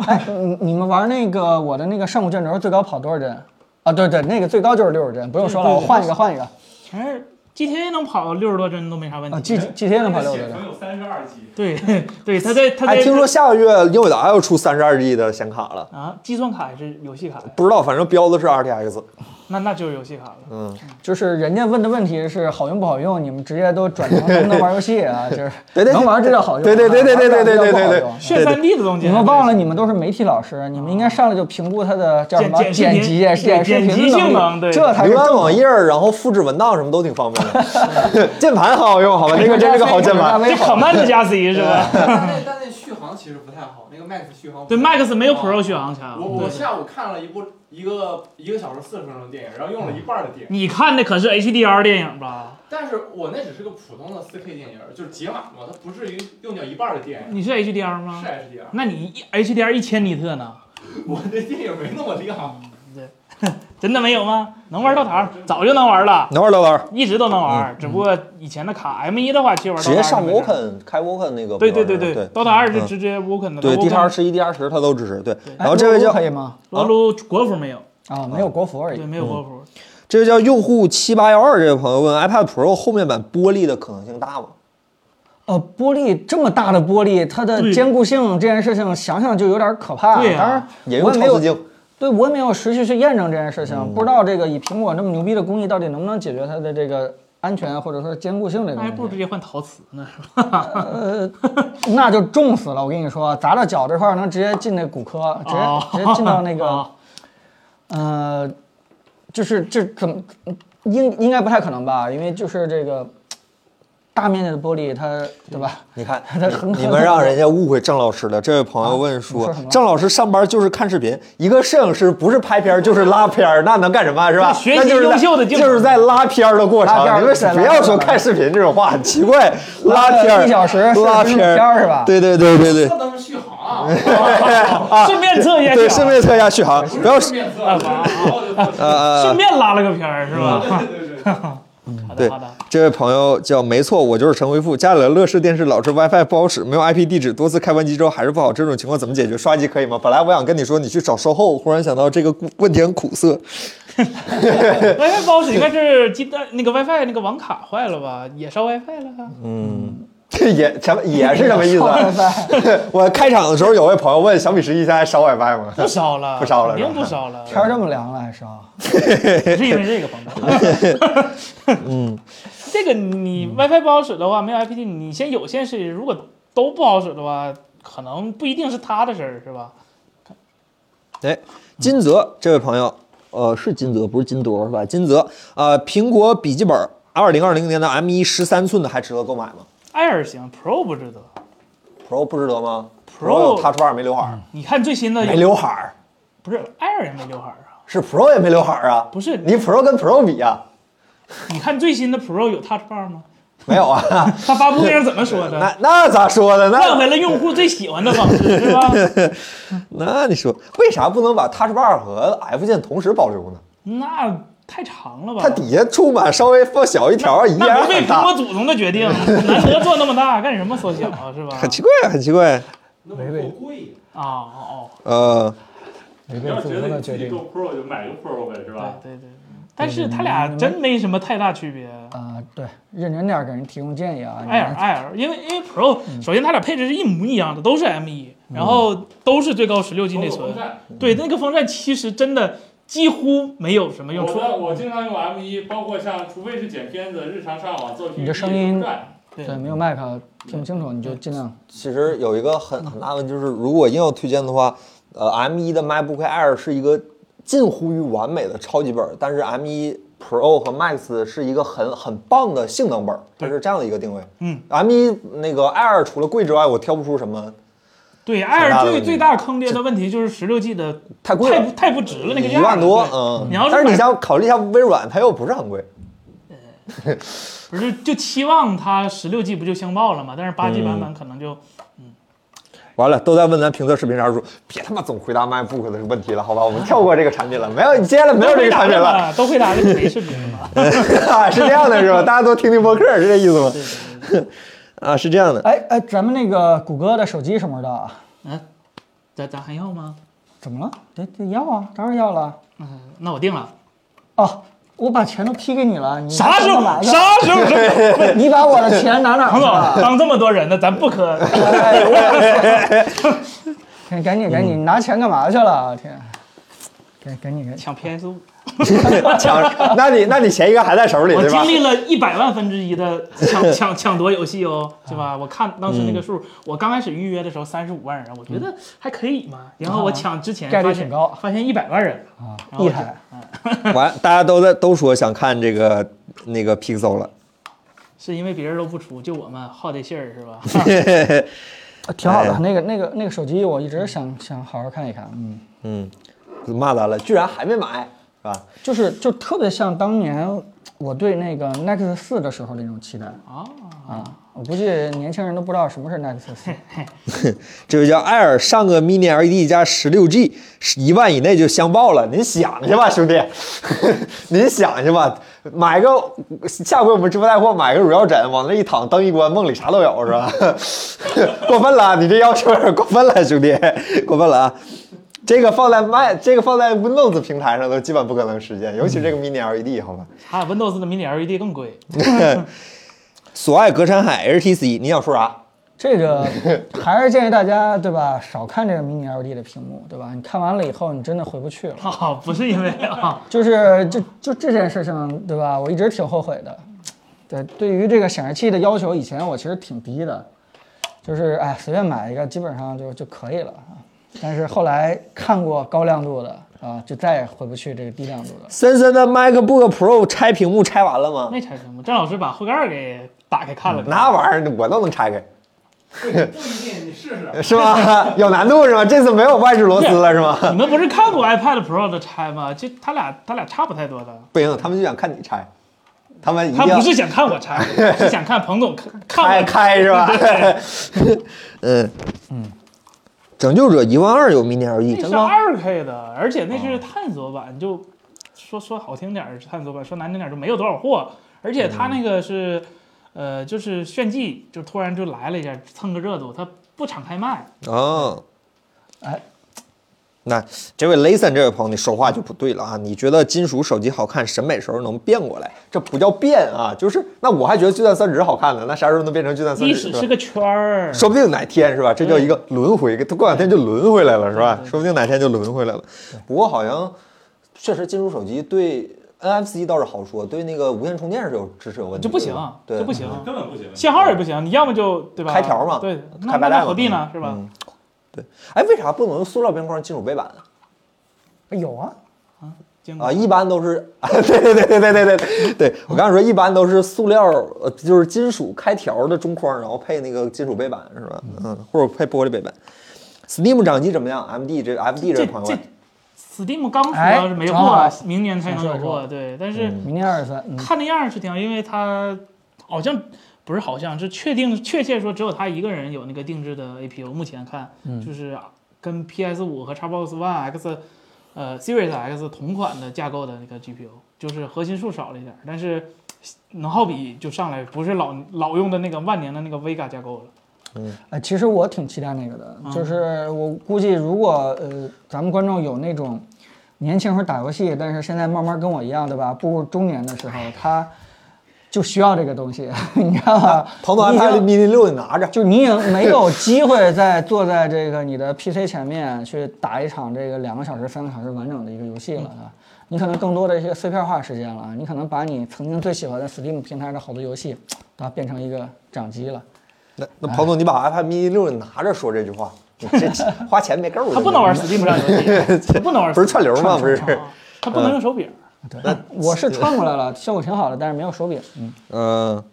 Speaker 1: 哎，你你们玩那个我的那个上古卷轴最高跑多少帧？啊，对对，那个最高就是六十帧，不用说了，
Speaker 3: 对对
Speaker 1: 我
Speaker 3: 对
Speaker 1: 换一个换一个。
Speaker 3: 全是 GTA 能跑六十多帧都没啥问题。
Speaker 1: 啊，G G T A 能跑六十
Speaker 6: 写
Speaker 1: 帧
Speaker 6: 成。有三十二 G，
Speaker 3: 对 [LAUGHS] 对，它在它在
Speaker 2: 哎，听说下个月英伟达要出三十二 G 的显卡了，
Speaker 3: 啊，计算卡还是游戏卡？
Speaker 2: 不知道，反正标的是 RTX。
Speaker 3: 那那就是游戏卡了。
Speaker 2: 嗯
Speaker 1: 就是人家问的问题是好用不好用，你们直接都转成能不能玩游戏
Speaker 2: [LAUGHS]
Speaker 1: 啊？就是
Speaker 2: 对对对
Speaker 1: 能玩这叫好用，
Speaker 2: 对对对对对对对
Speaker 1: 玩不
Speaker 2: 对对
Speaker 1: 了这叫不好
Speaker 2: 对
Speaker 1: 用。
Speaker 3: 炫三 D 的东西，
Speaker 1: 你们忘了，你们都是媒体老师，你们应该上来就评估它的叫什么
Speaker 3: 剪
Speaker 1: 剪
Speaker 3: 剪视
Speaker 1: 辑、剪
Speaker 3: 频对
Speaker 1: 视频
Speaker 3: 剪辑
Speaker 1: 的能
Speaker 3: 性
Speaker 1: 力
Speaker 3: 能对
Speaker 1: 这才是
Speaker 2: 浏览网页儿，然后复制文档什么都挺方便
Speaker 1: [LAUGHS]
Speaker 2: 的。键盘很好用，好吧，那个真是个好键盘。
Speaker 3: 这 Command 加 C 是吧？
Speaker 6: 但那但那续航其实不太好，那个 Max 续航不
Speaker 3: 对
Speaker 6: 太好
Speaker 3: ，Max 没有 Pro 续航强。
Speaker 6: 我我下午看了一部一个一个小时四十分钟的电影，然后用了一半儿的电，
Speaker 3: 你看的可是 HDR 电影吧？
Speaker 6: 但是我那只是个普通的四 K 电影，就是解码嘛，它不至于用掉一半儿的电，
Speaker 3: 你是 HDR 吗
Speaker 6: 是？HDR，
Speaker 3: 那你一 HDR 一千尼特呢？
Speaker 6: 我那电影没那么亮。
Speaker 3: 真的没有吗？能玩到桃儿，早就能玩了，
Speaker 2: 能玩儿能玩儿，
Speaker 3: 一直都能玩，只不过以前的卡 M 1的话，其实玩 Dota
Speaker 2: 嗯直接上
Speaker 3: 2没事
Speaker 2: Woken 开 Woken 那个。
Speaker 3: 对对对
Speaker 2: 对嗯
Speaker 3: 对，DOTA 二是直接 Woken 的，
Speaker 2: 对
Speaker 3: Woken
Speaker 2: D 叉十一、D 叉十它都支持。对，
Speaker 1: 哎
Speaker 2: 然后这位叫
Speaker 1: 可以吗？
Speaker 3: 罗撸国服没有，
Speaker 1: 啊，没有国服而
Speaker 3: 对，
Speaker 1: 已。
Speaker 3: 没有国服，
Speaker 2: 这位叫用户七八幺二这位朋友问，iPad Pro 后面板玻璃的可能性大吗？
Speaker 1: 呃，玻璃这么大的玻璃，它的
Speaker 3: 对
Speaker 1: 坚固性这件事情想想就有点可怕。
Speaker 3: 对呀啊
Speaker 1: 当然
Speaker 2: 也
Speaker 1: 我
Speaker 2: 用超
Speaker 1: 也没
Speaker 2: 丝
Speaker 1: 有，
Speaker 2: 镜。
Speaker 1: 对我也没有实际去验证这件事情，
Speaker 3: 嗯
Speaker 1: 不知道这个以苹果这么牛逼的工艺到底能不能解决它的这个安全或者说坚固性这个
Speaker 3: 那还不
Speaker 1: 问
Speaker 3: 如直
Speaker 1: 题。
Speaker 3: 接换陶瓷呢，是吧？
Speaker 1: 那就重死了，我跟你说，砸到脚这块儿能直接进那骨科，直接、
Speaker 3: 哦
Speaker 1: 直接进到那个
Speaker 3: 哦
Speaker 1: 呃，就是这怎么应应该不太可能吧？因为就是这个大面积的玻璃它，对吧？
Speaker 2: 你看，
Speaker 1: 它很
Speaker 2: 你们让人家误会郑老师了。这位朋友问
Speaker 1: 你
Speaker 2: 说，
Speaker 1: 说什么
Speaker 2: 郑老师上班就是看视频，一个摄影师不是拍片儿就是拉片儿，那能干什么啊是吧？
Speaker 3: 学习
Speaker 2: 那就是在
Speaker 3: 优秀的镜头
Speaker 2: 就是在拉片儿的过程
Speaker 1: 拉片。儿
Speaker 2: 你
Speaker 1: 对拉
Speaker 2: 们不
Speaker 1: 片儿
Speaker 2: 要说看视频这种话，很奇怪，
Speaker 1: 拉
Speaker 2: 拉
Speaker 1: 个
Speaker 2: 片儿
Speaker 1: 一小时四十
Speaker 2: 拉
Speaker 1: 分钟
Speaker 2: 片
Speaker 1: 片儿是吧
Speaker 2: 对对对对对
Speaker 4: [LAUGHS]
Speaker 2: 啊
Speaker 6: 这都是续航啊，
Speaker 3: 顺便测一下，
Speaker 2: 对，顺便测一下续航，不要
Speaker 6: 顺便测了，然后就过去了。
Speaker 2: 呃嗯
Speaker 3: 顺便拉了个片儿，是吧？
Speaker 6: 对对对对，
Speaker 3: 好
Speaker 2: 对
Speaker 3: 的好的，
Speaker 2: 这位朋友叫没错，我就是陈回复。家里的乐视电视老是 WiFi 不好使，没有 IP 地址，多次开关机之后还是不好，这种情况怎么解决？刷机可以吗？本来我想跟你说你去找售后，忽然想到这个问题很苦涩。 [LAUGHS]
Speaker 3: WiFi 不好使，应该是基带那个 WiFi 那个网卡坏了吧？也烧 WiFi 了啊？
Speaker 2: 嗯这也什么也是什么意
Speaker 3: [LAUGHS]
Speaker 2: 思啊？
Speaker 1: 在
Speaker 2: [LAUGHS] 我开场的时候有位朋友问小米十一现在烧 WiFi 吗？
Speaker 3: 不烧了，
Speaker 2: 不烧了
Speaker 3: 肯定
Speaker 2: 是吧
Speaker 3: 不烧了，
Speaker 1: 天儿这么凉了还啊烧，
Speaker 3: 不是因为这个膨胀。
Speaker 2: [LAUGHS]
Speaker 3: 嗯，
Speaker 2: 嗯
Speaker 3: 这个你 WiFi 不好使的话，没有 IP 地，你先有线试一试。如果都不好使的话，可能不一定是他的事儿，是吧？
Speaker 2: 哎，金泽这位朋友，呃，是金泽，不是金铎是吧？金泽，呃，苹果笔记本二零二零年的 M 一十三寸的还值得购买吗
Speaker 3: 爱尔行，Pro 不值得。
Speaker 2: ？Pro 不值得吗
Speaker 3: Pro- 呃
Speaker 2: 有 Touch Bar 没刘海儿，
Speaker 3: 你看最新的
Speaker 2: 没刘海儿。
Speaker 3: 不是爱尔也没刘海儿啊？
Speaker 2: 是 Pro 也没刘海儿啊？
Speaker 3: 不是
Speaker 2: 你 Pro 跟 Pro 比啊？
Speaker 3: 你看最新的 Pro 有 Touch Bar 吗？
Speaker 2: 没有
Speaker 3: [LAUGHS]
Speaker 2: 啊？
Speaker 3: 他发布会上怎么说的？
Speaker 2: 那那咋说的？
Speaker 3: [LAUGHS] 换
Speaker 2: 那
Speaker 3: 回了用户最喜欢的方式，
Speaker 2: [LAUGHS]
Speaker 3: 是吧？
Speaker 2: 那你说为啥不能把 Touch Bar 和 F 键同时保留呢？
Speaker 3: 那太长了吧？
Speaker 2: 它底下触板稍微放小一条，依
Speaker 3: 那
Speaker 2: 然
Speaker 3: 不是被
Speaker 2: 很
Speaker 3: 苹
Speaker 2: 大
Speaker 3: 果，祖宗的决定，
Speaker 2: [LAUGHS]
Speaker 3: 难得做那么大，干什么缩小啊？是吧？
Speaker 2: 很奇怪，很奇怪。啊
Speaker 6: 那么多贵，
Speaker 3: 啊哦
Speaker 2: 呃，
Speaker 1: 没
Speaker 4: 你
Speaker 1: 被
Speaker 4: 要
Speaker 1: 祖
Speaker 4: 觉
Speaker 1: 宗
Speaker 4: 得
Speaker 1: 的
Speaker 4: 你自
Speaker 1: 决
Speaker 4: 己
Speaker 1: 定
Speaker 4: 够 Pro 就买个 Pro 呗，是
Speaker 3: 哦
Speaker 4: 吧，？
Speaker 3: 对对对。但是他俩真没什么太大区别。
Speaker 1: 啊、对，认真点儿给人提供建议
Speaker 2: 嗯
Speaker 1: 啊。你
Speaker 3: 爱尔爱尔，因为因为 Pro 首先它俩配置是一模一样的，都
Speaker 2: 嗯
Speaker 3: 是 M 1然后都是最高十六 G 内
Speaker 6: 风
Speaker 4: 哦
Speaker 3: 存。
Speaker 6: 扇
Speaker 3: 对，那个风扇其实真的几乎没有什么用
Speaker 4: 我
Speaker 3: 处。
Speaker 4: 的我经常用 M 一，包括像除非是剪片子、日常上网做 PPT
Speaker 1: 你这声音
Speaker 4: 转
Speaker 3: 对
Speaker 1: 对，没有麦克啊听不清楚，你就尽量
Speaker 2: 其实有一个很很大问题，就是如果硬要推荐的话，呃，M 1的 MacBook Air 是一个近乎于完美的超级本儿，但是 M 1 Pro 和 Max 是一个很很棒的性能本儿，它是这样的一个定位。
Speaker 3: 嗯
Speaker 2: ，M 1那个 Air 除了贵之外，我挑不出什么
Speaker 3: 对，Air
Speaker 2: 大的
Speaker 3: 最
Speaker 2: 问题
Speaker 3: 最大坑爹的问题就是十六 G 的
Speaker 2: 太贵
Speaker 3: 太
Speaker 2: 了
Speaker 3: 不，太不值了，那个
Speaker 2: 一
Speaker 3: 价儿
Speaker 2: 万多，
Speaker 3: 对
Speaker 2: 嗯
Speaker 3: 你要。是
Speaker 2: 但是你
Speaker 3: 买
Speaker 2: 想考虑一下微软，它又不是很贵。
Speaker 3: 不是就期望它十六 G 不就相报了吗？但是八 G 版本可能就
Speaker 2: 完了，都在问咱评测视频啥时候出，别他妈总回答 MacBook 的问题了，好吧？我们跳过这个产品了，没有，你接下来没有这个产品了，
Speaker 3: 都会打的谁视频了嘛？
Speaker 2: [LAUGHS] 是这样的，是 [LAUGHS] 吧？大家都听听播客，是这意思吗？ [LAUGHS] 啊，是这样的。
Speaker 1: 哎哎，咱们那个谷歌的手机什么时候到啊？
Speaker 3: 嗯，咱咱还要吗？
Speaker 1: 怎么了？得得要啊，当然要了。
Speaker 3: 嗯，那我定了。
Speaker 1: 哦，我把钱都批给你了，你
Speaker 3: 啥时候
Speaker 1: 拿哪？去了
Speaker 3: 啥时候？ [LAUGHS]
Speaker 1: 你把我的钱拿哪儿
Speaker 3: 唐
Speaker 1: 去
Speaker 3: 总
Speaker 1: 了？
Speaker 3: 当这么多人呢，咱不可
Speaker 1: 赶赶紧赶紧，你拿钱干嘛去了？天，赶赶紧赶紧，
Speaker 3: 抢 PS 五。
Speaker 2: 抢，那你那你前一个还在手里
Speaker 3: 我
Speaker 2: 对吧
Speaker 3: 经？历了一百万分之一的 [LAUGHS] 抢抢抢夺游戏哦，是吧？我看当时那个数，我刚开始预约的时候三十五万人，我觉得还可以嘛。然后我抢之前
Speaker 1: 概率
Speaker 3: 发现
Speaker 1: 挺高
Speaker 3: 发现一百万人啊，然后我
Speaker 1: 厉
Speaker 3: 就
Speaker 1: 害！
Speaker 2: 完，大家都在都说想看这个那个 Pixel 了，
Speaker 3: 是因为别人都不出，就我们好这信儿是吧？
Speaker 1: 啊挺好的
Speaker 2: 哎，
Speaker 1: 那个那个那个手机，我一直想想好好看一看，嗯，
Speaker 2: 骂咱了，居然还没买，是吧？
Speaker 1: 就是就特别像当年我对那个 Nexus 四的时候的那种期待
Speaker 3: 啊，
Speaker 1: 啊。我估计年轻人都不知道什么是 Nexus 四，
Speaker 2: 这位叫艾尔上个 Mini LED 加十六 G，一万以内就相报了。您想去吧，兄弟， [LAUGHS] 您想去吧，买个下回我们直播带货买个乳胶枕，往那一躺，灯一关，梦里啥都有，是吧？ [LAUGHS] 过分了，你这要求有点过分了，兄弟，过分了啊！这个放在 Mac，这个放在 Windows 平台上都基本不可能实现，尤其这个 Mini LED，好吧？
Speaker 3: 还有啊 Windows 的 Mini LED E 更 [LAUGHS] 贵，
Speaker 2: 索爱隔山海 HTC，你想说啥？
Speaker 1: [LAUGHS] 这个还是建议大家对吧，少看这个 mini LED 的屏幕，对吧？你看完了以后，你真的回不去了。
Speaker 3: 啊，不是 [LAUGHS] 因为啊，
Speaker 1: 就是就就这件事情，对吧？我一直挺后悔的。对，对于这个显示器的要求，以前我其实挺低的，就是哎随便买一个，基本上就就可以了啊。但是后来看过高亮度的啊，就再也回不去这个低亮度的。
Speaker 2: 森森的 MacBook Pro 拆屏幕拆完了吗？
Speaker 3: 没拆屏幕。郑老师把后盖儿给打开看了看，
Speaker 2: 那玩意儿我都能拆开。
Speaker 6: 对，不一定，你试试。
Speaker 2: [LAUGHS] 是吗？有难度是吗？这次没有外置螺丝了是吗？ [LAUGHS]
Speaker 3: 你们不是看过 iPad Pro 的拆吗？就他俩他俩差不太多的。
Speaker 2: 不行，他们就想看你拆，他们一
Speaker 3: 他
Speaker 2: 定要
Speaker 3: 不是想看我拆， [LAUGHS] 是想看彭总看看
Speaker 2: 开
Speaker 3: 我
Speaker 2: 开是吧？嗯 [LAUGHS] 嗯，拯救者一万二有 Mini
Speaker 3: 那
Speaker 2: LED 真
Speaker 3: 是
Speaker 2: 的？
Speaker 3: 二 K 的，而且那是探索版，就说说好听点儿是探索版，说难听点儿就没有多少货。而且它那个是，呃，就是炫技，就突然就来了一下，蹭个热度，它不敞开卖。
Speaker 2: 哦，
Speaker 1: 哎，
Speaker 2: 那这位 Listen 这位朋友，你说话就不对了啊！你觉得金属手机好看，审美时候能变过来，这不叫变啊，就是那我还觉得聚碳酸酯好看呢，那啥时候能变成聚碳酸
Speaker 3: 历
Speaker 2: 酯？
Speaker 3: 史
Speaker 2: 吧
Speaker 3: 是个圈儿，
Speaker 2: 说不定哪天是吧？这叫一个轮回，它过两天就轮回来了是吧？
Speaker 3: 嗯
Speaker 2: 说不定哪天就轮回来了。不过好像确实金属手机对 NFC 倒是好说，对那个无线充电是有支持有问题，
Speaker 3: 就不行
Speaker 2: 对吧，对，
Speaker 3: 就不行，
Speaker 4: 根本不行。
Speaker 3: 信号也不行，你要么就对吧？
Speaker 2: 开条嘛
Speaker 3: 对，那
Speaker 2: 开白带
Speaker 3: 那那
Speaker 2: 嘛
Speaker 3: 何必呢？是吧？
Speaker 2: 嗯哎，为啥不能用塑料边框、金属背板呢？
Speaker 1: 有啊，
Speaker 3: 经过
Speaker 2: 啊，一般都是， [LAUGHS] 对对对对对对对对，我刚才说一般都是塑料，呃，就是金属开条的中框，然后配那个金属背板是吧？嗯，或者配玻璃背板。Steam 掌机怎么样？MD 这 FD 这
Speaker 3: 这
Speaker 2: 朋友啊
Speaker 3: 这
Speaker 2: 问，
Speaker 3: Steam 刚出
Speaker 1: 哎
Speaker 3: 要是没
Speaker 1: 正好
Speaker 3: 货，明年才能有
Speaker 1: 想说
Speaker 3: 货。对，但是。
Speaker 1: 明年二十三，嗯，
Speaker 3: 看那样儿是挺好，因为他好像不是好像是确定确切说只有他一个人有那个定制的 APU，目前看、
Speaker 1: 嗯
Speaker 3: 就是跟 PS 五和 Xbox One X，呃 Series X 同款的架构的那个 GPU，就是核心数少了一点儿，但是能耗比就上来，不是老老用的那个万年的那个 Vega 架构了。
Speaker 1: 哎，其实我挺期待那个的，就是我估计如果呃咱们观众有那种年轻时候打游戏，但是现在慢慢跟我一样，对吧？步入中年的时候，他就需要这个东西， [LAUGHS] 你知道吧？
Speaker 2: 彭总
Speaker 1: 你已经
Speaker 2: iPad mini 六你拿着，
Speaker 1: 就是你也没有机会再坐在这个你的 PC 前面去打一场这个两个小时、三个小时完整的一个游戏了啊。你可能更多的一些碎片化时间了啊，你可能把你曾经最喜欢的 Steam 平台的好多游戏，把它变成一个掌机了。
Speaker 2: 那那彭总你把
Speaker 3: 哎
Speaker 2: iPad mini 六你拿着说这句话，你
Speaker 3: [LAUGHS]
Speaker 2: 这花钱没 [LAUGHS] 够儿。
Speaker 3: 他不能玩 Steam 上游啊戏，他不能玩 Steam，
Speaker 2: 不是串流吗？不是，嗯
Speaker 3: 啊他不能用手柄。
Speaker 1: 对，我是穿过
Speaker 2: [LAUGHS]
Speaker 1: 来了，效果挺好的，但是没有手柄。嗯，
Speaker 2: 嗯，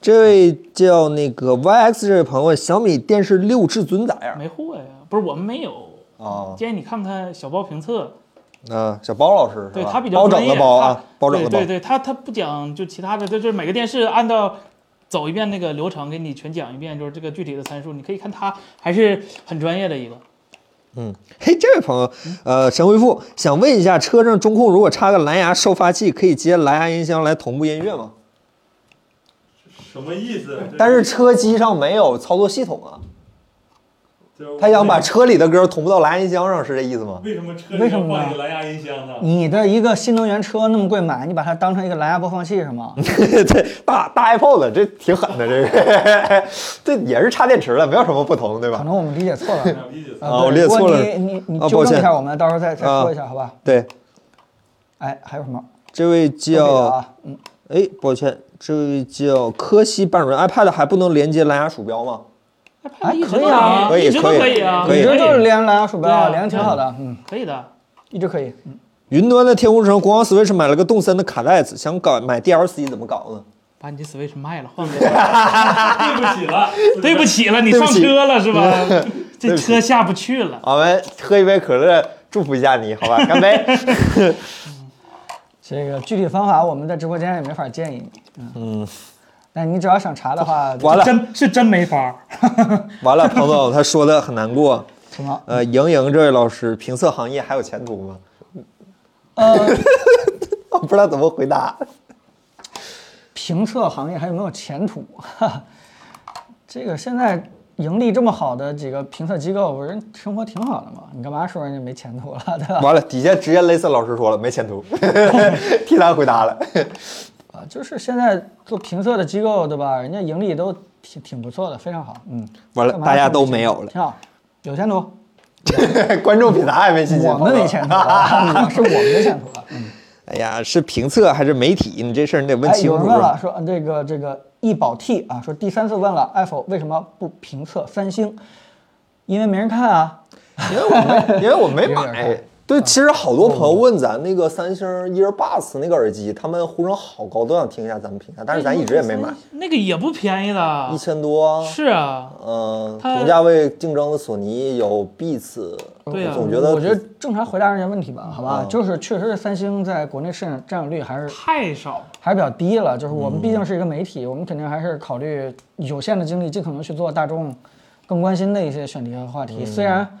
Speaker 2: 这位叫那个 YX 这位朋友问，小米电视六至尊咋样？
Speaker 3: 没货呀，不是我们没有。
Speaker 2: 啊，
Speaker 3: 建议你看看小包评测，
Speaker 2: 嗯，小包老师是吧，
Speaker 3: 对他比较
Speaker 2: 包整
Speaker 3: 专业
Speaker 2: 的包
Speaker 3: 他
Speaker 2: 啊，包整的包
Speaker 3: 对对。对，他他不讲就其他的，就是每个电视按照走一遍那个流程给你全讲一遍，就是这个具体的参数，你可以看他还是很专业的一个。
Speaker 2: 嘿，这位朋友，呃，神回复想问一下，车上中控如果插个蓝牙收发器，可以接蓝牙音箱来同步音乐吗？
Speaker 4: 什么意思？
Speaker 2: 但是车机上没有操作系统啊，
Speaker 4: 就是
Speaker 2: 他想把车里的歌同步到蓝牙音箱上，是这意思吗？
Speaker 4: 为什么车
Speaker 1: 为
Speaker 4: 里
Speaker 1: 什
Speaker 4: 要
Speaker 1: 么呢
Speaker 4: 放一个蓝牙音箱呢？
Speaker 1: 你的一个新能源车那么贵买，你把它当成一个蓝牙播放器是吗？
Speaker 2: 嗯 [LAUGHS] 这大大 iPod 这挺狠的，这个 [LAUGHS] 这也是插电池的，没有什么不同，对
Speaker 1: 可
Speaker 2: 吧？
Speaker 1: 能我们理解错
Speaker 2: [LAUGHS]
Speaker 1: 了。
Speaker 4: 想哎理解错。
Speaker 2: 啊，我理解错了
Speaker 1: 不过。你你你
Speaker 2: 啊
Speaker 1: 纠
Speaker 2: 抱
Speaker 1: 正
Speaker 2: 歉
Speaker 1: 一下我们，到时候再再
Speaker 2: 啊
Speaker 1: 说一下，好吧？
Speaker 2: 对，
Speaker 1: 哎，还有什么？
Speaker 2: 这位
Speaker 1: 都可以的
Speaker 2: 叫
Speaker 1: 啊，嗯，
Speaker 2: 哎，抱歉，这位叫科西半主任，iPad 还不能连接蓝牙鼠标吗？
Speaker 1: 哎
Speaker 3: iPad 一直
Speaker 1: 可以
Speaker 3: 都
Speaker 1: 啊
Speaker 2: 可以
Speaker 3: 一直都
Speaker 2: 可以
Speaker 3: 以啊，
Speaker 2: 可以
Speaker 1: 你这
Speaker 3: 可
Speaker 1: 就是连蓝牙鼠
Speaker 3: 对啊
Speaker 1: 标，连的挺好的，嗯，
Speaker 3: 可以的。
Speaker 1: 一直可以。嗯
Speaker 2: 云端的天空城，国王 Switch 买了个动森的卡带子，想搞买 DLC 怎么搞呢？
Speaker 3: 把你的 Switch 卖了，换个。
Speaker 2: [LAUGHS]
Speaker 4: 对不起了，
Speaker 3: 对不起了，你
Speaker 2: 对不
Speaker 3: 上
Speaker 2: 起
Speaker 3: 车了是吧？
Speaker 2: [LAUGHS] 对
Speaker 3: 这
Speaker 2: 不起
Speaker 3: 车下不去了。
Speaker 2: 我们喝一杯可乐，祝福一下你，好吧？干杯！ [LAUGHS]
Speaker 1: 这个具体方法我们在直播间也没法建议你，嗯，但你只要想查的话，
Speaker 2: 完了，
Speaker 3: 真是真没法儿。
Speaker 2: 完了，彭总他说的很难过。
Speaker 1: 什么？
Speaker 2: 呃，莹莹这位老师，评测行业还有前途吗？呃， [LAUGHS] 我不知道怎么回答。
Speaker 1: 评测行业还有没有前途？哈哈这个现在盈利这么好的几个评测机构，不是人生活挺好的嘛？你干嘛说人家没前途了，对吧？
Speaker 2: [LAUGHS] 完了，底下直接雷森老师说了没前途， [LAUGHS] 替他回答了。
Speaker 1: 啊，就是现在做评测的机构，对吧？人家盈利都挺挺不错的，非常好，嗯。
Speaker 2: 完了
Speaker 1: 干，嘛
Speaker 2: 大家
Speaker 1: 说
Speaker 2: 都没有了， [LAUGHS]
Speaker 1: 挺好，有前途。
Speaker 2: 观众比咱还没信心。
Speaker 1: 我们没前途啊，你要是我们没前途啊。嗯
Speaker 2: 哎呀，是评测还是媒体？你这事儿你得 [LAUGHS] 问
Speaker 1: 哎，
Speaker 2: 清楚。啊
Speaker 1: 有人问了，说嗯这个这个易宝 T 啊，说第三次问了 Apple 为什么不评测三星，因为没人看啊。
Speaker 2: 因为我没，因为我没
Speaker 1: 有点
Speaker 2: 买
Speaker 1: 儿。嗯
Speaker 2: 对，其实好多朋友问咱那个三星 EarBuds 那个耳机，他们呼声好高，都想听一下咱们评价，但是咱一直也没买，
Speaker 3: 那个也不便宜的
Speaker 2: 一。千多啊。
Speaker 3: 是啊，
Speaker 2: 嗯，
Speaker 3: 它
Speaker 2: 同价位竞争的索尼有 Beats，
Speaker 3: 对啊
Speaker 2: 我总觉得啊
Speaker 1: 我觉得正常回答人家问题吧，好吧，就是确实是三星在国内市场占有率还是
Speaker 3: 太少了。
Speaker 1: 还是比较低了。就是我们
Speaker 2: 嗯
Speaker 1: 毕竟是一个媒体，我们肯定还是考虑有限的精力，尽可能去做大众更关心的一些选题和话题。虽然
Speaker 2: 嗯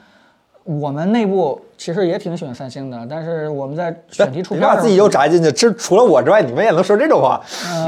Speaker 1: 我们内部其实也挺喜欢三星的，但是我们在选题出
Speaker 2: 你
Speaker 1: 票
Speaker 2: 哎把
Speaker 1: 上
Speaker 2: 自己又摘进去，这除了我之外，你们也能说这种话？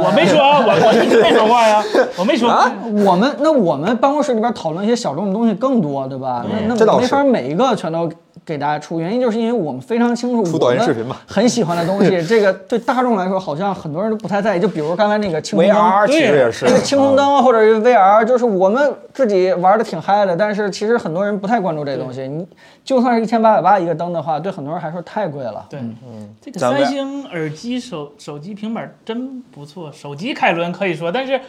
Speaker 3: 我没说啊，我我一直没说话呀，我没说。
Speaker 2: 啊
Speaker 1: 我们那我们办公室里边讨论一些小众的东西更多，对吧？那
Speaker 2: 嗯这
Speaker 1: 那
Speaker 2: 倒
Speaker 1: 没
Speaker 2: 是
Speaker 1: 法每一个全都给大家出，原因就是因为我们非常清楚
Speaker 2: 出抖音
Speaker 1: 我们
Speaker 2: 视频吧
Speaker 1: 很喜欢的
Speaker 2: [LAUGHS]
Speaker 1: 东西，这个对大众来说好像很多人都不太在意。就比如刚才那个青红灯
Speaker 2: VR 其实也是嗯
Speaker 1: 这个青红灯或者是 VR，就是我们自己玩的挺嗨的，但是其实很多人不太关注这东西。你就算是一千八百八一个灯的话，对很多人还说太贵了。
Speaker 3: 对，嗯这个
Speaker 2: 嗯咱们
Speaker 3: 三星耳机、手手机、平板真不错，手机凯伦可以说，但是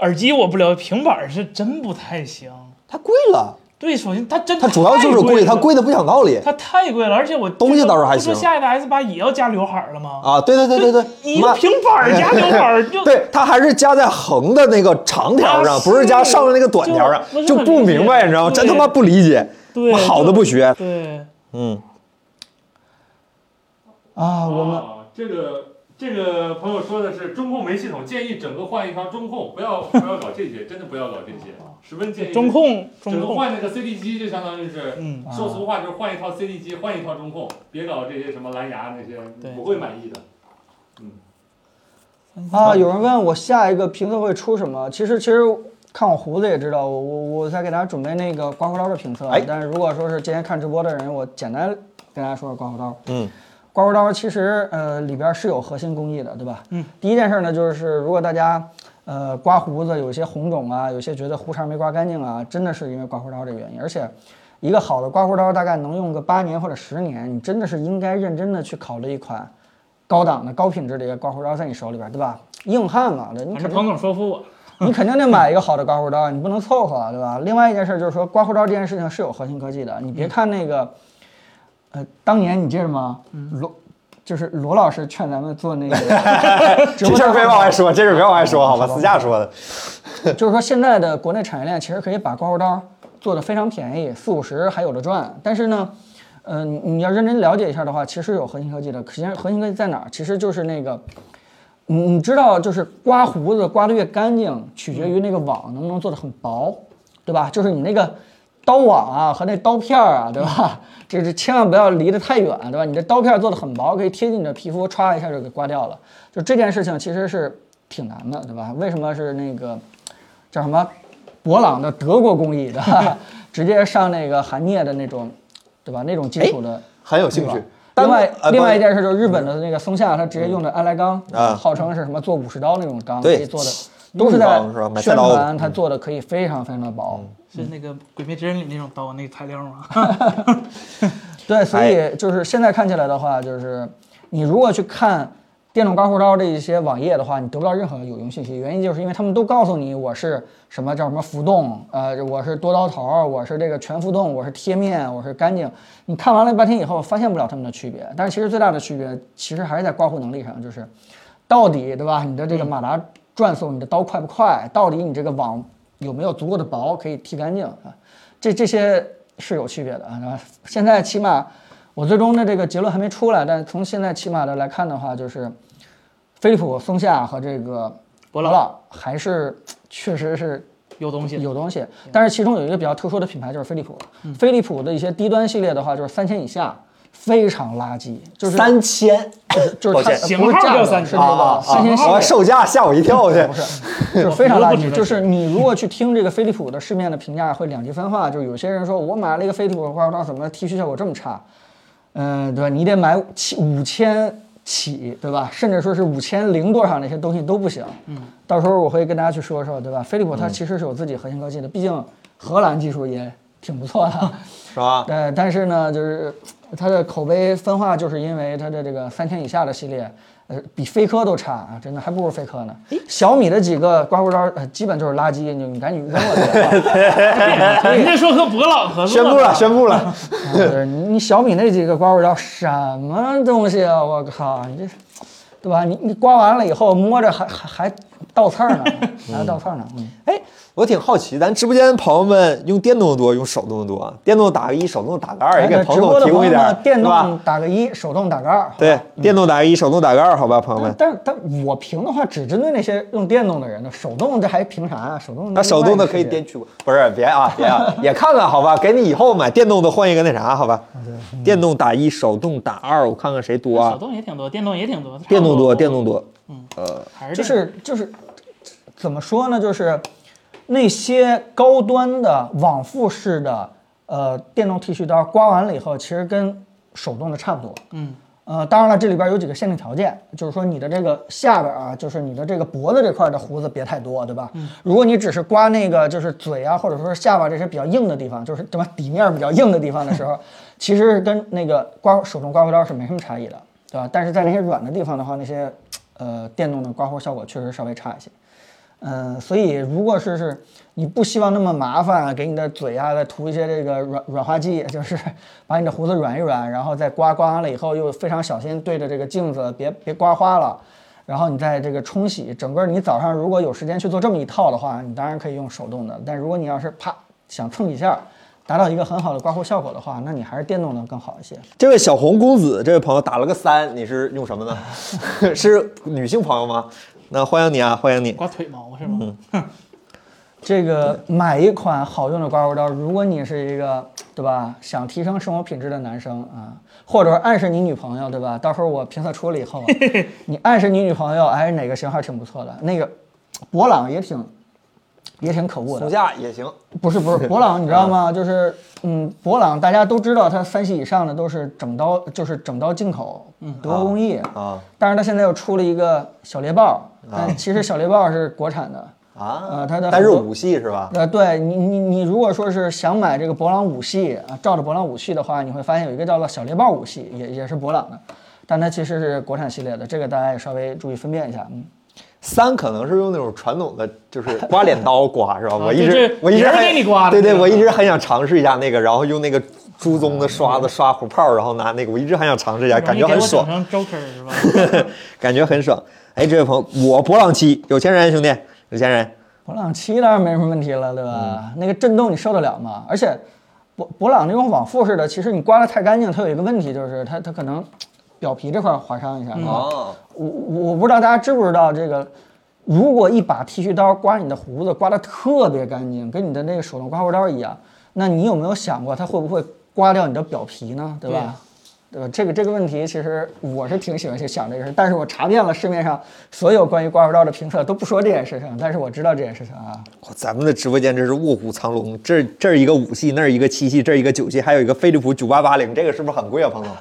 Speaker 3: 耳机我不了解，平板是真不太行。
Speaker 2: 它贵了，
Speaker 3: 对，首先它真
Speaker 2: 它主要就是
Speaker 3: 太贵
Speaker 2: 贵，
Speaker 3: 了
Speaker 2: 它贵的不讲道理
Speaker 3: 它太贵了，而且我
Speaker 2: 东西倒是还行
Speaker 3: 不说下一代 S 八也要加刘海了吗？
Speaker 2: 啊！对对对对
Speaker 3: 你
Speaker 2: 对，
Speaker 3: 一个
Speaker 2: 妈
Speaker 3: 平板加刘海就
Speaker 2: [LAUGHS] 对，它还是加在横的那个长条上，
Speaker 3: 啊
Speaker 2: 不是加上面那个短条
Speaker 3: 就
Speaker 2: 上，
Speaker 3: 我
Speaker 2: 就
Speaker 3: 就
Speaker 2: 不明白，
Speaker 3: 很理解
Speaker 2: 你知道吗？
Speaker 3: 对
Speaker 2: 真他妈不理解。
Speaker 3: 对
Speaker 2: 我好的不学。
Speaker 3: 对，
Speaker 2: 嗯，
Speaker 1: 啊，我们
Speaker 4: 啊，这个这个朋友说的是中控没系统，建议整个换一条中控，不要不要搞这些，真的不要搞这些。十分建议
Speaker 3: 中控
Speaker 4: 整
Speaker 3: 中
Speaker 4: 个
Speaker 3: 控，
Speaker 4: 换那个 CD 机，就相当于是
Speaker 3: 嗯，
Speaker 4: 说俗话就是换一套 CD 机，换一套中控，别搞这些什么蓝牙那些，
Speaker 3: 对
Speaker 4: 不会满意的。
Speaker 3: 嗯
Speaker 1: 啊，有人问我下一个评测会出什么？其实其实看我胡子也知道，我我我在给大家准备那个刮胡刀的评测。啊
Speaker 2: 哎
Speaker 1: 但是如果说是今天看直播的人，我简单跟大家说说刮胡刀。
Speaker 2: 嗯，
Speaker 1: 刮胡刀其实呃里边是有核心工艺的，对吧？嗯。第一件事呢，就是如果大家呃刮胡子有些红肿啊，有些觉得胡茬没刮干净啊，真的是因为刮胡刀这个原因。而且一个好的刮胡刀大概能用个八年或者十年，你真的是应该认真的去考虑一款高档的、高品质的一个刮胡刀在你手里边，对吧？硬汉嘛，对，你肯
Speaker 3: 反正
Speaker 1: 定
Speaker 3: 彭总说服我，
Speaker 1: [LAUGHS] 你肯定得买一个好的刮胡刀，你不能凑合，对吧？另外一件事就是说，刮胡刀这件事情是有核心科技的，你别看那个，呃，当年你记着吗？
Speaker 2: 嗯
Speaker 1: 罗就是罗老师劝咱们做
Speaker 2: [LAUGHS]
Speaker 1: 那个直
Speaker 2: 这
Speaker 1: 播
Speaker 2: 事儿别往外
Speaker 1: 说。
Speaker 2: 说，这事儿别往外
Speaker 1: 嗯
Speaker 2: 说，好吧？私下说的。
Speaker 1: [LAUGHS] 就是说现在的国内产业链其实可以把刮胡刀做得非常便宜，四五十还有的赚。但是呢，呃，你你要认真了解一下的话，其实有核心科技的。其实核心科技在哪儿？其实就是那个，你你知道，就是刮胡子刮得越干净，取决于那个网能不能做得很薄，对吧？就是你那个。刀网啊和那刀片儿啊，对吧？ [LAUGHS] 这是千万不要离得太远，对吧？你这刀片儿做的很薄，可以贴近你的皮肤，歘一下就给刮掉了。就这件事情其实是挺难的，对吧？为什么是那个叫什么博朗的德国
Speaker 2: [LAUGHS]
Speaker 1: 工艺的，直接上那个韩聂的那种，对吧？那种基础的。
Speaker 2: 很哎有兴趣。
Speaker 1: 另外
Speaker 2: 呃，
Speaker 1: 另外一
Speaker 2: 不
Speaker 1: 件事就是日本的那个松下，他直接用的安来钢，
Speaker 2: 啊
Speaker 1: 号称是什么做武士刀那种钢，
Speaker 2: 对
Speaker 1: 可以做的都是在
Speaker 2: 钢是吧买菜
Speaker 1: 宣
Speaker 2: 刀嗯
Speaker 1: 传，它做的可以非常非常的薄。
Speaker 3: 是那个《鬼灭之刃》里那种刀那个材料吗？
Speaker 1: 对，所以就是现在看起来的话，就是你如果去看电动刮胡刀这一些网页的话，你得不到任何有用信息。原因就是因为他们都告诉你我是什么叫什么浮动，呃，我是多刀头，我是这个全浮动，我是贴面，我是干净。你看完了半天以后，发现不了他们的区别。但是其实最大的区别，其实还是在刮胡能力上，就是到底对吧？你的这个马达转速，你的刀快不快？到底你这个网有没有足够的薄可以剃干净啊？这这些是有区别的啊。然后现在起码我最终的这个结论还没出来，但从现在起码的来看的话，就是飞利浦、松下和这个
Speaker 3: 博朗
Speaker 1: 朗还是确实是
Speaker 3: 有东西，
Speaker 1: 有东西，但是其中有一个比较特殊的品牌就是飞利浦，飞利浦的一些低端系列的话，就是三千以下。非常垃圾，就是
Speaker 2: 是三千，
Speaker 1: 就是
Speaker 2: 抱
Speaker 1: 它
Speaker 2: 歉
Speaker 1: 呃
Speaker 3: 型
Speaker 1: 不是
Speaker 3: 号
Speaker 1: 价
Speaker 3: 叫
Speaker 1: 格，
Speaker 3: 3000
Speaker 1: 是那个三千系
Speaker 2: 啊
Speaker 1: 列
Speaker 2: 啊售价吓我一跳去。
Speaker 1: 不是， [LAUGHS] 就是非常垃
Speaker 3: 我都不知
Speaker 1: 圾。
Speaker 3: 道
Speaker 1: 就是你如果去听这个飞利浦的市面的评价，会两极分化。就是有些人说我买了一个飞利浦的刮胡刀，怎么剃须效果这么差？嗯、对吧？你得买七五千起，对吧？甚至说是五千零多少那些东西都不行。嗯，到时候我会跟大家去说说，对吧？飞利
Speaker 3: 嗯
Speaker 1: 浦它其实是有自己核心科技的，毕竟荷兰技术也挺不错
Speaker 3: [LAUGHS]
Speaker 1: 的。
Speaker 2: 是
Speaker 1: [LAUGHS]
Speaker 2: 吧？
Speaker 1: 对，呃但是呢，就是它的口碑分化，就是因为它的这个三千以下的系列，呃，比飞科都差啊，真的还不如飞科呢。小米的几个刮胡刀，呃，基本就是垃圾，你你赶紧扔啊了
Speaker 2: [LAUGHS]
Speaker 1: 得了。
Speaker 3: 人家说和博朗合
Speaker 2: 宣
Speaker 3: 作
Speaker 2: 布
Speaker 3: 呢，
Speaker 2: 了，
Speaker 1: [LAUGHS]
Speaker 2: 宣布了。
Speaker 1: 就是你你小米那几个刮胡刀什么东西啊！我靠，你这，对吧？你你刮完了以后摸着还还还倒刺儿
Speaker 2: [LAUGHS]
Speaker 1: 呢，还倒刺儿呢。嗯，
Speaker 2: 哎，我挺好奇，咱直播间朋友们用电动的多，用手动的多啊？电动打个一，手动打个二，也给
Speaker 1: 哎
Speaker 2: 彭
Speaker 1: 直播
Speaker 2: 总
Speaker 1: 的
Speaker 2: 提供
Speaker 1: 朋
Speaker 2: 一
Speaker 1: 友
Speaker 2: 点儿
Speaker 1: 们，电
Speaker 2: 是吧
Speaker 1: 动？嗯打个一，手动打个二。
Speaker 2: 对，电动打个一，手动打个二，好吧，朋友们
Speaker 1: 但。但但我评的话，只针对那些用电动的人呢，手动这还评啥啊？手动
Speaker 2: 那手动的可以
Speaker 1: 颠
Speaker 2: 颠。去过，不是别啊别
Speaker 1: [LAUGHS]
Speaker 2: 啊，也看看好吧，给你以后买电动的换一个那啥好吧，
Speaker 1: 嗯
Speaker 2: 电动打一，手动打二，我看看谁多
Speaker 3: 手
Speaker 2: 啊？
Speaker 3: 动也挺多，电动也挺多，
Speaker 2: 电动多，电
Speaker 3: 动
Speaker 2: 动多，
Speaker 3: 还是
Speaker 1: 就
Speaker 3: 电动
Speaker 1: 是就是怎么说呢？就是那些高端的往复式的呃电动剃须刀，刮完了以后，其实跟手动的差不多。
Speaker 3: 嗯，
Speaker 1: 呃，当然了，这里边有几个限定条件，就是说你的这个下边啊，就是你的这个脖子这块的胡子别太多，对吧？如果你只是刮那个就是嘴啊，或者说是下巴这些比较硬的地方，就是什么底面比较硬的地方的时候，其实跟那个刮手动刮胡刀是没什么差异的，对吧？但是在那些软的地方的话，那些呃电动的刮胡效果确实稍微差一些。嗯，所以如果是是你不希望那么麻烦，给你的嘴啊再涂一些这个软软化剂，就是把你的胡子软一软，然后再刮，刮完了以后又非常小心对着这个镜子，别别刮花了。然后你再这个冲洗，整个你早上如果有时间去做这么一套的话，你当然可以用手动的。但如果你要是啪想蹭几下，达到一个很好的刮胡效果的话，那你还是电动的更好一些。
Speaker 2: 这位小红公子，这位朋友打了个三，你是用什么
Speaker 1: [LAUGHS]
Speaker 2: 呢？是女性朋友吗？那欢迎你啊，欢迎你。
Speaker 3: 刮腿毛是
Speaker 2: 嗯
Speaker 3: 吗？
Speaker 1: 这个买一款好用的刮胡刀，如果你是一个对吧，想提升生活品质的男生啊，或者暗示你女朋友对吧？到时候我评测出了以后啊，你暗示你女朋友，哎，哪个型号挺不错的，那个博朗也挺也挺可恶的
Speaker 2: 骨。架也行，
Speaker 1: 不是不是，博朗你知道吗？就是嗯，博朗大家都知道，它三系以上的都是整刀，就是整刀进口，德国工艺
Speaker 2: 啊。
Speaker 1: 但是它现在又出了一个小猎豹，但其实小猎豹是国产的。
Speaker 2: 啊
Speaker 1: 呃它的
Speaker 2: 但是
Speaker 1: 很多
Speaker 2: 五系是吧？
Speaker 1: 呃，对你你你如果说是想买这个博朗五系啊，照着博朗五系的话，你会发现有一个叫做小猎豹五系，也也是博朗的，但它其实是国产系列的，这个大家也稍微注意分辨一下。嗯，
Speaker 2: 三可能是用那种传统的，就是刮脸刀刮，是吧？我一
Speaker 3: 啊
Speaker 2: 直
Speaker 3: 就是
Speaker 2: 我一直
Speaker 3: 别人
Speaker 2: 很
Speaker 3: 给你刮的
Speaker 2: 对对，
Speaker 3: 那种啊
Speaker 2: 我一直很想尝试一下那个，然后用那个猪鬃的刷子刷虎泡，然后拿那个，我一直很想尝试一下，感觉
Speaker 3: 容
Speaker 2: 很
Speaker 3: 易给我
Speaker 2: 爽，
Speaker 3: 整成 Joker 是吧？ [LAUGHS]
Speaker 2: 感觉很爽。哎，这位朋友，我博朗七，有钱人兄弟，有钱人，
Speaker 1: 博朗七当然没什么问题了，对吧？那个震动你受得了吗？而且博博朗这种往复式的，其实你刮得太干净，它有一个问题就是它它可能表皮这块划伤一下啊。
Speaker 2: 哦，
Speaker 1: 我我我不知道大家知不知道这个，如果一把剃须刀刮你的胡子，刮得特别干净，跟你的那个手动刮胡刀一样，那你有没有想过它会不会刮掉你的表皮呢？对吧？
Speaker 3: 对啊
Speaker 1: 对吧？这个这个问题，其实我是挺喜欢去想这个事，但是我查遍了市面上所有关于刮胡刀的评测，都不说这件事情，但是我知道这件事情啊。
Speaker 2: 哇咱们的直播间真是卧虎藏龙，这这儿一个五系，那儿一个七系，这儿一个九系，还有一个飞利浦九八八零，这个是不是很贵啊，彭总？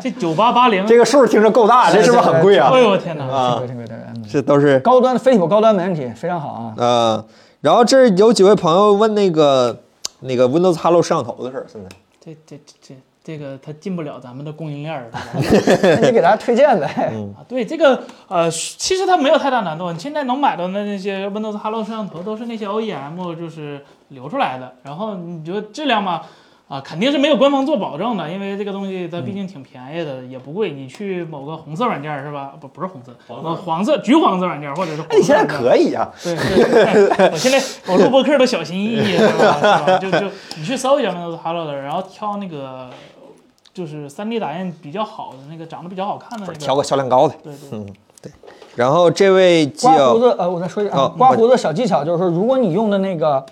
Speaker 3: 这九八八零，
Speaker 2: 这个数听着够大，这是不是很贵啊
Speaker 3: 哎？呦我天哪！
Speaker 2: 啊
Speaker 1: 这个这个这个，嗯
Speaker 2: 这都是
Speaker 1: 高端飞利浦高端没问题，非常好啊。
Speaker 2: 呃，然后这有几位朋友问那个那个 Windows Hello 摄像头的事儿，现在
Speaker 3: 这这这这这个它进不了咱们的供应链儿，
Speaker 1: 那你给大家推荐呗。
Speaker 3: 啊，对这个呃，其实它没有太大难度。你现在能买到的那些 Windows Hello 摄像头都是那些 OEM 就是留出来的，然后你觉得质量嘛，啊、肯定是没有官方做保证的，因为这个东西它毕
Speaker 2: 嗯
Speaker 3: 竟挺便宜的，也不贵。你去某个红色软件儿是吧？不不是红色，
Speaker 4: 黄色
Speaker 3: 呃黄色橘黄色软件儿或者是
Speaker 2: 哎
Speaker 3: 红
Speaker 2: 你现在
Speaker 3: 色软件儿。
Speaker 2: 可以啊，
Speaker 3: 对对，我现在我录播客都小心翼翼，是吧？是吧就就你去搜一下 Windows Hello 的，然后挑那个就是3 D 打印比较好的那个，长得比较好看的那
Speaker 2: 不
Speaker 3: 个
Speaker 2: 是。调个销量高的。
Speaker 3: 对对，
Speaker 2: 然后这位
Speaker 1: 刮胡
Speaker 2: 叫
Speaker 1: 子，呃，我再说一下
Speaker 2: 哦
Speaker 1: 啊，刮胡子小技巧就是说，如果你用的那个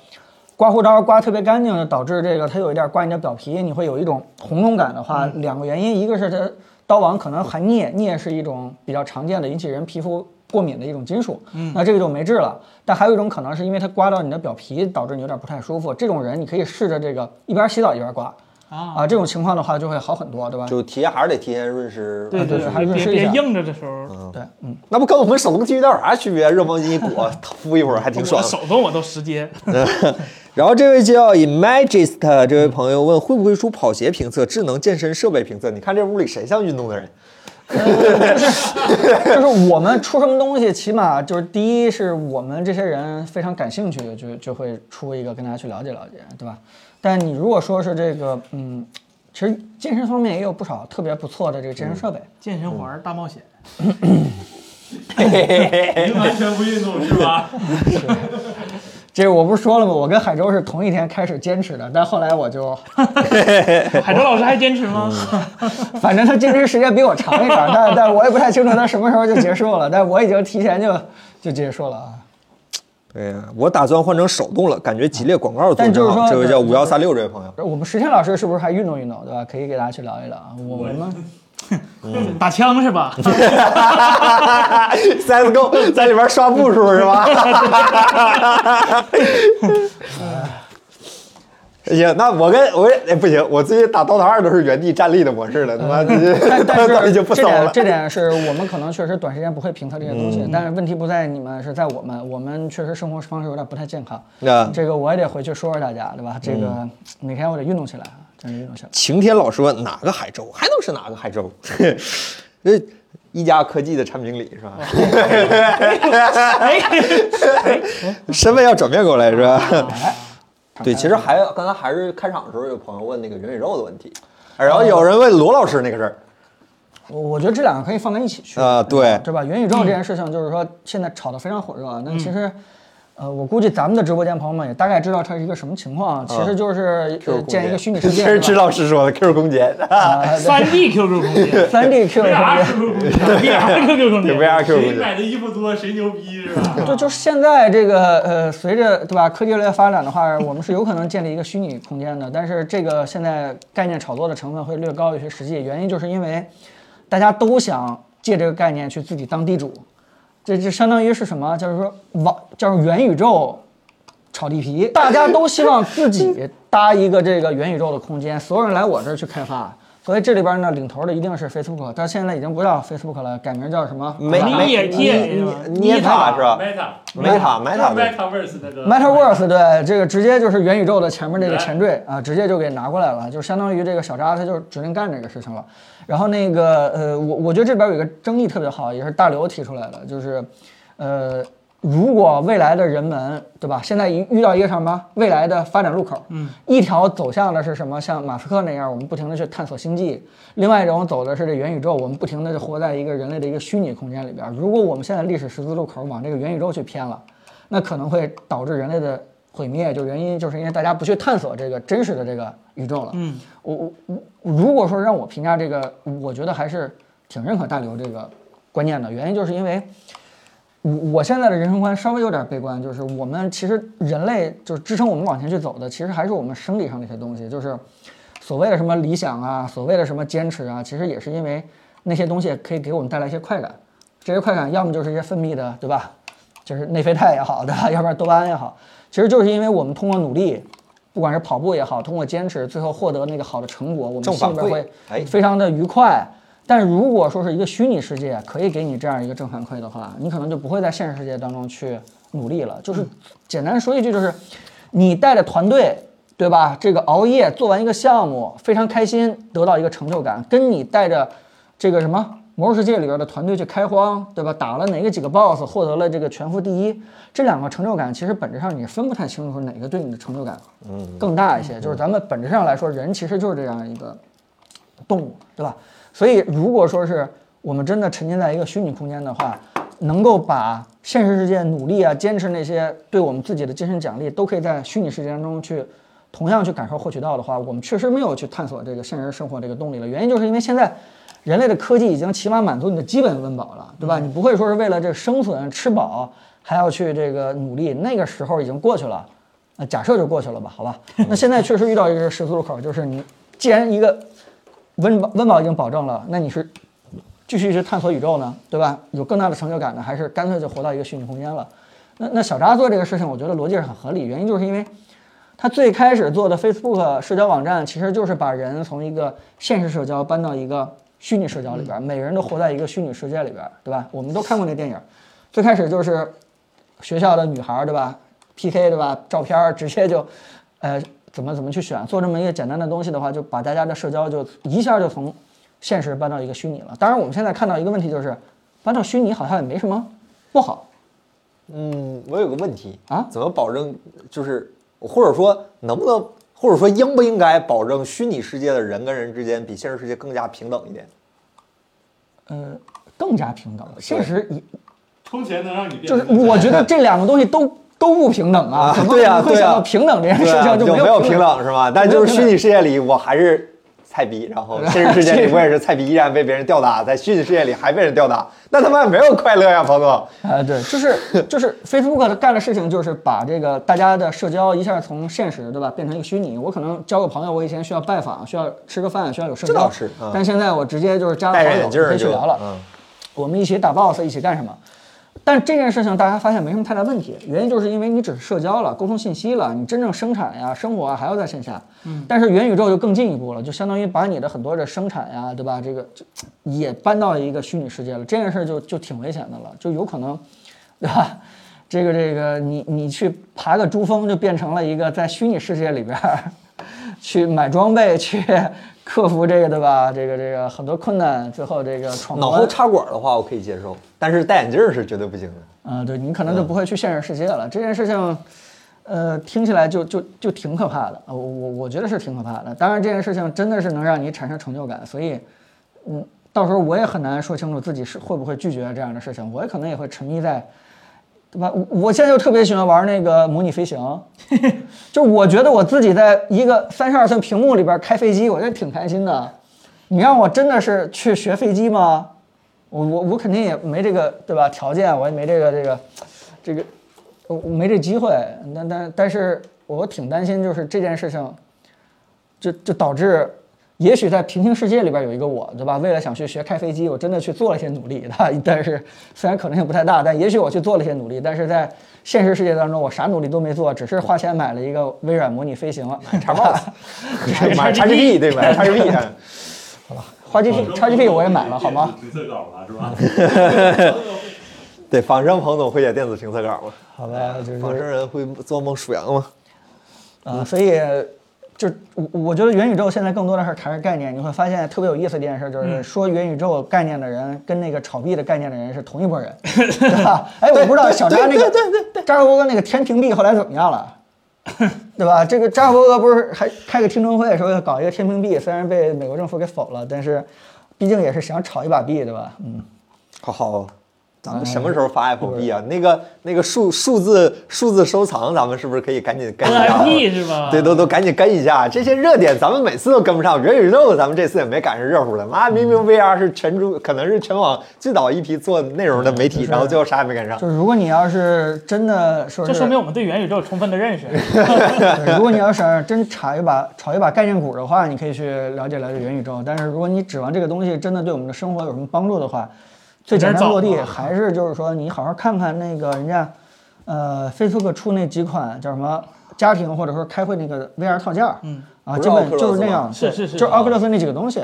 Speaker 1: 刮胡刀刮特别干净，导致这个它有一点刮你的表皮，你会有一种红肿感的话，两个原因，一个是它刀网可能含镍，镍是一种比较常见的引起人皮肤过敏的一种金属，嗯，那这个就没治了。但还有一种可能是因为它刮到你的表皮，导致你有点不太舒服。这种人你可以试着这个一边洗澡一边刮
Speaker 3: 啊
Speaker 1: 啊，这种情况的话就会好很多，对吧？
Speaker 2: 就贴还是得贴润湿，
Speaker 3: 啊对
Speaker 1: 对还是
Speaker 3: 别
Speaker 1: 试一
Speaker 3: 别
Speaker 1: 下
Speaker 3: 硬着的时候，
Speaker 1: 对，嗯，
Speaker 2: 那不跟我们手动剃须刀有啥区别？啊热风机一裹敷一会儿还挺
Speaker 3: 我
Speaker 2: 爽。
Speaker 3: 手动我都直接。
Speaker 2: 然后这位叫 Imagist 这位朋友问会不会出跑鞋评测、智能健身设备评测？你看这屋里谁像运动的人？
Speaker 1: 就是我们出什么东西，起码就是第一是我们这些人非常感兴趣，就就会出一个跟大家去了解了解，对吧？但你如果说是这个，嗯，其实健身方面也有不少特别不错的这个健身设备，
Speaker 3: [LAUGHS] 健身环儿大冒险，
Speaker 4: 您完全不运动是吧？，
Speaker 1: 这个我不是说了吗？我跟海州是同一天开始坚持的，但后来我就， [LAUGHS]
Speaker 3: 海哲老师还坚持吗？
Speaker 1: 反正他坚持时间比我长一点儿， [LAUGHS] 但但我也不太清楚他什么时候就结束了，但我已经提前就就结束了啊。
Speaker 2: 对呀、我打算换成手动了，感觉吉列广告做
Speaker 1: 但
Speaker 2: 得
Speaker 1: 就
Speaker 2: 真
Speaker 1: 是
Speaker 2: 好。
Speaker 1: 说
Speaker 2: 这位叫
Speaker 1: 对
Speaker 2: 五幺三六这位朋友，
Speaker 1: 我们石天老师是不是还运动运动，对吧？可以给大家去聊一聊啊。我们
Speaker 2: 嗯
Speaker 3: 打枪是吧？ [LAUGHS]
Speaker 2: [LAUGHS] CSGO 在里边刷步数是吧？ [LAUGHS] 行，那我跟我也、哎、不行，我最近打《刀塔二》都是原地站立的模式了，他妈
Speaker 1: 但但
Speaker 2: [LAUGHS] 早
Speaker 1: 是
Speaker 2: 已经不
Speaker 1: 这
Speaker 2: 骚
Speaker 1: 点
Speaker 2: 了。嗯
Speaker 1: 这点是我们可能确实短时间不会评测这些东西，但是问题不在你们，是在我们，我们确实生活方式有点不太健康。
Speaker 2: 那
Speaker 1: 这个我也得回去说说大家，对吧？这个
Speaker 2: 嗯
Speaker 1: 每天我得运动起来啊，真是运动起来。
Speaker 2: 晴天老师问哪个海州，还能是哪个海州？这一加科技的产品经理是吧？ [LAUGHS]
Speaker 3: 哎
Speaker 2: 身份要转变过来是吧？ [LAUGHS] 对，其实还有刚才还是开场的时候有朋友问那个元宇宙的问题，然后哦有人问罗老师那个事儿。
Speaker 1: 我我觉得这两个可以放在一起去
Speaker 2: 啊对
Speaker 1: 对吧？元宇宙这件事情就是说现在炒得非常火热啊，那
Speaker 2: 嗯
Speaker 1: 其实。呃，我估计咱们的直播间朋友们也大概知道它是一个什么情况啊，其实就是呃
Speaker 2: 空
Speaker 1: 建一个
Speaker 2: 间
Speaker 1: 虚拟世
Speaker 2: [LAUGHS]
Speaker 1: 界，
Speaker 2: 这是
Speaker 1: 是
Speaker 2: 支
Speaker 1: 吧？
Speaker 2: 老师说的 Q 空间，
Speaker 3: 三 D QQ 空间，
Speaker 1: 三 D Q 空间
Speaker 4: 是不是不一样？
Speaker 3: VR QQ 空
Speaker 2: 对
Speaker 3: 间，
Speaker 2: VR Q 空
Speaker 4: 谁
Speaker 2: 间。
Speaker 4: 买的衣服多，谁牛逼是吧？
Speaker 1: 对，就是现在这个呃，随着对吧科技越来越发展的话，我们是有可能建立一个虚拟空间的。但是这个现在概念炒作的成分会略高于实际，原因就是因为大家都想借这个概念去自己当地主，这这相当于是什么？就是说网，就是元宇宙炒地皮，大家都希望自己搭一个这个元宇宙的空间，所有人来我这儿去开发。所以这里边呢，领头的一定是 Facebook，但现在已经不叫 Facebook 了，改名叫什么？啊
Speaker 2: 没
Speaker 3: 你
Speaker 2: 没
Speaker 3: 也你也
Speaker 2: 捏
Speaker 1: 捏
Speaker 2: 捏
Speaker 1: 塔
Speaker 2: 塔是吧
Speaker 4: Meta
Speaker 2: ？Meta
Speaker 4: 就是
Speaker 2: Meta
Speaker 4: Metaverse 那个
Speaker 1: MetaVerse 对，这个直接就是元宇宙的前面这个前缀啊，直接就给拿过来了，就相当于这个小扎他就指定干这个事情了。然后那个呃，我我觉得这里边有一个争议特别好，也是大刘提出来的，就是呃，如果未来的人们对吧，现在一遇到一个什么未来的发展路口，嗯，一条走向的是什么？像马斯克那样，我们不停的去探索星际；另外一种走的是这元宇宙，我们不停的活在一个人类的一个虚拟空间里边。如果我们现在历史十字路口往这个元宇宙去偏了。那可能会导致人类的毁灭，就原因就是因为大家不去探索这个真实的这个宇宙了。嗯，我我我如果说让我评价这个，我觉得还是挺认可大刘这个观念的，原因就是因为。我我现在的人生观稍微有点悲观，就是我们其实人类就是支撑我们往前去走的，其实还是我们生理上的一些东西，就是所谓的什么理想啊，所谓的什么坚持啊，其实也是因为那些东西可以给我们带来一些快感，这些快感要么就是一些分泌的，对吧？就是内啡肽也好，对吧？ [LAUGHS] 要不然多巴胺也好，其实就是因为我们通过努力，不管是跑步也好，通过坚持，最后获得那个好的成果，我们
Speaker 2: 正
Speaker 1: 心
Speaker 2: 反
Speaker 1: 里边
Speaker 2: 馈
Speaker 1: 会
Speaker 2: 哎
Speaker 1: 非常的愉快。但如果说是一个虚拟世界可以给你这样一个正反馈的话，你可能就不会在现实世界当中去努力了。就是简单说一句，就是你带着团队，对吧？这个熬夜做完一个项目，非常开心，得到一个成就感，跟你带着这个什么魔兽世界里边的团队去开荒，对吧？打了哪个几个 BOSS，获得了这个全服第一，这两个成就感其实本质上你分不太清楚哪个对你的成就感更大一些。就是咱们本质上来说，人其实就是这样一个动物，对吧？所以如果说是我们真的沉浸在一个虚拟空间的话，能够把现实世界努力啊、坚持那些对我们自己的精神奖励，都可以在虚拟世界当中去同样去感受、获取到的话，我们确实没有去探索这个现实生活这个动力了。原因就是因为现在人类的科技已经起码满足你的基本温饱了，对吧？你不会说是为了这个生存吃饱还要去这个努力，那个时候已经过去了。呃，假设就过去了吧，好吧。那现在确实遇到一个十字路口，就是你既然一个温饱温饱已经保证了，那你是继续去探索宇宙呢，对吧？有更大的成就感呢，还是干脆就活到一个虚拟空间了？那那小扎做这个事情，我觉得逻辑是很合理，原因就是因为他最开始做的 Facebook 社交网站，其实就是把人从一个现实社交搬到一个虚拟社交里边儿，每个人都活在一个虚拟世界里边儿，对吧？我们都看过那电影儿，最开始就是学校的女孩儿，对吧？PK 对吧？照片儿直接就，呃，怎么怎么去选，做这么一个简单的东西的话，就把大家的社交就一下就从现实搬到一个虚拟了。当然，我们现在看到一个问题就是，搬到虚拟好像也没什么不好，
Speaker 2: 嗯，我有个问题
Speaker 1: 啊
Speaker 2: 怎么保证就是或者说能不能或者说应不应该保证虚拟世界的人跟人之间比现实世界更加平等
Speaker 1: [LAUGHS]
Speaker 2: 一点？
Speaker 1: 呃，更加平等。现实一
Speaker 4: 充钱能让你变
Speaker 1: 就是
Speaker 4: 成
Speaker 1: 我觉得这两个东西都都不平等啊，
Speaker 2: 啊
Speaker 1: 怎么
Speaker 2: 对啊
Speaker 1: 你会
Speaker 2: 对啊
Speaker 1: 想到平等这件
Speaker 2: 对
Speaker 1: 事
Speaker 2: 啊，
Speaker 1: 情
Speaker 2: 就
Speaker 1: 没
Speaker 2: 没有
Speaker 1: 平
Speaker 2: 平？等是吗？但就是虚拟世界里我还是菜逼，然后现实世界里我也是菜逼，依然被别人吊打，在虚拟世界里还被人吊打，那他妈没有快乐呀，彭总。
Speaker 1: 啊，
Speaker 2: [LAUGHS]
Speaker 1: 对，就是就是 Facebook 干的事情，就是把这个大家的社交一下从现实，对吧，变成一个虚拟。我可能交个朋友，我以前需要拜访，需要吃个饭，需要有社
Speaker 2: 这
Speaker 1: 交
Speaker 2: 倒是啊，
Speaker 1: 但现在我直接就是加了
Speaker 2: 戴着
Speaker 1: 好友
Speaker 2: 眼镜
Speaker 1: 我可
Speaker 2: 儿
Speaker 1: 以去
Speaker 2: 就嗯
Speaker 1: 聊了。我们一起打 boss，一起干什么？但这件事情大家发现没什么太大问题，原因就是因为你只是社交了，沟通信息了，你真正生产呀、生活啊还要在线下。嗯。但是元宇宙就更进一步了，就相当于把你的很多的生产呀，对吧？这个这也搬到一个虚拟世界了，这件事儿就就挺危险的了，就有可能，对吧？这个这个，你你去爬个珠峰，就变成了一个在虚拟世界里边儿 [LAUGHS] 去买装备，去克服这个，对吧？这个这个很多困难，最后这个闯
Speaker 2: 脑后
Speaker 1: 关。啊
Speaker 2: 插管的话我可以接受，但是戴眼镜儿是绝对不行的。
Speaker 1: [LAUGHS] 啊，对你可能就不会去现实世界了。这件事情，呃，听起来就就就挺可怕的。啊我我我觉得是挺可怕的。当然，这件事情真的是能让你产生成就感，所以，嗯，到时候我也很难说清楚自己是会不会拒绝这样的事情。我也可能也会沉迷在，对吧？我我现在就特别喜欢玩那个模拟飞行，就我觉得我自己在一个三十二寸屏幕里边开飞机，我觉得挺开心的。你让我真的是去学飞机吗？我我我肯定也没这个对吧条件，我也没这个这个这个，我我没这机会。但但但是我挺担心，就是这件事情就就导致也许在平行世界里边有一个我，对吧？为了想去学开飞机，我真的去做了一些努力，但 [LAUGHS] 但是虽然可能性不太大，但也许我去做了一些努力。但是在现实世界当中，我啥努力都没做，只是花钱买了一个微软模拟飞行了，
Speaker 2: 叉 box，买 XGP 对
Speaker 1: [LAUGHS]
Speaker 2: 吧？XGP 啊
Speaker 1: 花
Speaker 4: [LAUGHS]
Speaker 1: G P 叉 G P 我也买了，好吗？？
Speaker 4: 评测稿了是吧？ [LAUGHS]
Speaker 2: 对，仿生彭总会写电子评测稿吗？
Speaker 1: 好吧，就
Speaker 2: 仿生
Speaker 1: 是
Speaker 2: 人会做梦数羊吗？
Speaker 1: 啊，所以就我我觉得元宇宙现在更多的是还是概念，你会发现特别有意思的一件事
Speaker 3: 嗯
Speaker 1: 就是说元宇宙概念的人跟那个炒币的概念的人是同一拨
Speaker 3: [LAUGHS]
Speaker 1: 人，对吧？哎，我不知道小扎那个扎克伯格那个天平币后来怎么样了？对吧？这个扎克伯格不是还开个听证会说要搞一个天平币，虽然被美国政府给否了，但是毕竟也是想炒一把币，对吧？嗯，
Speaker 2: 好好，咱们什么时候
Speaker 1: 哎
Speaker 2: 发 Apple B 啊？那个那个数数字数字收藏，咱们是不是可以赶紧跟一下？
Speaker 3: NFP 是吧？
Speaker 2: 对，都都赶紧跟一下这些热点，咱们每次都跟不上。元宇宙咱们这次也没赶上热乎的，妈明明
Speaker 1: 嗯
Speaker 2: VR 是全中，可能是全网最早一批做内容的媒体，然后最后啥也没赶上。
Speaker 1: 就是如果你要是真的说是，
Speaker 3: 这说明我们对元宇宙有充分
Speaker 2: [LAUGHS]
Speaker 3: 的认识。
Speaker 1: 对如果你要想真炒一把炒一把概念股的话，你可以去了解了解元宇宙。但是如果你指望这个东西真的对我们的生活有什么帮助的话，最简单落地
Speaker 3: 有点早啊
Speaker 1: 还是就是说你好好看看那个人家，呃，Facebook 出那几款叫什么家庭或者说开会那个 VR 套件，嗯，啊，
Speaker 2: 不是
Speaker 1: 基本
Speaker 2: Oculus
Speaker 1: 就是那
Speaker 2: 吗
Speaker 1: 样，
Speaker 3: 是
Speaker 1: 对
Speaker 3: 是是啊
Speaker 1: 就是 Oculus 那几个东西，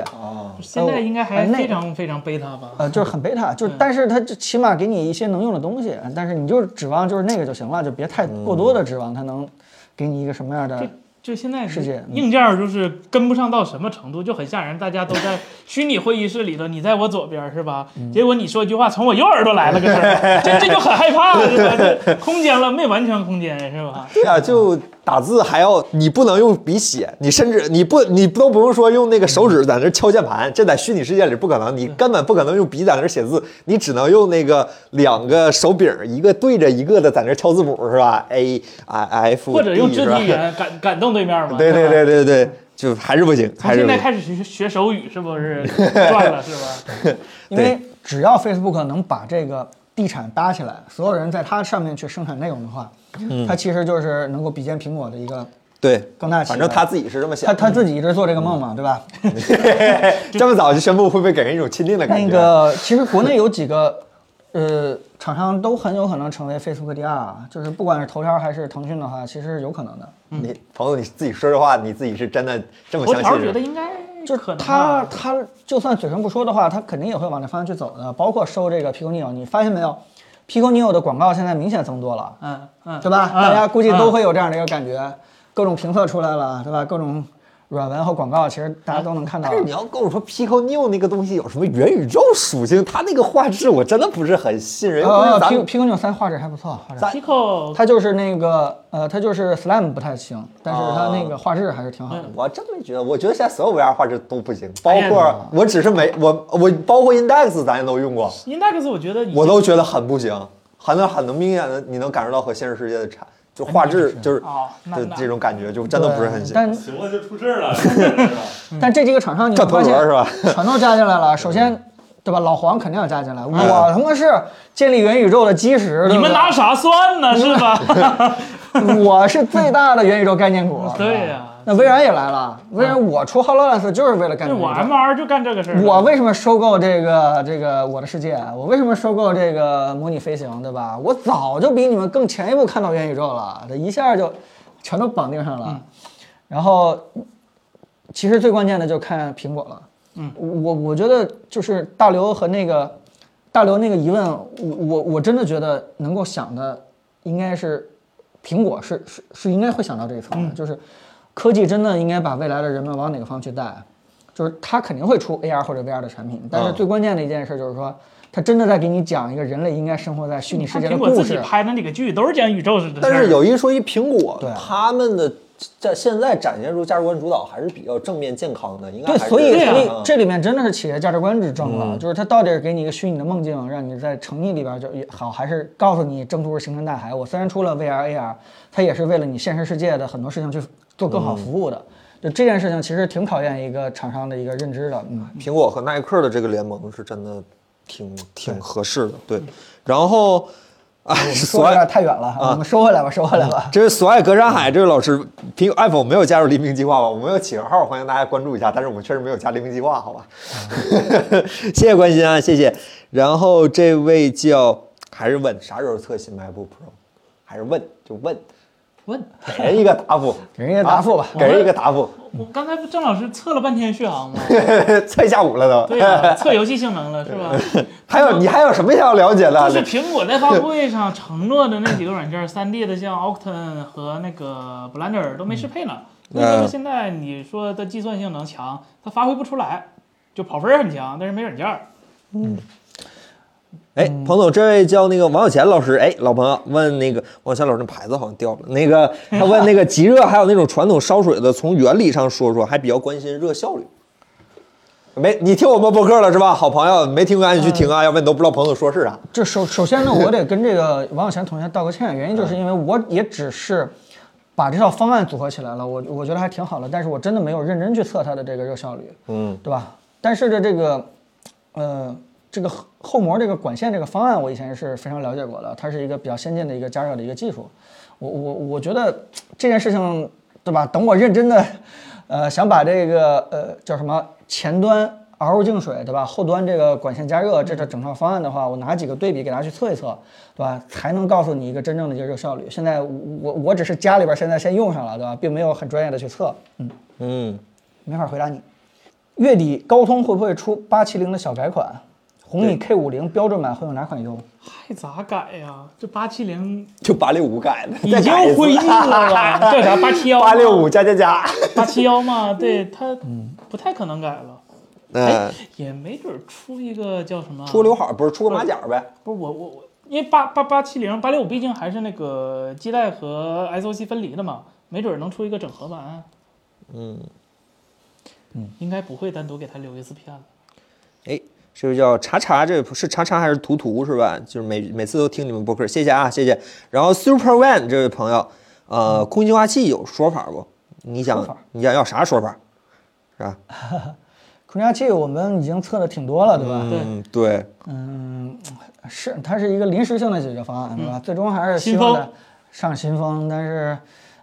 Speaker 3: 现在应该还
Speaker 1: 哎那
Speaker 3: 非常非常 beta 吧？
Speaker 1: 呃，就是很 beta，就是
Speaker 3: 嗯
Speaker 1: 但是它就起码给你一些能用的东西，但是你就指望就是那个就行了，就别太
Speaker 2: 嗯
Speaker 1: 过多的指望它能给你一个什么样的。
Speaker 3: 这就现在
Speaker 1: 是这样嗯
Speaker 3: 硬件儿就是跟不上到什么程度，就很吓人。大家都在虚拟会议室里头，你在我左边儿是吧？结果你说一句话从我右耳朵来了个事儿， [LAUGHS] 这这就很害怕了，是吧？这空间了，没完全空间是吧？
Speaker 2: 对啊，就打字还要你不能用笔写，你甚至你不你都不用说用那个手指在那敲键盘，这在虚拟世界里不可能，
Speaker 3: 嗯
Speaker 2: 你根本不可能用笔在那写字，你只能用那个两个手柄，一个对着一个的在那敲字母是吧？A 啊 I F，
Speaker 3: 或者用
Speaker 2: D
Speaker 3: 肢
Speaker 2: 是
Speaker 3: 体
Speaker 2: 吧
Speaker 3: 语言感感动对面
Speaker 2: [LAUGHS]
Speaker 3: 嘛？
Speaker 2: 对对
Speaker 3: 是吧。
Speaker 2: 对对对，就还是不行，
Speaker 3: 从
Speaker 2: 还是
Speaker 3: 现
Speaker 2: 不
Speaker 3: 在
Speaker 2: 行。
Speaker 3: 开始学学手语是不是赚了是吧？
Speaker 1: 因为只要 Facebook 能把这个地产搭起来，所有人在它上面去生产内容的话，它其实就是能够比肩苹果的一个
Speaker 2: 对，
Speaker 1: 更大起
Speaker 2: 反
Speaker 1: 来。
Speaker 2: 正他自己是这么
Speaker 1: 他
Speaker 2: 想的，
Speaker 1: 他自己一直做这个梦嘛，对吧？
Speaker 3: 嗯
Speaker 2: 这么早就宣布，会不会给人一种钦定的感觉？啊
Speaker 1: 那个其实国内有几个呃厂商都很有可能成为 Facebook 第二啊，就是不管是头条还是腾讯的话，其实是有可能的。
Speaker 2: 你朋友你自己说这话，你自己是真的这么
Speaker 3: 头
Speaker 2: 相
Speaker 3: 条
Speaker 2: 信
Speaker 3: 觉
Speaker 2: 是
Speaker 3: 得
Speaker 2: 吧？
Speaker 3: 应该
Speaker 1: 就是
Speaker 3: 可能啊
Speaker 1: 他
Speaker 3: 吧。
Speaker 1: 他就算嘴上不说的话，他肯定也会往这方向去走的，包括收这个 Pico Neo，你发现没有？Pico Neo 的广告现在明显增多了。
Speaker 3: 嗯嗯，
Speaker 1: 对吧？
Speaker 3: 嗯
Speaker 1: 大家估计
Speaker 3: 嗯
Speaker 1: 都会有这样的一个感觉，各种评测出来了，对吧？各种软文和广告，其实大家都能看到啊
Speaker 2: 但。是你要跟我说 Pico New 那个东西有什么元宇宙属性，它那个画质我真的不是很信任，又不
Speaker 1: 呃
Speaker 2: 是咱
Speaker 1: ，P
Speaker 2: 们
Speaker 1: P 九三画质还不错，画质
Speaker 2: 咱
Speaker 3: Pico
Speaker 1: 它就是那个呃，它就是 Slam 不太行，但是它
Speaker 2: 哦嗯
Speaker 1: 那个画质还是挺好的。
Speaker 2: 我真没觉得，我觉得现在所有 VR 画质都不行，包
Speaker 3: 哎呀
Speaker 2: 括我只是没我我包括 Index 咱也都用过，
Speaker 3: Index 我觉得已
Speaker 2: 我
Speaker 3: 经
Speaker 2: 都觉得很不行，很能很能明显的你能感受到和现实世界的差，就
Speaker 1: 哎
Speaker 2: 画质就是
Speaker 3: 哦那
Speaker 2: 就
Speaker 3: 那
Speaker 2: 这种感觉就真的不是很
Speaker 1: 对
Speaker 2: 行。
Speaker 1: 但
Speaker 4: 行了，就出事儿了， [LAUGHS] 是吧
Speaker 1: 但这几个厂商你会
Speaker 2: 转陀
Speaker 1: 发
Speaker 2: 螺
Speaker 1: 现
Speaker 2: 是
Speaker 1: [LAUGHS]
Speaker 2: 吧？
Speaker 1: 全都加进来了。首先，对吧？老黄肯定要加进来，我他妈是建立元宇宙的基石。
Speaker 3: 你们拿
Speaker 1: 对
Speaker 3: 啥算呢？是吧？
Speaker 1: 不对我是最大的元宇宙概念股。
Speaker 3: 对呀
Speaker 1: 那微软也来了，微软我出 HoloLens 就是为了干
Speaker 3: 这
Speaker 1: 这个。
Speaker 3: 我 MR 就干这个事儿。
Speaker 1: 我为什么收购这个这个我的世界？啊我为什么收购这个模拟飞行，对吧？我早就比你们更前一步看到元宇宙了，这一下就全都绑定上
Speaker 3: 嗯
Speaker 1: 了。然后，其实最关键的就看苹果了。嗯，我我觉得就是大刘和那个大刘那个疑问，我我我真的觉得能够想的应该是苹果是是是应该会想到这一
Speaker 3: 嗯
Speaker 1: 层的，就是科技真的应该把未来的人们往哪个方向去带，就是它肯定会出 AR 或者 VR 的产品，但
Speaker 3: 嗯
Speaker 1: 是最关键的一件事就是说，它真的在给你讲一个人类应该生活在虚拟世
Speaker 3: 看
Speaker 1: 界的
Speaker 3: 嗯苹果
Speaker 1: 故
Speaker 3: 自己
Speaker 1: 事。
Speaker 3: 拍的那个剧都是讲宇宙似的事儿，
Speaker 2: 但是有一说一，苹果
Speaker 1: 对
Speaker 2: 他们的在现在展现出价值观主导还是比较正面健康的，应该
Speaker 1: 对，
Speaker 2: 还是
Speaker 1: 所以
Speaker 3: 对啊
Speaker 1: 所以
Speaker 2: 嗯
Speaker 1: 这里面真的是企业价值观之争了，就是它到底是给你一个虚拟的梦境，让你在诚意里边就也好，还是告诉你征途是星辰大海。我虽然出了 VR AR，它也是为了你现实世界的很多事情去做更好服务的。就这件事情其实挺考验一个厂商的一个认知的，嗯。
Speaker 2: 苹果和耐克的这个联盟是真的挺挺合适的，对。然后，
Speaker 1: 嗯
Speaker 2: 哎
Speaker 1: 我们说的有点太远了，
Speaker 2: 啊
Speaker 1: 我们收回来
Speaker 2: 嗯
Speaker 1: 吧，收回来吧。
Speaker 2: 这位索爱格山海这位老师，苹 iPhone 没有加入黎明计划吧？我们有企鹅号，欢迎大家关注一下。但是我们确实没有加黎明计划，好吧？
Speaker 1: 嗯
Speaker 2: [LAUGHS] 谢谢关心啊，谢谢。然后这位叫还是问啥时候测新 MacBook Pro，还是问就问，
Speaker 3: 问，
Speaker 2: 给人一个答复，
Speaker 1: [LAUGHS] 给人一个答复吧
Speaker 2: 啊给人一个答复，
Speaker 3: 我刚才不郑老师测了半天续航吗？
Speaker 2: [LAUGHS] 测一下午了都。
Speaker 3: 对
Speaker 1: 啊
Speaker 3: 呀、测游戏性能了是吧？
Speaker 2: [LAUGHS] 还有你还有什么想要了解的
Speaker 3: 就？是苹果在发布会上承诺的那几个软件，三 D 的像 Octane 和那个 Blender 都没适配呢。
Speaker 2: 嗯
Speaker 3: 为什么现在你说它计算性能强，它发挥不出来？就跑分儿很强，但是没软件儿。
Speaker 2: 哎，
Speaker 3: 嗯
Speaker 2: 彭总，这位叫那个王小钱老师，哎，老朋友问那个王小钱老师那牌子好像掉了，那个他问那个极热还有那种传统烧水的，从原理上说说，还比较关心热效率。没，你听我们播客了是吧？好朋友，没听过赶紧去
Speaker 3: 嗯
Speaker 2: 听啊，要不然你都不知道彭总说是啥。
Speaker 1: 这首首先呢，我得跟这个王小强同学道个歉，原因就是因为我也只是把这套方案组合起来了，我我觉得还挺好的，但是我真的没有认真去测它的这个热效率，
Speaker 2: 嗯，
Speaker 1: 对吧？但是这这个，呃，这个后后膜这个管线这个方案，我以前是非常了解过的，它是一个比较先进的一个加热的一个技术。我我我觉得这件事情，对吧？等我认真的，呃，想把这个呃叫什么前端 RO 净水，对吧？后端这个管线加热，这这整套方案的话，我拿几个对比给大家去测一测，对吧？才能告诉你一个真正的一个热效率。现在我我只是家里边现在先用上了，对吧？并没有很专业的去测，嗯，
Speaker 2: 嗯，
Speaker 1: 没法回答你。月底高通会不会出八七零的小改款？红米 K 五零标准版会有哪款优？
Speaker 3: 还咋改呀？这八七零
Speaker 2: 就八六五改的，
Speaker 3: 已
Speaker 2: 再
Speaker 3: 经
Speaker 2: 改一次
Speaker 3: 恢复了吧？叫啥
Speaker 2: [LAUGHS]
Speaker 3: 八七幺？
Speaker 2: 八六五加嗯加加。
Speaker 3: 八七幺
Speaker 2: [LAUGHS]
Speaker 3: 嘛，对它不太可能改了，
Speaker 2: 嗯，
Speaker 3: 也没准儿出一个叫什么？啊
Speaker 2: 出个刘海儿不是出个马甲儿呗？
Speaker 3: 不是我我我，因为八八八七零八六五毕竟还是那个基带和 SOC 分离的嘛，没准儿能出一个整合版。嗯，嗯，应该不会单独给他留 SPN 了。
Speaker 2: 哎，这位叫查查，这位是查查还是图图是吧？就是每每次都听你们播客，谢谢啊，谢谢。然后 Super One 这位朋友，呃，空气净化器有说法不？你想
Speaker 1: 嗯说法
Speaker 2: 你想要啥说法？是吧？
Speaker 1: 空调器我们已经测的挺多了，对吧？
Speaker 2: 嗯，对，
Speaker 1: 嗯，是，它是一个临时性的解决方案，对吧？最终还是希望
Speaker 3: 新风
Speaker 1: 的上新风，但是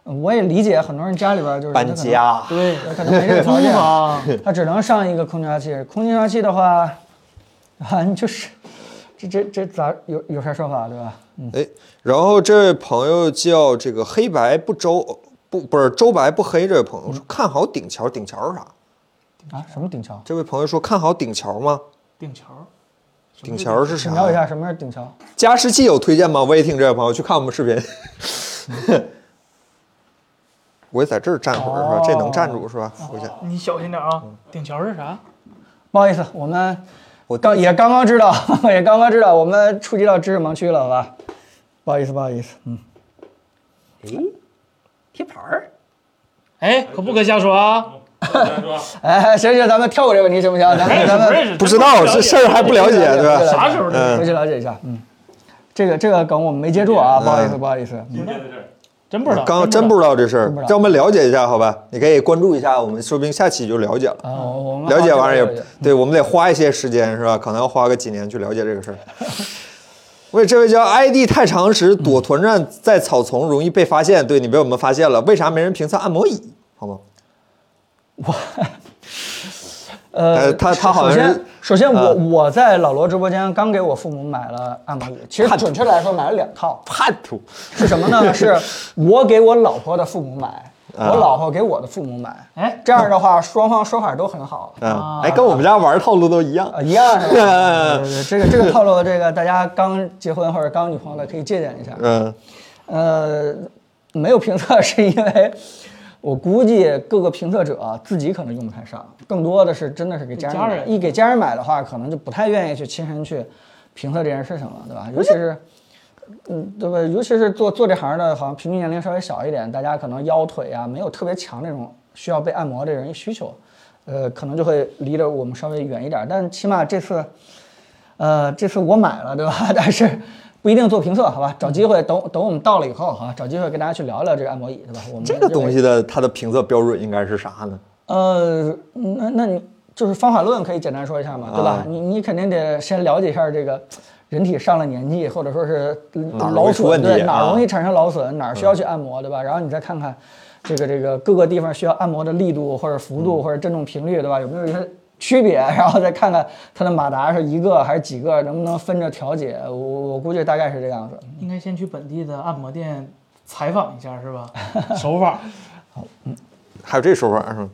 Speaker 1: 我也理解很多人家里边就是他可
Speaker 2: 搬
Speaker 1: 能
Speaker 2: 家。
Speaker 3: 对，
Speaker 1: 可能没这个条件， [LAUGHS]
Speaker 3: 啊，
Speaker 1: 他只能上一个空调器。空调器的话，啊，你就是这这这咋有有啥说法，对吧？
Speaker 2: 哎，然后这位朋友叫这个黑白不周不不是周白不黑，这位朋友
Speaker 1: 嗯
Speaker 2: 说看好顶桥，顶桥是啥？
Speaker 1: 啊，什么顶桥？
Speaker 2: 这位朋友说看好顶桥吗？
Speaker 3: 顶桥，
Speaker 2: 顶桥是
Speaker 1: 请教
Speaker 2: 啥
Speaker 1: 一
Speaker 2: 呀？
Speaker 1: 下什么是顶桥？
Speaker 2: 加湿器有推荐吗？我也听这位朋友去看我们视频。 [LAUGHS] 我也在这儿站会儿是吧？这能站住是吧？我想
Speaker 3: 你小心点啊！
Speaker 2: 嗯
Speaker 3: 顶桥是啥？
Speaker 1: 不好意思，我们
Speaker 2: 我
Speaker 1: 刚也刚刚知道， [LAUGHS] 也刚刚知道，我们触及到知识盲区了，好吧？不好意思，不好意思，嗯。贴牌儿？
Speaker 3: 哎，可不可瞎说啊？
Speaker 4: 大家说
Speaker 1: 哎，行行，咱们跳过这个问题行不行？咱
Speaker 3: 不
Speaker 1: 们
Speaker 3: 认识
Speaker 1: 咱
Speaker 3: 哎不认
Speaker 1: 们
Speaker 3: 识，
Speaker 2: 不知道这事儿还不了解对吧？
Speaker 3: 啥时候的
Speaker 1: 回去了解一下，嗯。这个这个梗我们没接住
Speaker 2: 嗯
Speaker 1: 啊，不好意思，不好意思。
Speaker 4: 今天的事儿，
Speaker 3: 真不知道，
Speaker 2: 刚真
Speaker 3: 真
Speaker 2: 不知道这事儿
Speaker 1: 真不知，道
Speaker 2: 让我们了解一下好吧？你可以关注一下，我们说不定下期就了解了。
Speaker 1: 啊，我我们
Speaker 2: 了解完
Speaker 1: 了
Speaker 2: 了也，对我们得花一些时间是吧？可能要花个几年去了解这个事儿。为这位叫 ID 太常识躲团战在草丛容易被发现，对你被我们发现了，为啥没人评测按摩椅？好吗？
Speaker 1: 呃
Speaker 2: 呃，他他好像
Speaker 1: 首
Speaker 2: 是
Speaker 1: 先，首先
Speaker 2: 啊
Speaker 1: 我我在老罗直播间刚给我父母买了按摩椅，其实准确来说买了两套，
Speaker 2: 叛徒，
Speaker 1: 是什么呢？是我给我老婆的父母买，我老婆给我的父母买。
Speaker 3: 哎，
Speaker 1: 这样的话，双方说法都很好，
Speaker 2: 嗯，哎，跟我们家玩儿套路都一样。
Speaker 1: 啊，一样是吧？
Speaker 2: [LAUGHS] 嗯
Speaker 1: 对对，这个这个套路，这个大家刚结婚或者刚女朋友的可以借鉴一下。
Speaker 2: 嗯，
Speaker 1: 呃，没有评测是因为我估计各个评测者啊自己可能用不太上，更多的是真的是给家人买
Speaker 3: 给家人
Speaker 1: 一给家人买的话，可能就不太愿意去亲身去评测这件事情了，对吧？尤其是。嗯，对吧？尤其是做做这行的，好像平均年龄稍微小一点，大家可能腰腿啊没有特别强那种需要被按摩的人需求，呃，可能就会离着我们稍微远一点。但起码这次，呃，这次我买了，对吧？ [LAUGHS] 但是不一定做评测，好吧？找机会等等我们到了以后，哈，找机会跟大家去聊聊这个按摩椅，对吧？我们
Speaker 2: 这个
Speaker 1: 认为
Speaker 2: 东西的它的评测标准应该是啥呢？
Speaker 1: 呃，那那你就是方法论可以简单说一下嘛，对吧？
Speaker 2: 啊
Speaker 1: 你你肯定得先了解一下这个人体上了年纪，或者说是
Speaker 2: 哪儿容易
Speaker 1: 劳
Speaker 2: 出问
Speaker 1: 损，对
Speaker 2: 题
Speaker 1: 哪
Speaker 2: 啊
Speaker 1: 儿容易产生劳损，哪儿需要去按摩，对吧？然后你再看看这个这个各个地方需要按摩的力度或者幅
Speaker 2: 嗯
Speaker 1: 度或者振动频率，对吧？有没有一些区别？ [LAUGHS] 然后再看看它的马达是一个还是几个，能不能分着调节？我我估计大概是这样子。
Speaker 3: 应该先去本地的按摩店采访一下，是吧？手法，
Speaker 2: 还有这说法是吗？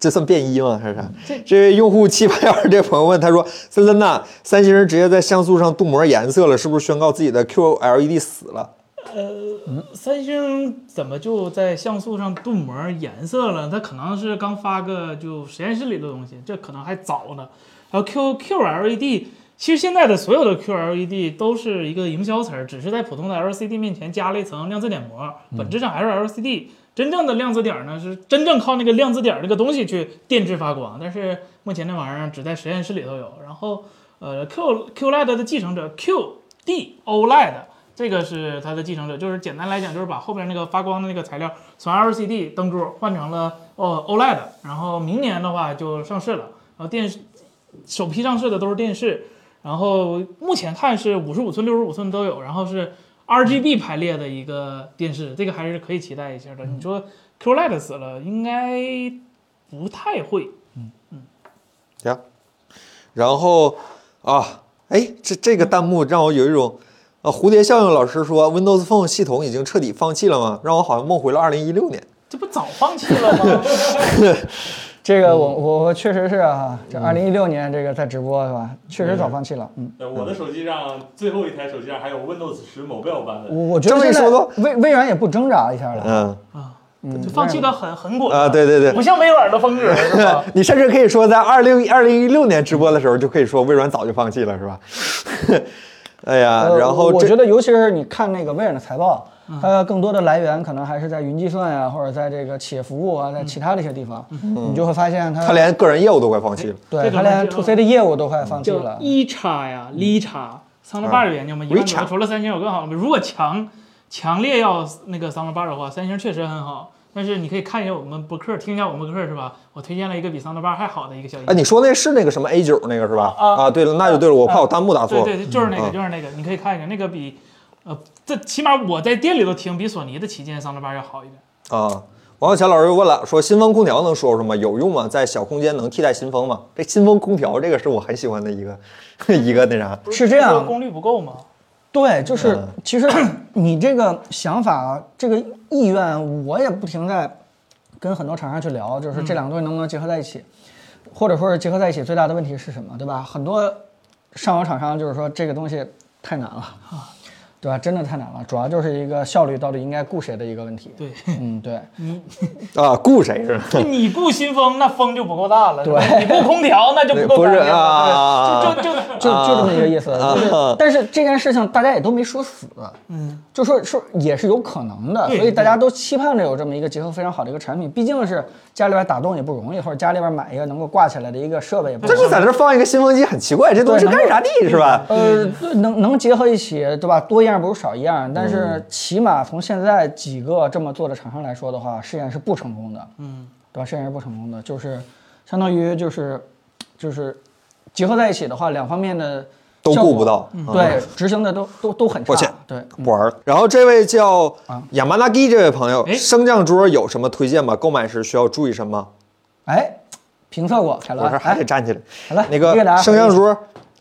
Speaker 2: 这算便衣吗？还是啥？这位用户七八幺二这朋友问，他说：“森森呐，三星人直接在像素上镀膜颜色了，是不是宣告自己的 QLED 死了
Speaker 3: 三星怎么就在像素上镀膜颜色了？它可能是刚发个就实验室里的东西，这可能还早呢。然后 Q QLED，其实现在的所有的 QLED 都是一个营销词儿，只是在普通的 LCD 面前加了一层亮字点膜，本质上还是 LCD。真正的亮字点儿呢，是真正靠那个亮字点儿这个东西去电致发光，但是目前那玩意儿只在实验室里头有。然后，呃，Q QLED 的继承者 E QD OLED，这个是它的继承者，就是简单来讲，就是把后边那个发光的那个材料从 LCD 灯珠换成了哦 OLED，然后明年的话就上市了。然后电视首批上市的都是电视，然后目前看是五十五寸、六十五寸都有，然后是 RGB 排列的一个电视，这个还是可以期待一下的。你说 QLED 死了，应该不太会。？”
Speaker 2: 行，然后啊，哎，这这个弹幕让我有一种啊，蝴蝶效应。老师说，Windows Phone 系统已经彻底放弃了吗？让我好像梦回了2016年。
Speaker 3: 这不早放弃了吗？
Speaker 1: 这个
Speaker 2: 嗯
Speaker 1: 我我我确实是啊，这二零一六年这个在直播是吧？确实早放弃了，嗯，
Speaker 4: 对，我的手机上最后一台手机上还有 Windows 十 Mobile 版本，
Speaker 1: 我我觉得
Speaker 2: 这么一
Speaker 1: 现在
Speaker 2: 说吧
Speaker 1: 微微软也不挣扎一下了，
Speaker 2: 嗯
Speaker 1: 嗯
Speaker 3: 就放弃的很很果断
Speaker 2: 啊，对对对
Speaker 3: 不，像微软的风格是吧？
Speaker 2: 你甚至可以说，在二零二零一六年直播的时候，就可以说微软早就放弃了，是吧？ [LAUGHS] 哎呀，
Speaker 1: 呃
Speaker 2: 然后
Speaker 1: 我
Speaker 2: 这
Speaker 1: 觉得，尤其是你看那个微软的财报，
Speaker 3: 嗯
Speaker 1: 它更多的来源可能还是在云计算呀、或者在这个企业服务啊，在
Speaker 3: 嗯
Speaker 1: 其他的一些地方，你就会发现它
Speaker 2: 他连个人业务都快放弃了。
Speaker 1: 对
Speaker 3: 这
Speaker 1: 它
Speaker 3: 种
Speaker 1: 连
Speaker 3: 就
Speaker 1: to C 的业务都快放弃
Speaker 3: 叫
Speaker 1: 了。
Speaker 3: 一叉呀，利叉，Sound Bar 的研究嘛，一万多，
Speaker 2: Richa
Speaker 3: 除了三星有更好的吗？如果强强烈要那个 Sound Bar 的话，三星确实很好。但是你可以看一下我们博客，听一下我们博客是吧？我推荐了一个比 Sound Bar 还好的一个小音
Speaker 2: 哎，你说那是那个什么 A 九那个是吧？
Speaker 3: 啊
Speaker 2: 对了，那就对了，我怕我弹幕打
Speaker 3: 对
Speaker 2: 错。
Speaker 3: 对，对就是那个，
Speaker 2: 嗯
Speaker 3: 就是那个，你可以看一下，那个比呃，这起码我在店里头听比索尼的旗舰 Sound Bar 要好一点。
Speaker 2: 啊，王小强老师又问了，说新风空调能说什么？有用吗？在小空间能替代新风吗？这新风空调这个是我很喜欢的一个 [LAUGHS] 一个那啥，
Speaker 3: 不
Speaker 1: 是这样
Speaker 3: 说功率不够吗？
Speaker 1: 对，就是
Speaker 2: 嗯
Speaker 1: [CLEARS THROAT] 其实你这个想法、这个意愿，我也不停在跟很多厂商去聊，就是这两个东西能不能结合在一起，或者说是结合在一起最大的问题是什么，对吧？很多上游厂商就是说这个东西太难了，对吧？真的太难了，主要就是一个效率到底应该雇谁的一个问题。
Speaker 3: 对，
Speaker 1: 嗯，对，
Speaker 2: 啊，雇谁是吧？
Speaker 3: 就你不新风，那风就不够大了；
Speaker 1: 对
Speaker 3: 你不空调，那就不够
Speaker 2: 不
Speaker 3: 干
Speaker 2: 是
Speaker 3: 净了。
Speaker 2: 啊
Speaker 3: 对就就就
Speaker 1: [LAUGHS] 就就这么一个意思。
Speaker 2: 啊
Speaker 1: 就是
Speaker 2: 啊
Speaker 1: 但是这件事情大家也都没说死，嗯，就说说也是有可能的，所
Speaker 3: 对
Speaker 1: 以大家都期盼着有这么一个结合非常好的一个产品。毕竟是家里边打洞也不容易，或者家里边买一个能够挂起来的一个设备也不容
Speaker 2: 但
Speaker 1: 易。
Speaker 2: 是在这放一个新风机很奇怪，这东西
Speaker 1: 对
Speaker 2: 干啥地是吧？
Speaker 1: 呃，
Speaker 2: 嗯
Speaker 1: 能能结合一起，对吧？多一样不如少一样，但是起码从现在几个这么做的厂商来说的话，试验是不成功的，嗯，对吧？试验是不成功的，就是相当于就是就是结合在一起的话，两方面的
Speaker 2: 都
Speaker 1: 效果
Speaker 2: 顾不到嗯
Speaker 1: 对，执行的都都都很
Speaker 2: 抱歉
Speaker 1: 差，对。
Speaker 2: 不玩儿了。然后这位叫亚麻拉基这位朋友，
Speaker 3: 哎
Speaker 2: 升降桌有什么推荐吗？购买时需要注意什么？
Speaker 1: 哎，评测过，凯
Speaker 2: 我
Speaker 1: 伦，
Speaker 2: 说还得
Speaker 1: 哎，
Speaker 2: 站起来。
Speaker 1: 好 [LAUGHS] 了，
Speaker 2: 那
Speaker 1: 一大
Speaker 2: 个
Speaker 1: 家
Speaker 2: 升
Speaker 1: 回
Speaker 2: 降
Speaker 1: 忆
Speaker 2: 桌，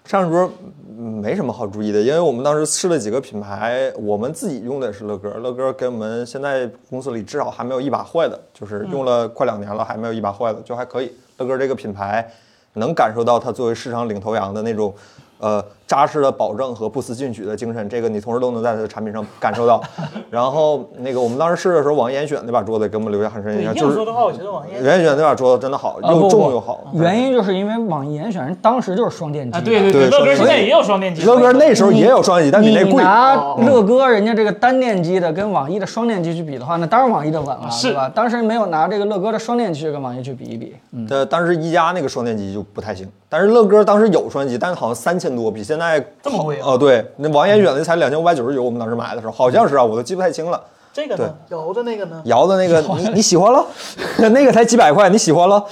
Speaker 2: 升降桌嗯没什么好注意的，因为我们当时试了几个品牌，我们自己用的是乐哥，乐哥给我们现在公司里至少还没有一把坏的，就是用了快两年了，还没有一把坏的，就还可以。乐哥这个品牌能感受到它作为市场领头羊的那种。呃，扎实的保证和不思进取的精神，这个你同时都能在它的产品上感受到。 [LAUGHS] 然后那个我们当时试的时候，网易严选那把桌子给我们留下很深的印象，
Speaker 3: 对
Speaker 2: 就
Speaker 3: 硬
Speaker 2: 是
Speaker 3: 说的话，我觉得网页
Speaker 2: 严选那把桌子真的好，
Speaker 1: 啊不
Speaker 2: 又
Speaker 1: 不
Speaker 2: 重又好。
Speaker 1: 原因就是因为网易严选人当时就是双电机
Speaker 3: 啊，对对
Speaker 2: 对双
Speaker 3: 乐哥
Speaker 2: 电机
Speaker 3: 现在也有双电机，
Speaker 2: 乐哥那时候也有双机，但比那
Speaker 1: 你
Speaker 2: 贵。啊
Speaker 1: 拿乐哥人家这个单电机的跟网易的双电机去比的话，那当然网易的稳了，
Speaker 3: 是
Speaker 1: 对吧？当时没有拿这个乐哥的双电机去跟网易去比一比，
Speaker 2: 呃，当时一加那个双电机就不太行，但是乐哥当时有双机，但是好像三千多，比现在
Speaker 3: 这么贵啊
Speaker 2: 哦、对，那王彦远的才两千五百九十九，我们当时买的时候好像是啊，我都记不太清了。
Speaker 3: 这个呢，摇的那个呢，
Speaker 2: 摇的那个你你喜欢了？ [LAUGHS] 那个才几百块，你喜欢了？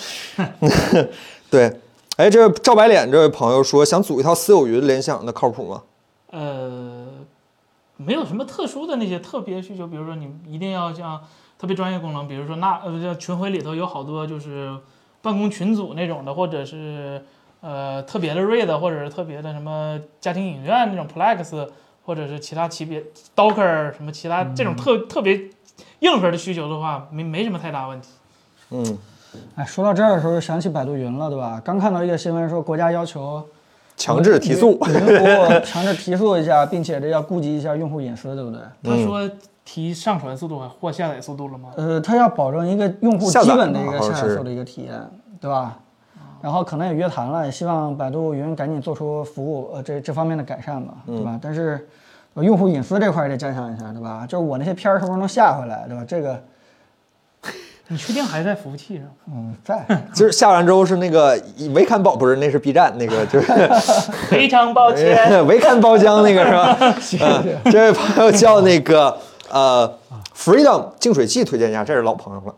Speaker 2: [LAUGHS] 对，哎，这位赵白脸这位朋友说想组一套私有云联想的靠谱吗？
Speaker 3: 呃，没有什么特殊的那些特别需求，比如说你一定要像特别专业功能，比如说那呃像群晖里头有好多就是办公群组那种的，或者是呃特别的 Red，或者是特别的什么家庭影院那种 Plex，或者是其他级别 Docker 什么其他这种特、特别硬核的需求的话，没没什么太大问题。
Speaker 2: 嗯，
Speaker 1: 哎，说到这儿的时候，想起百度云了，对吧？刚看到一个新闻说，国家要求
Speaker 2: 强制提速。
Speaker 1: 云云服务强制提速一下，并且这要顾及一下用户隐私，对不对？
Speaker 3: 他说提上传速度或下载速度了吗？
Speaker 1: 呃，它要保证一个用户
Speaker 2: 下载
Speaker 1: 基本的一个
Speaker 2: 好像
Speaker 1: 下载
Speaker 2: 是
Speaker 1: 速的一个体验，对吧？然后可能也约谈了，也希望百度云赶紧做出服务呃这这方面的改善吧，
Speaker 2: 嗯
Speaker 1: 对吧？但是、呃用户隐私这块儿也得加强一下，对吧？就是我那些片儿什么时候能下回来，对吧？这个
Speaker 3: 你确定还在服务器上？
Speaker 1: 嗯在。
Speaker 2: [LAUGHS] 就是下完之后是那个维坎宝，不是那是 B 站那个，就是
Speaker 3: [LAUGHS] 非常抱 [LAUGHS]
Speaker 2: [LAUGHS]
Speaker 3: 歉，
Speaker 2: 维坎包浆那个是吧？嗯，这位朋友叫那个呃 Freedom 净水器推荐一下，这是老朋友了。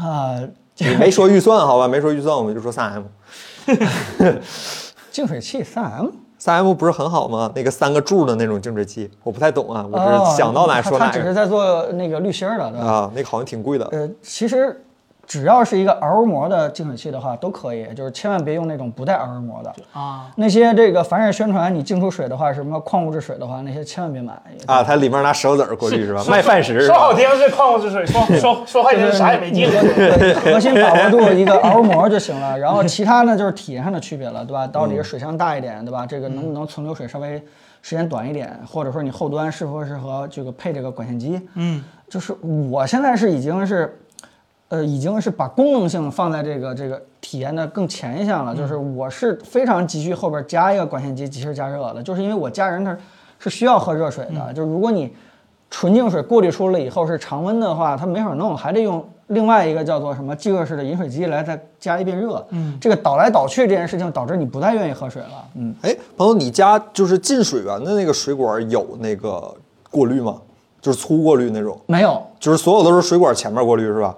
Speaker 1: 啊，
Speaker 2: 你没说预算好吧？没说预算，我们就说三 M。
Speaker 1: 净水器三 M，
Speaker 2: 三 M 不是很好吗？那个三个柱的那种净水器，我不太懂啊，我只是想到哪说
Speaker 1: 他
Speaker 2: 哪
Speaker 1: 哦只是
Speaker 2: 个
Speaker 1: 在做那个滤芯儿的，对吧？
Speaker 2: 啊，那个好像挺贵的。
Speaker 1: 呃，其实只要是一个 RO 膜的净水器的话，都可以，就是千万别用那种不带 RO 膜的。
Speaker 3: 啊，
Speaker 1: 那些这个凡是宣传你净出水的话，什么矿物质水的话，那些千万别买。
Speaker 2: 啊，它里面拿石头子儿过滤是吧？
Speaker 3: 是
Speaker 2: 麦啊饭石是
Speaker 3: 说好
Speaker 2: 吧？
Speaker 3: 听是矿物质水，说
Speaker 2: [LAUGHS]
Speaker 3: 说说坏听是啥也没进。
Speaker 1: 对核心把握度一
Speaker 3: [LAUGHS]
Speaker 1: 个 RO 膜就行了，然后其他呢就是体验上的区别了，对吧？到
Speaker 3: 嗯
Speaker 1: 底是水箱大一点，对吧？这个能不能存留水稍微时间短一点，或者说你后端适不适合这个配这个管线机？
Speaker 3: 嗯，
Speaker 1: 就是我现在是已经是，呃，已经是把功能性放在这个这个体验的更前一项了。就是
Speaker 3: 嗯
Speaker 1: 我是非常急需后边加一个管线机及时加热的，就是因为我家人他是需要喝热水
Speaker 3: 嗯
Speaker 1: 的。就是如果你纯净水过滤出了以后是常温的话，它没法弄，还得用另外一个叫做什么即热式的饮水机来再加一遍热。嗯，这个倒来倒去这件事情导致你不太愿意喝水了。嗯，
Speaker 2: 哎，朋友，你家就是进水源的那个水管有那个过滤吗？就是粗过滤那种，
Speaker 1: 没有。
Speaker 2: 就是所有都是水管前面过滤是吧？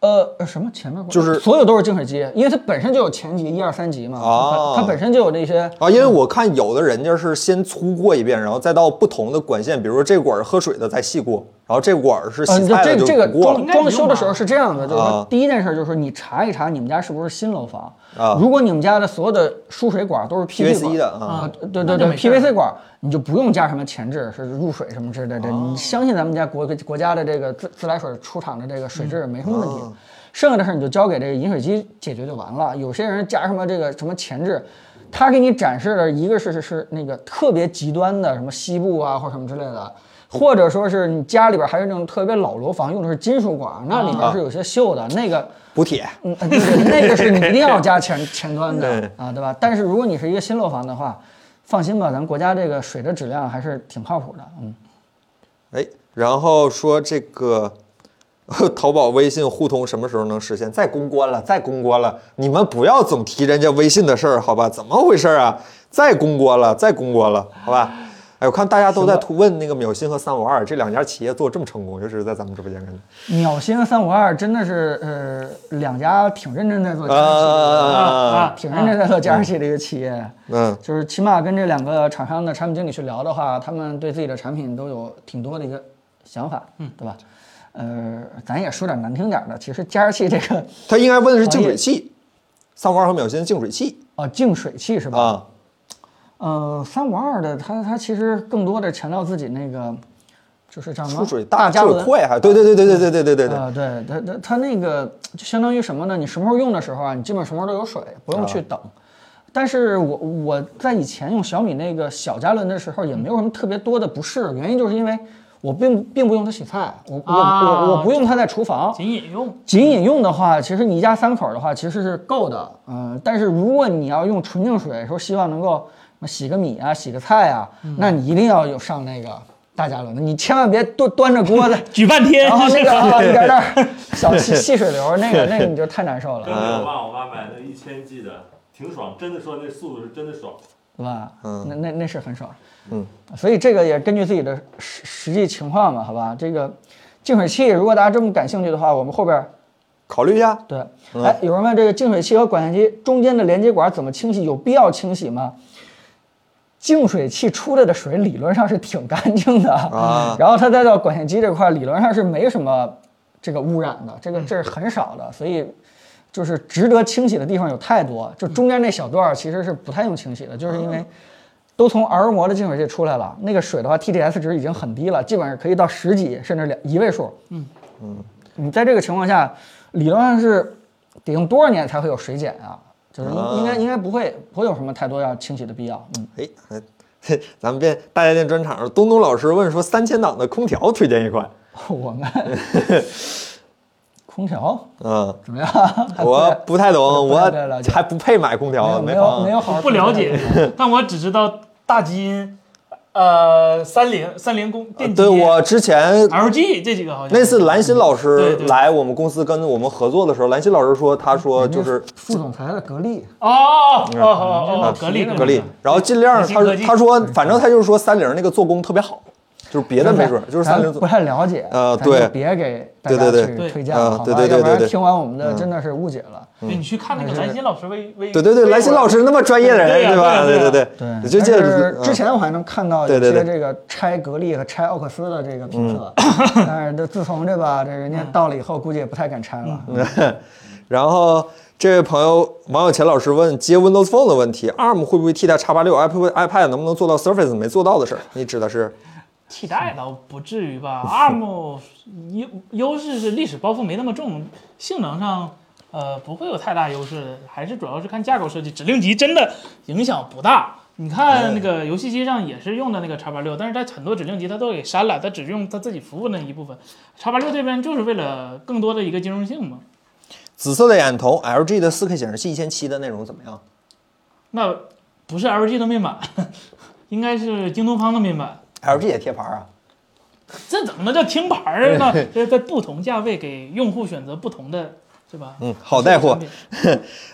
Speaker 1: 呃，呃什么前面过
Speaker 2: 就是
Speaker 1: 所有都是净水机，因为它本身就有前级一二三级嘛，
Speaker 2: 哦
Speaker 1: 它它本身就有那些
Speaker 2: 啊，因为我看有的人家是先粗过一遍，然后再到不同的管线，比如说这管儿喝水的再细过，然后这管儿是洗
Speaker 1: 呃，
Speaker 2: 菜
Speaker 1: 这
Speaker 2: 的
Speaker 1: 个
Speaker 2: 就
Speaker 1: 这个
Speaker 2: 不过了
Speaker 1: 装。装修的时候是这样的，就是
Speaker 2: 啊
Speaker 1: 说第一件事就是说你查一查你们家是不是新楼房
Speaker 2: 啊
Speaker 1: 如果你们家的所有的输水管都是 PVC
Speaker 2: PVC
Speaker 1: 管
Speaker 2: 的啊，
Speaker 1: 啊，对对
Speaker 3: 那就
Speaker 1: 对
Speaker 3: 没事儿了
Speaker 1: ，PVC 管你就不用加什么前置，是入水什么之类的。
Speaker 3: 哦
Speaker 1: 你相信咱们家国国家的这个自自来水出厂的这个水质
Speaker 3: 嗯
Speaker 1: 没什么问题，
Speaker 3: 哦
Speaker 1: 剩下的事儿你就交给这个饮水机解决就完了。有些人加什么这个什么前置。他给你展示的一个是是是那个特别极端的什么西部啊或者什么之类的，或者说是你家里边还有那种特别老楼房用的是金属管，那
Speaker 3: 哦
Speaker 1: 里面是有些锈的，那个
Speaker 2: 补铁。
Speaker 1: 嗯，呃对对，那个是你一定要加前前端
Speaker 2: [LAUGHS]
Speaker 1: 的
Speaker 2: 对
Speaker 1: 啊，对吧？但是如果你是一个新楼房的话，放心吧，咱国家这个水的质量还是挺靠谱的。嗯，
Speaker 2: 哎，然后说这个 [LAUGHS] 呵淘宝、微信互通什么时候能实现？再公关了，再公关了！你们不要总提人家微信的事儿，好吧？怎么回事啊？再公关了，再公关了，好吧？哎，我看大家都在图问那个秒信和三五二这两家企业做这么成功，尤其是在咱们直播间看见。
Speaker 1: 秒新三五二真的是呃两家挺认真在做加
Speaker 2: 啊
Speaker 1: 热器的，
Speaker 3: 啊
Speaker 1: 挺认真在做加热器的一个企业。
Speaker 2: 嗯，
Speaker 1: 就是起码跟这两个厂商的产品经理去聊的话，他们对自己的产品都有挺多的一个想法，嗯，对吧？呃，咱也说点难听点的，其实加热器这个
Speaker 2: 他应该问的是净水器，三五二和秒信的净水器
Speaker 1: 哦，净水器是吧？
Speaker 2: 啊。
Speaker 1: 呃，三五二的它它其实更多的强调自己那个，就是叫什么
Speaker 2: 出水大，
Speaker 1: 加
Speaker 2: 出水
Speaker 1: 仑。
Speaker 2: 快，还对对对对对对对对对对。
Speaker 1: 啊、对它它它那个就相当于什么呢？你什么时候用的时候啊，你基本什么时候都有水，不用去
Speaker 2: 啊
Speaker 1: 等。但是我我在以前用小米那个小加仑的时候，也没有什么特别多的不适，原因就是因为我并并不用它洗菜，我我
Speaker 3: 啊
Speaker 1: 我我不用它在厨房，
Speaker 3: [LAUGHS] 仅饮用，
Speaker 1: 仅饮用的话，其实你一家三口的话其实是够的，嗯，但是如果你要用纯净水，说希望能够什么洗个米啊、洗个菜啊，
Speaker 2: 嗯
Speaker 1: 那你一定要有上那个大加仑的，你千万别端端着
Speaker 2: [LAUGHS]
Speaker 1: 锅子，
Speaker 3: 举半天
Speaker 1: 然后那个啊
Speaker 3: [LAUGHS]
Speaker 1: 一点点儿小细细水流，那个那个你就太
Speaker 2: [LAUGHS]
Speaker 1: 难受了，
Speaker 4: 真的，我爸我妈买那一千 G 的，挺爽，真的说那速度是真的爽。
Speaker 1: 对吧？
Speaker 2: 嗯
Speaker 1: 那那那是很爽，
Speaker 2: 嗯，
Speaker 1: 所以这个也根据自己的实实际情况嘛，好吧？这个净水器，如果大家这么感兴趣的话，我们后边儿
Speaker 2: 考虑一下，
Speaker 1: 对，哎，有人问这个净水器和管线机中间的连接管怎么清洗？有必要清洗吗？净水器出来的水理论上是挺干净的
Speaker 2: 啊
Speaker 1: 然后它再到管线机这块儿，理论上是没什么这个污染的，这个这是很少的，所以就是值得清洗的地方有太多。就中间那小段儿其实是不太用清洗的，就是因为都从耳膜的净水器出来了，那个水的话 TDS 值已经很低了，基本上可以到十几甚至两一位数。嗯嗯，你在这个情况下，理论上是得用多少年才会有水碱啊？就是
Speaker 2: 啊
Speaker 1: 应应该应该不会不会有什么太多要清洗的必要。嗯。 [LAUGHS]
Speaker 2: 哎，那咱们变大家电专场，东东老师问说三千档的空调推荐一款，[LAUGHS]
Speaker 1: 我们空调
Speaker 2: 嗯，
Speaker 1: 怎么样？
Speaker 2: 我不太懂，
Speaker 1: 不
Speaker 2: 我
Speaker 1: 太了解
Speaker 2: 还不配买空调，
Speaker 1: 没有没
Speaker 2: 房
Speaker 1: 有没有好好
Speaker 3: 不了解，但我只知道大金，呃，三菱、三菱工电机、
Speaker 2: 啊对我之前
Speaker 3: LG 这几个好像
Speaker 2: 那次蓝心老
Speaker 3: 对
Speaker 2: 师
Speaker 3: 对
Speaker 2: 来我们公司跟我们合作的时候，蓝心老师说，他说
Speaker 1: 人家
Speaker 2: 就是
Speaker 1: 副总裁的格力，
Speaker 3: 哦哦哦哦
Speaker 2: 啊
Speaker 3: 哦，格力
Speaker 2: 格力，然后尽量
Speaker 3: 新
Speaker 2: 他
Speaker 3: 科技
Speaker 2: 他说反正他就是说三菱那个做工特别好，就是别哎的没准，
Speaker 1: 咱
Speaker 2: 就是三菱
Speaker 1: 咱不
Speaker 2: 做。
Speaker 1: 太了解，
Speaker 2: 呃
Speaker 1: 咱就
Speaker 2: 对
Speaker 1: 别给大
Speaker 2: 对
Speaker 1: 家
Speaker 2: 对
Speaker 1: 去
Speaker 3: 对
Speaker 1: 推荐了，
Speaker 2: 嗯
Speaker 1: 好吧？
Speaker 2: 对对对
Speaker 1: 要不
Speaker 2: 对嗯
Speaker 1: 然
Speaker 2: 对
Speaker 1: 听完我们的真的是误解了。
Speaker 3: 对你去看那个蓝心老师微
Speaker 2: 嗯
Speaker 3: 微
Speaker 2: 对对对，蓝心老师那么专业的
Speaker 3: 对
Speaker 2: 人，
Speaker 3: 呀
Speaker 2: 吧？
Speaker 3: 对
Speaker 2: 对对
Speaker 3: 呀对呀
Speaker 2: 对，
Speaker 1: 对，
Speaker 2: 就记
Speaker 1: 但
Speaker 2: 得
Speaker 1: 是之前我还能看到有
Speaker 2: 对对对
Speaker 1: 些
Speaker 2: 嗯
Speaker 1: 这个拆格力和拆奥克斯的这个评测，但是这自从这吧，这人家
Speaker 3: 嗯
Speaker 1: 到了以后，估计也不太敢拆了。
Speaker 2: 嗯
Speaker 1: 嗯
Speaker 2: 然后这位朋友网友钱老师问接 Windows Phone 的问题，ARM 会不会替代 x 八六？Apple iPad 能不能做到 Surface 没做到的事儿？你指的是
Speaker 3: 替代倒不至于吧，ARM 优优势是历史包袱没那么重，性能上呃不会有太大优势的，还是主要是看架构设计。指令集真的影响不大。你看那个游戏机上也是用的那个叉八六，但是它很多指令集它都给删了，它只用它自己服务那一部分。叉八六这边就是为了更多的一个兼容性嘛。
Speaker 2: 紫色的眼瞳，LG 的 4K 显示器一千七的内容怎么样？
Speaker 3: 那不是 LG 的面板， [LAUGHS] 应该是京东方的面板。
Speaker 2: LG 也贴牌儿啊，
Speaker 3: 这怎么能叫听牌儿呢？这在不同价位给用户选择不同的，是吧？
Speaker 2: 嗯，好带
Speaker 3: [LAUGHS]
Speaker 2: 货。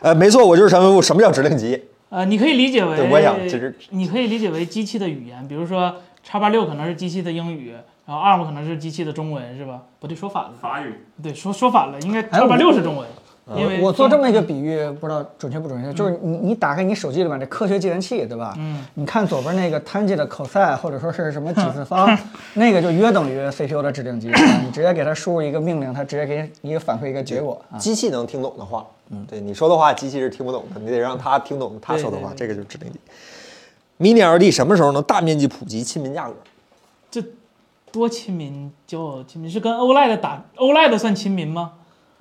Speaker 2: 呃，没错，我就是陈文富。什么叫指令集？
Speaker 3: 呃，你可以理解为，
Speaker 2: 对我想其实
Speaker 3: 你可以理解为机器的语言，比如说叉八六可能是机器的英语，然后 ARM 可能是机器的中文，是吧？不对，说反了，
Speaker 4: 法语
Speaker 3: 对，说说反了，应该
Speaker 1: 哎
Speaker 3: 叉
Speaker 1: 我呃
Speaker 3: 八六是中文，因为
Speaker 1: 我做这么一
Speaker 3: 嗯
Speaker 1: 个比喻，不知道准确不准确，就是你你打开你手机里面的科学计算器，对吧？嗯，你看左边那个 tan 的 cos 或者说是什么几次
Speaker 3: 嗯
Speaker 1: 方，那个就约等于 CPU 的指令集，对吧你直接给它输入一个命令，它直接给你反馈一个结果啊。
Speaker 2: 机器能听懂的话，嗯，对你说的话，机器是听不懂的，你得让它听懂它说的话，这个就是指令集。Mini LED 什么时候能大面积普及，亲民价格？
Speaker 3: 这多亲民叫亲民，是跟 OLED 的打 OLED 的算亲民吗？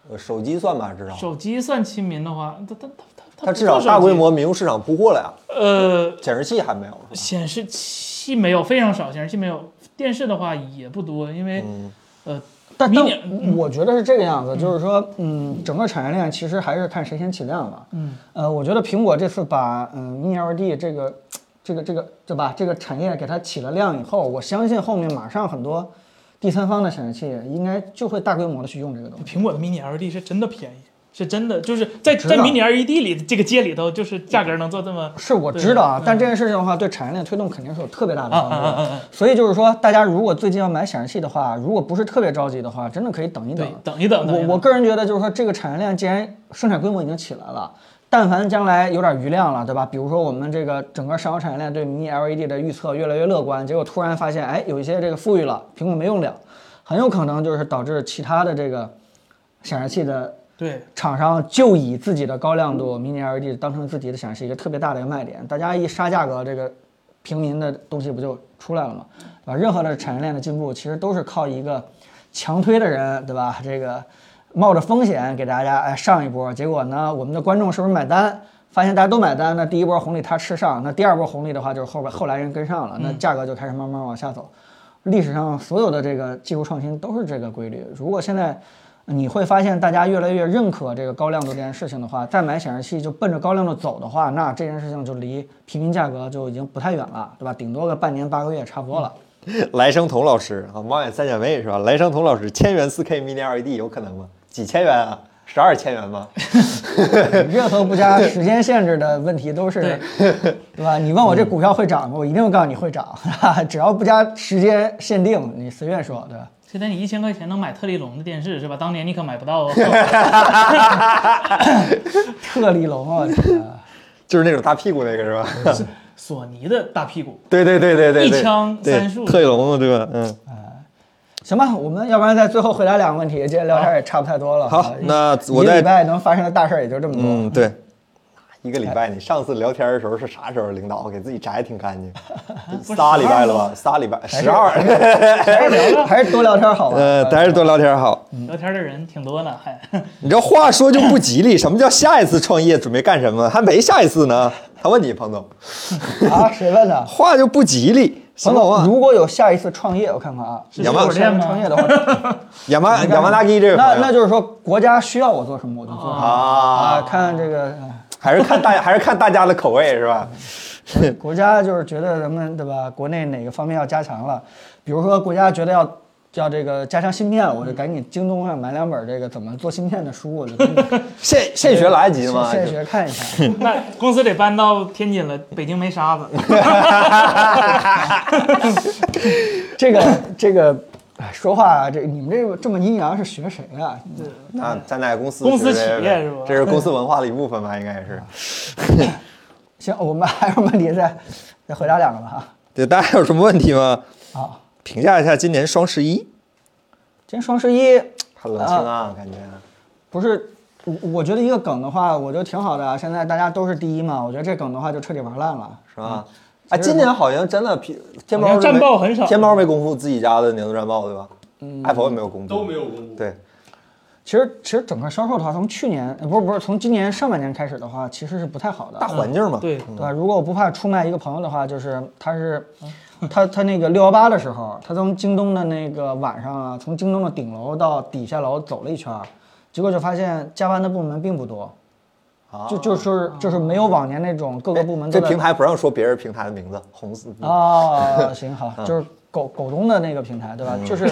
Speaker 2: 呃，手机算吧，至少
Speaker 3: 手机算亲民的话，它它它它
Speaker 2: 它
Speaker 3: 它不
Speaker 2: 至少
Speaker 3: 做手
Speaker 2: 大
Speaker 3: 机
Speaker 2: 规模民用市场铺货了呀。
Speaker 3: 呃
Speaker 2: 显示器还没有是吧
Speaker 3: 显示器没有，非常少，显示器没有，电视的话也不多，因为、
Speaker 2: 嗯
Speaker 3: 呃。
Speaker 1: 但
Speaker 3: 明
Speaker 1: 但
Speaker 3: 年
Speaker 1: 我觉得是这个样子，就是说，嗯，整个产业链其实还是看谁先起量吧。嗯，呃，我觉得苹果这次把嗯 Mini LED 这个这个这个对吧，这个产业给它起了量以后，我相信后面马上很多第三方的显示器应该就会大规模的去用这个东西。
Speaker 3: 苹果的 Mini LED E 是真的便宜，是真的，就是在
Speaker 1: 知
Speaker 3: 在
Speaker 1: 道
Speaker 3: Mini LED E 里这个界里头，就是价格能做这么
Speaker 1: 是我
Speaker 3: 对
Speaker 1: 知道啊，但这件事情的话，对产业链推动肯定是有特别大的帮助
Speaker 3: 啊啊啊
Speaker 1: 的
Speaker 3: 啊。
Speaker 1: 所以就是说，大家如果最近要买显示器的话，如果不是特别着急的话，真的可以等一等
Speaker 3: 对。，等一等，等一等
Speaker 1: 我我个人觉得就是说，这个产业链既然生产规模已经起来了，但凡将来有点余量了，对吧？比如说我们这个整个上游产业链对 mini LED E 的预测越来越乐观，结果突然发现，哎，有一些这个富裕了，苹果没用了，很有可能就是导致其他的这个显示器的
Speaker 3: 对
Speaker 1: 厂商就以自己的高亮度 mini LED 当成自己的显示一个特别大的一个卖点，大家一杀价格，这个平民的东西不就出来了吗？对吧？任何的产业链的进步，其实都是靠一个强推的人，对吧？这个冒着风险给大家哎上一波，结果呢，我们的观众是不是买单？发现大家都买单，那第一波红利他吃上，那第二波红利的话，就是后边后来人跟上了，那价格就开始慢慢往下走。历史上所有的这个技术创新都是这个规律。如果现在你会发现大家越来越认可这个高亮度这件事情的话，再买显示器就奔着高亮度走的话，那这件事情就离平均价格就已经不太远了，对吧？顶多个半年八个月差不多了。
Speaker 2: 来生童老师啊，猫眼三姐妹是吧？来生童老师，千元4 K Mini LED 有可能吗？几千元啊？十二千元吗？
Speaker 1: 任何不加时间限制的问题都是，对吧？你问我这股票会涨吗？我一定会告诉你会涨， [LAUGHS] 只要不加时间限定，你随便说，对吧？
Speaker 3: 现在你一千块钱能买特立龙的电视是吧？当年你可买不到哦。
Speaker 1: [LAUGHS] 特立龙啊，这个啊
Speaker 2: 就是那种大屁股那个是吧？
Speaker 3: 索尼的大屁股，
Speaker 2: 对对对对对，对
Speaker 3: 一枪
Speaker 2: 对
Speaker 3: 三树
Speaker 2: 特异龙的这个，嗯，
Speaker 1: 行吧，我们要不然在最后回答两个问题，今天聊天也差不太多了。
Speaker 2: 好
Speaker 1: 啊，
Speaker 2: 那
Speaker 1: 一
Speaker 2: 我
Speaker 1: 个礼
Speaker 2: 再，
Speaker 1: 拜能发生的大事儿也就这么多。
Speaker 2: 嗯，对，一个礼拜，你上次聊天的时候是啥时候？领导给自己摘挺干净，仨礼拜了吧？仨礼拜，十二，
Speaker 1: [LAUGHS] 还是聊，还是多聊天好吧。
Speaker 2: 呃，还是多聊天好。
Speaker 1: 嗯
Speaker 3: 聊天的人挺多呢，还
Speaker 2: 你这话说就不吉利，什 [LAUGHS] 么叫下一次创业准备干什么？还没下一次呢。他问你，彭总，
Speaker 1: 啊，谁
Speaker 2: [LAUGHS]
Speaker 1: 问的？
Speaker 2: 话就不吉利。
Speaker 1: 彭
Speaker 2: 彭总啊，
Speaker 1: 如果有下一次创业，我看看啊，
Speaker 3: 是
Speaker 1: 如
Speaker 2: 有
Speaker 1: 果
Speaker 2: 吗
Speaker 1: 有下一次创业的话，
Speaker 2: [LAUGHS] 亚麻亚麻拉基这个
Speaker 1: 那
Speaker 2: 朋友
Speaker 1: 那就是说国家需要我做什么我就做什么啊，
Speaker 2: 啊，
Speaker 1: 看这个
Speaker 2: 还是看 [LAUGHS] 大还是看大家的口味是吧？
Speaker 1: 呃国家就是觉得咱们对吧，国内哪个方面要加强了，比如说国家觉得要。要这个加强芯片，我就赶紧京东上买两本这个怎么做芯片的书，我就跟你
Speaker 2: 现现 [LAUGHS] 学来得及吗？
Speaker 1: 现学看一下。
Speaker 3: [LAUGHS] 那公司得搬到天津了，北京没沙子。
Speaker 1: [LAUGHS] 这个 [LAUGHS] 这个，哎，说话这你们这个这么阴阳是学谁啊？
Speaker 2: 啊，在哪个公司？
Speaker 3: 公司
Speaker 2: 其实这
Speaker 3: 企业是吧
Speaker 2: 这是公 [LAUGHS] 司文化的一部分吧，应该是。
Speaker 1: 行，我们还有问题再再回答两个吧啊。
Speaker 2: 对，大家有什么问题吗？
Speaker 1: 好，
Speaker 2: 评价一下今年双十一。
Speaker 1: 今天双十一
Speaker 2: 很冷清啊，感觉。
Speaker 1: 不是，我我觉得一个梗的话，我觉得挺好的啊。现在大家都是第一嘛，我觉得这梗的话就彻底玩烂了。
Speaker 2: 是吧？
Speaker 3: 嗯
Speaker 2: 啊，今年好像真的皮天猫
Speaker 3: 好像
Speaker 2: 是没
Speaker 3: 战报很少
Speaker 2: 天猫没公布自己家的年度战报对吧？嗯，Apple 也没有公布，
Speaker 4: 都没有公布。
Speaker 2: 对，
Speaker 1: 其实，其实整个销售的话，从去年呃不是不是从今年上半年开始的话，其实是不太好的
Speaker 2: 大，环境嘛，
Speaker 3: 对
Speaker 1: 对吧？如果我不怕出卖一个朋友的话，就是他是他他那个六幺八的时候，他从京东的那个晚上啊，从京东的顶楼到底下楼走了一圈儿，结果就发现加班的部门并不多，
Speaker 2: 啊，
Speaker 1: 就就是就是没有往年那种各个部门都
Speaker 2: 这
Speaker 1: 在
Speaker 2: 平台不让说别人平台的名字，红丝
Speaker 3: 啊
Speaker 1: 哦，行好，
Speaker 2: 嗯
Speaker 1: 就是狗狗东的那个平台，对吧？就是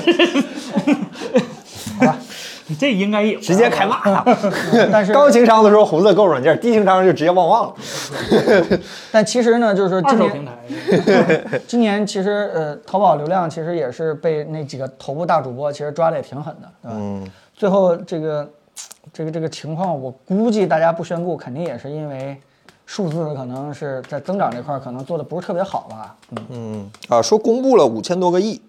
Speaker 3: 你这应该也
Speaker 2: 直接开骂他。
Speaker 1: 但
Speaker 2: [LAUGHS]
Speaker 1: 是
Speaker 2: 高情商的时候红色购物软件，低情商就直接旺旺了。
Speaker 1: 但其实呢，就是说
Speaker 3: 二
Speaker 1: 今
Speaker 3: 手平
Speaker 1: 年 [LAUGHS]
Speaker 3: 台，
Speaker 1: 今年其实呃，淘宝流量其实也是被那几个头部大主播其实抓的也挺狠的，对吧？
Speaker 2: 嗯，
Speaker 1: 最后这个这个这个情况，我估计大家不宣布，肯定也是因为数字可能是在增长这块儿可能做的不是特别好吧。嗯，
Speaker 2: 嗯啊，说公布了五千多个亿，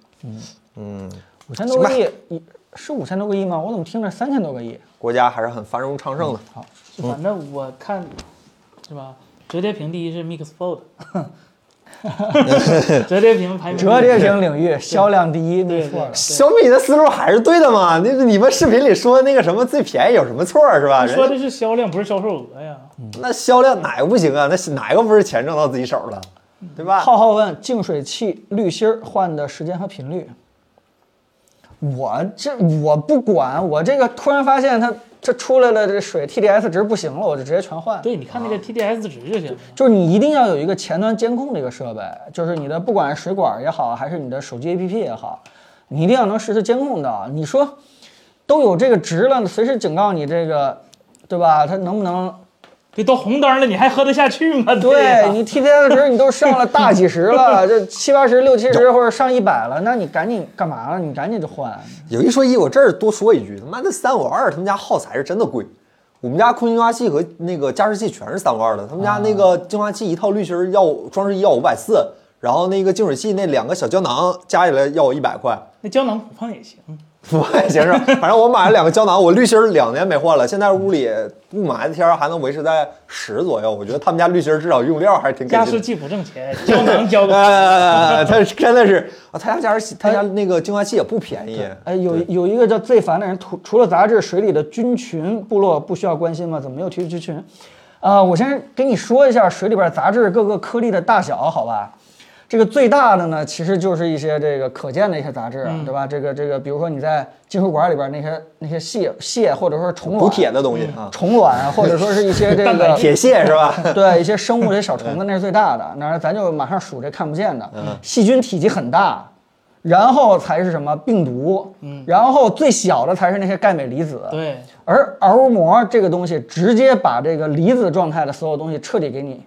Speaker 1: 五千多个亿，一是五千多个亿吗？我怎么听着三千多个亿？
Speaker 2: 国家还是很繁荣昌盛的。
Speaker 3: 嗯
Speaker 1: 嗯
Speaker 3: 反正我看是吧？折叠屏第一是 Mixfold，折叠屏排名
Speaker 1: 折叠屏领域销量第一，没
Speaker 3: 对
Speaker 1: 错儿的。
Speaker 2: 小米的思路还是对的嘛？那你们视频里说那个什么最便宜有什么错儿是啊吧？人
Speaker 3: 说的是销量，不是销售额呀。
Speaker 2: 那销量哪个不行啊？那是哪个不是钱挣到自己手了，对吧？
Speaker 1: 浩浩问净水器滤芯儿换的时间和频率。我这我不管，我这个突然发现它这出来了，这水 TDS 值不行了，我就直接全换。
Speaker 3: 对，你看那个 TDS 值就行了。
Speaker 1: 就是你一定要有一个前端监控的一个设备，就是你的不管是水管也好，还是你的手机 APP 也好，你一定要能实时监控到。你说都有这个值了，随时警告你这个，对吧？它能不能
Speaker 3: 这都红灯了，你还喝得下去吗？呀
Speaker 1: [LAUGHS] 对你 TDS 值你都上了大几十了，这七八十、六七十或者上一百了，那你赶紧干嘛了？你赶紧就换。
Speaker 2: 有一说一，我这儿多说一句，他妈的三五二，他们家耗材是真的贵。我们家空净化器和那个加湿器全是三五二的，他们家那个净化器一套滤芯儿要装饰一要五百四，然后那个净水器那两个小胶囊加起来要我一百块，
Speaker 3: 那胶囊不放也行。
Speaker 2: 我也嫌事儿。反正我买了两个胶囊，我滤芯儿两年没换了，现在屋里雾霾的天儿还能维持在十左右，我觉得他们家滤芯儿至少用料还是挺给
Speaker 3: 加
Speaker 2: 劲的。 [LAUGHS]
Speaker 3: 湿器不挣钱，胶囊交个。
Speaker 2: 呃，他真的是啊，他家加湿器，他家那个净化器也不便 [LAUGHS] 宜。
Speaker 1: 哎，有有一个叫最烦的人，除除了杂志，水里的菌群部落不需要关心吗？怎么没有提菌群？啊、我先给你说一下水里边杂质各个颗粒的大小，好吧？这个最大的呢，其实就是一些这个可见的一些杂质，
Speaker 3: 嗯
Speaker 1: 对吧？这个这个，比如说你在金属管里边那些那些蟹蟹，或者说虫
Speaker 2: 补
Speaker 1: 卵、
Speaker 2: 铁的东西啊，
Speaker 1: 虫卵，或者说是一些这
Speaker 3: 蛋白
Speaker 1: 个
Speaker 3: 质
Speaker 2: 铁屑是吧？ [LAUGHS]
Speaker 1: 对一些生物这小虫子那是最大的，那咱就马上数这看不见的，细菌体积很大，然后才是什么病毒，然后最小的才是那些钙镁离子，
Speaker 3: 对，
Speaker 1: 而螯膜这个东西直接把这个离子状态的所有东西彻底给你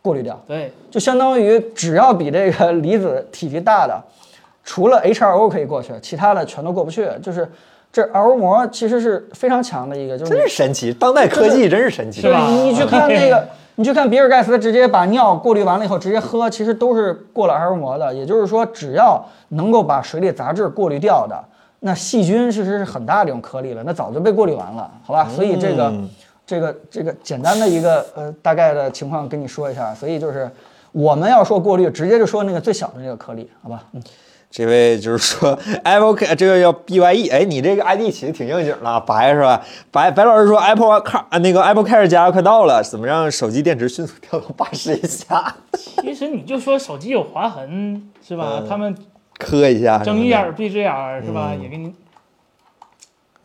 Speaker 1: 过滤掉，
Speaker 3: 对，
Speaker 1: 就相当于只要比这个离子体积大的，除了 H2O 可以过去，其他的全都过不去，就是。这螯膜其实是非常强的一个，就是你
Speaker 2: 真是神奇，当代科技真是神奇啊
Speaker 3: 是。吧
Speaker 1: 你你去看那个你去看比尔盖茨，他直接把尿过滤完了以后直接喝，其实都是过了阿尔膜的。也就是说，只要能够把水里杂质过滤掉的，那细菌其实是很大的一种颗粒了，那早就被过滤完了，好吧？所以这个、
Speaker 2: 嗯
Speaker 1: 这个这个简单的一个呃大概的情况跟你说一下。所以就是我们要说过滤，直接就说那个最小的那个颗粒，好吧？嗯，
Speaker 2: 这位就是说 Apple Car，这个叫 BYE，哎，你这个 ID 起的挺应景的啊，白是吧？白白老师说 Apple Car 啊那个 Apple Care 家快到了，怎么让手机电池迅速掉到八十以下？
Speaker 3: 其实你就说手机有划痕是吧？他们
Speaker 2: 磕一下，
Speaker 3: 睁一眼儿闭一只眼儿是吧？也给你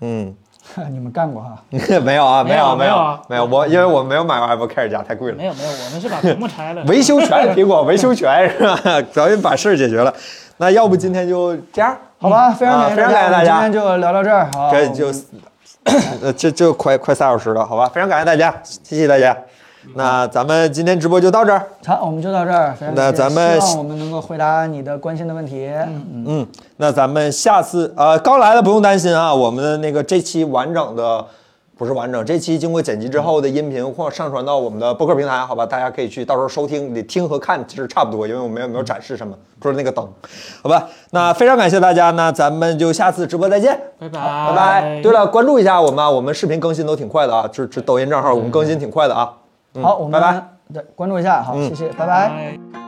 Speaker 2: 嗯，
Speaker 1: [LAUGHS] 你们干过哈？
Speaker 2: [LAUGHS] 没有啊，
Speaker 3: 没有
Speaker 2: 有没
Speaker 3: 没有啊
Speaker 2: 没有，我因为我没有买过 Apple Care 家，太贵了。
Speaker 3: 没。有没有，我们是把屏幕拆了
Speaker 2: 维修全，苹果维修全是吧？ [LAUGHS] 早就把事儿解决了。那要不今天就这样，
Speaker 1: 好吧，非常感
Speaker 2: 啊
Speaker 1: 谢
Speaker 2: 非常感谢大
Speaker 1: 大
Speaker 2: 家
Speaker 1: 家，我们今天就聊到这儿，好，
Speaker 2: 这就 [COUGHS] 呃这就快快仨小时了，好吧？非常感谢大家，谢谢大家。那咱们今天直播就到这儿，
Speaker 1: 好，我们就到这儿。非常
Speaker 2: 那
Speaker 1: 感谢
Speaker 2: 咱们
Speaker 1: 希望我们能够回答你的关心的问题。嗯，
Speaker 2: 嗯，那咱们下次呃刚来的不用担心啊，我们的那个这期完整的不是完整，这期经过剪辑之后的音频或上传到我们的播客平台，好吧？大家可以去到时候收听，你听和看其实差不多，因为我们也没有展示什么，不是那个灯，好吧？那非常感谢大家，那咱们就下次直播再见。
Speaker 3: 拜
Speaker 2: 拜
Speaker 3: 拜
Speaker 2: 拜。对了，关注一下我们啊，我们视频更新都挺快的啊，这这抖音账号我们更新挺快的啊。嗯
Speaker 1: 好，我们
Speaker 2: 拜拜。嗯
Speaker 1: 对关注一下，好，谢谢，拜拜。
Speaker 3: 拜。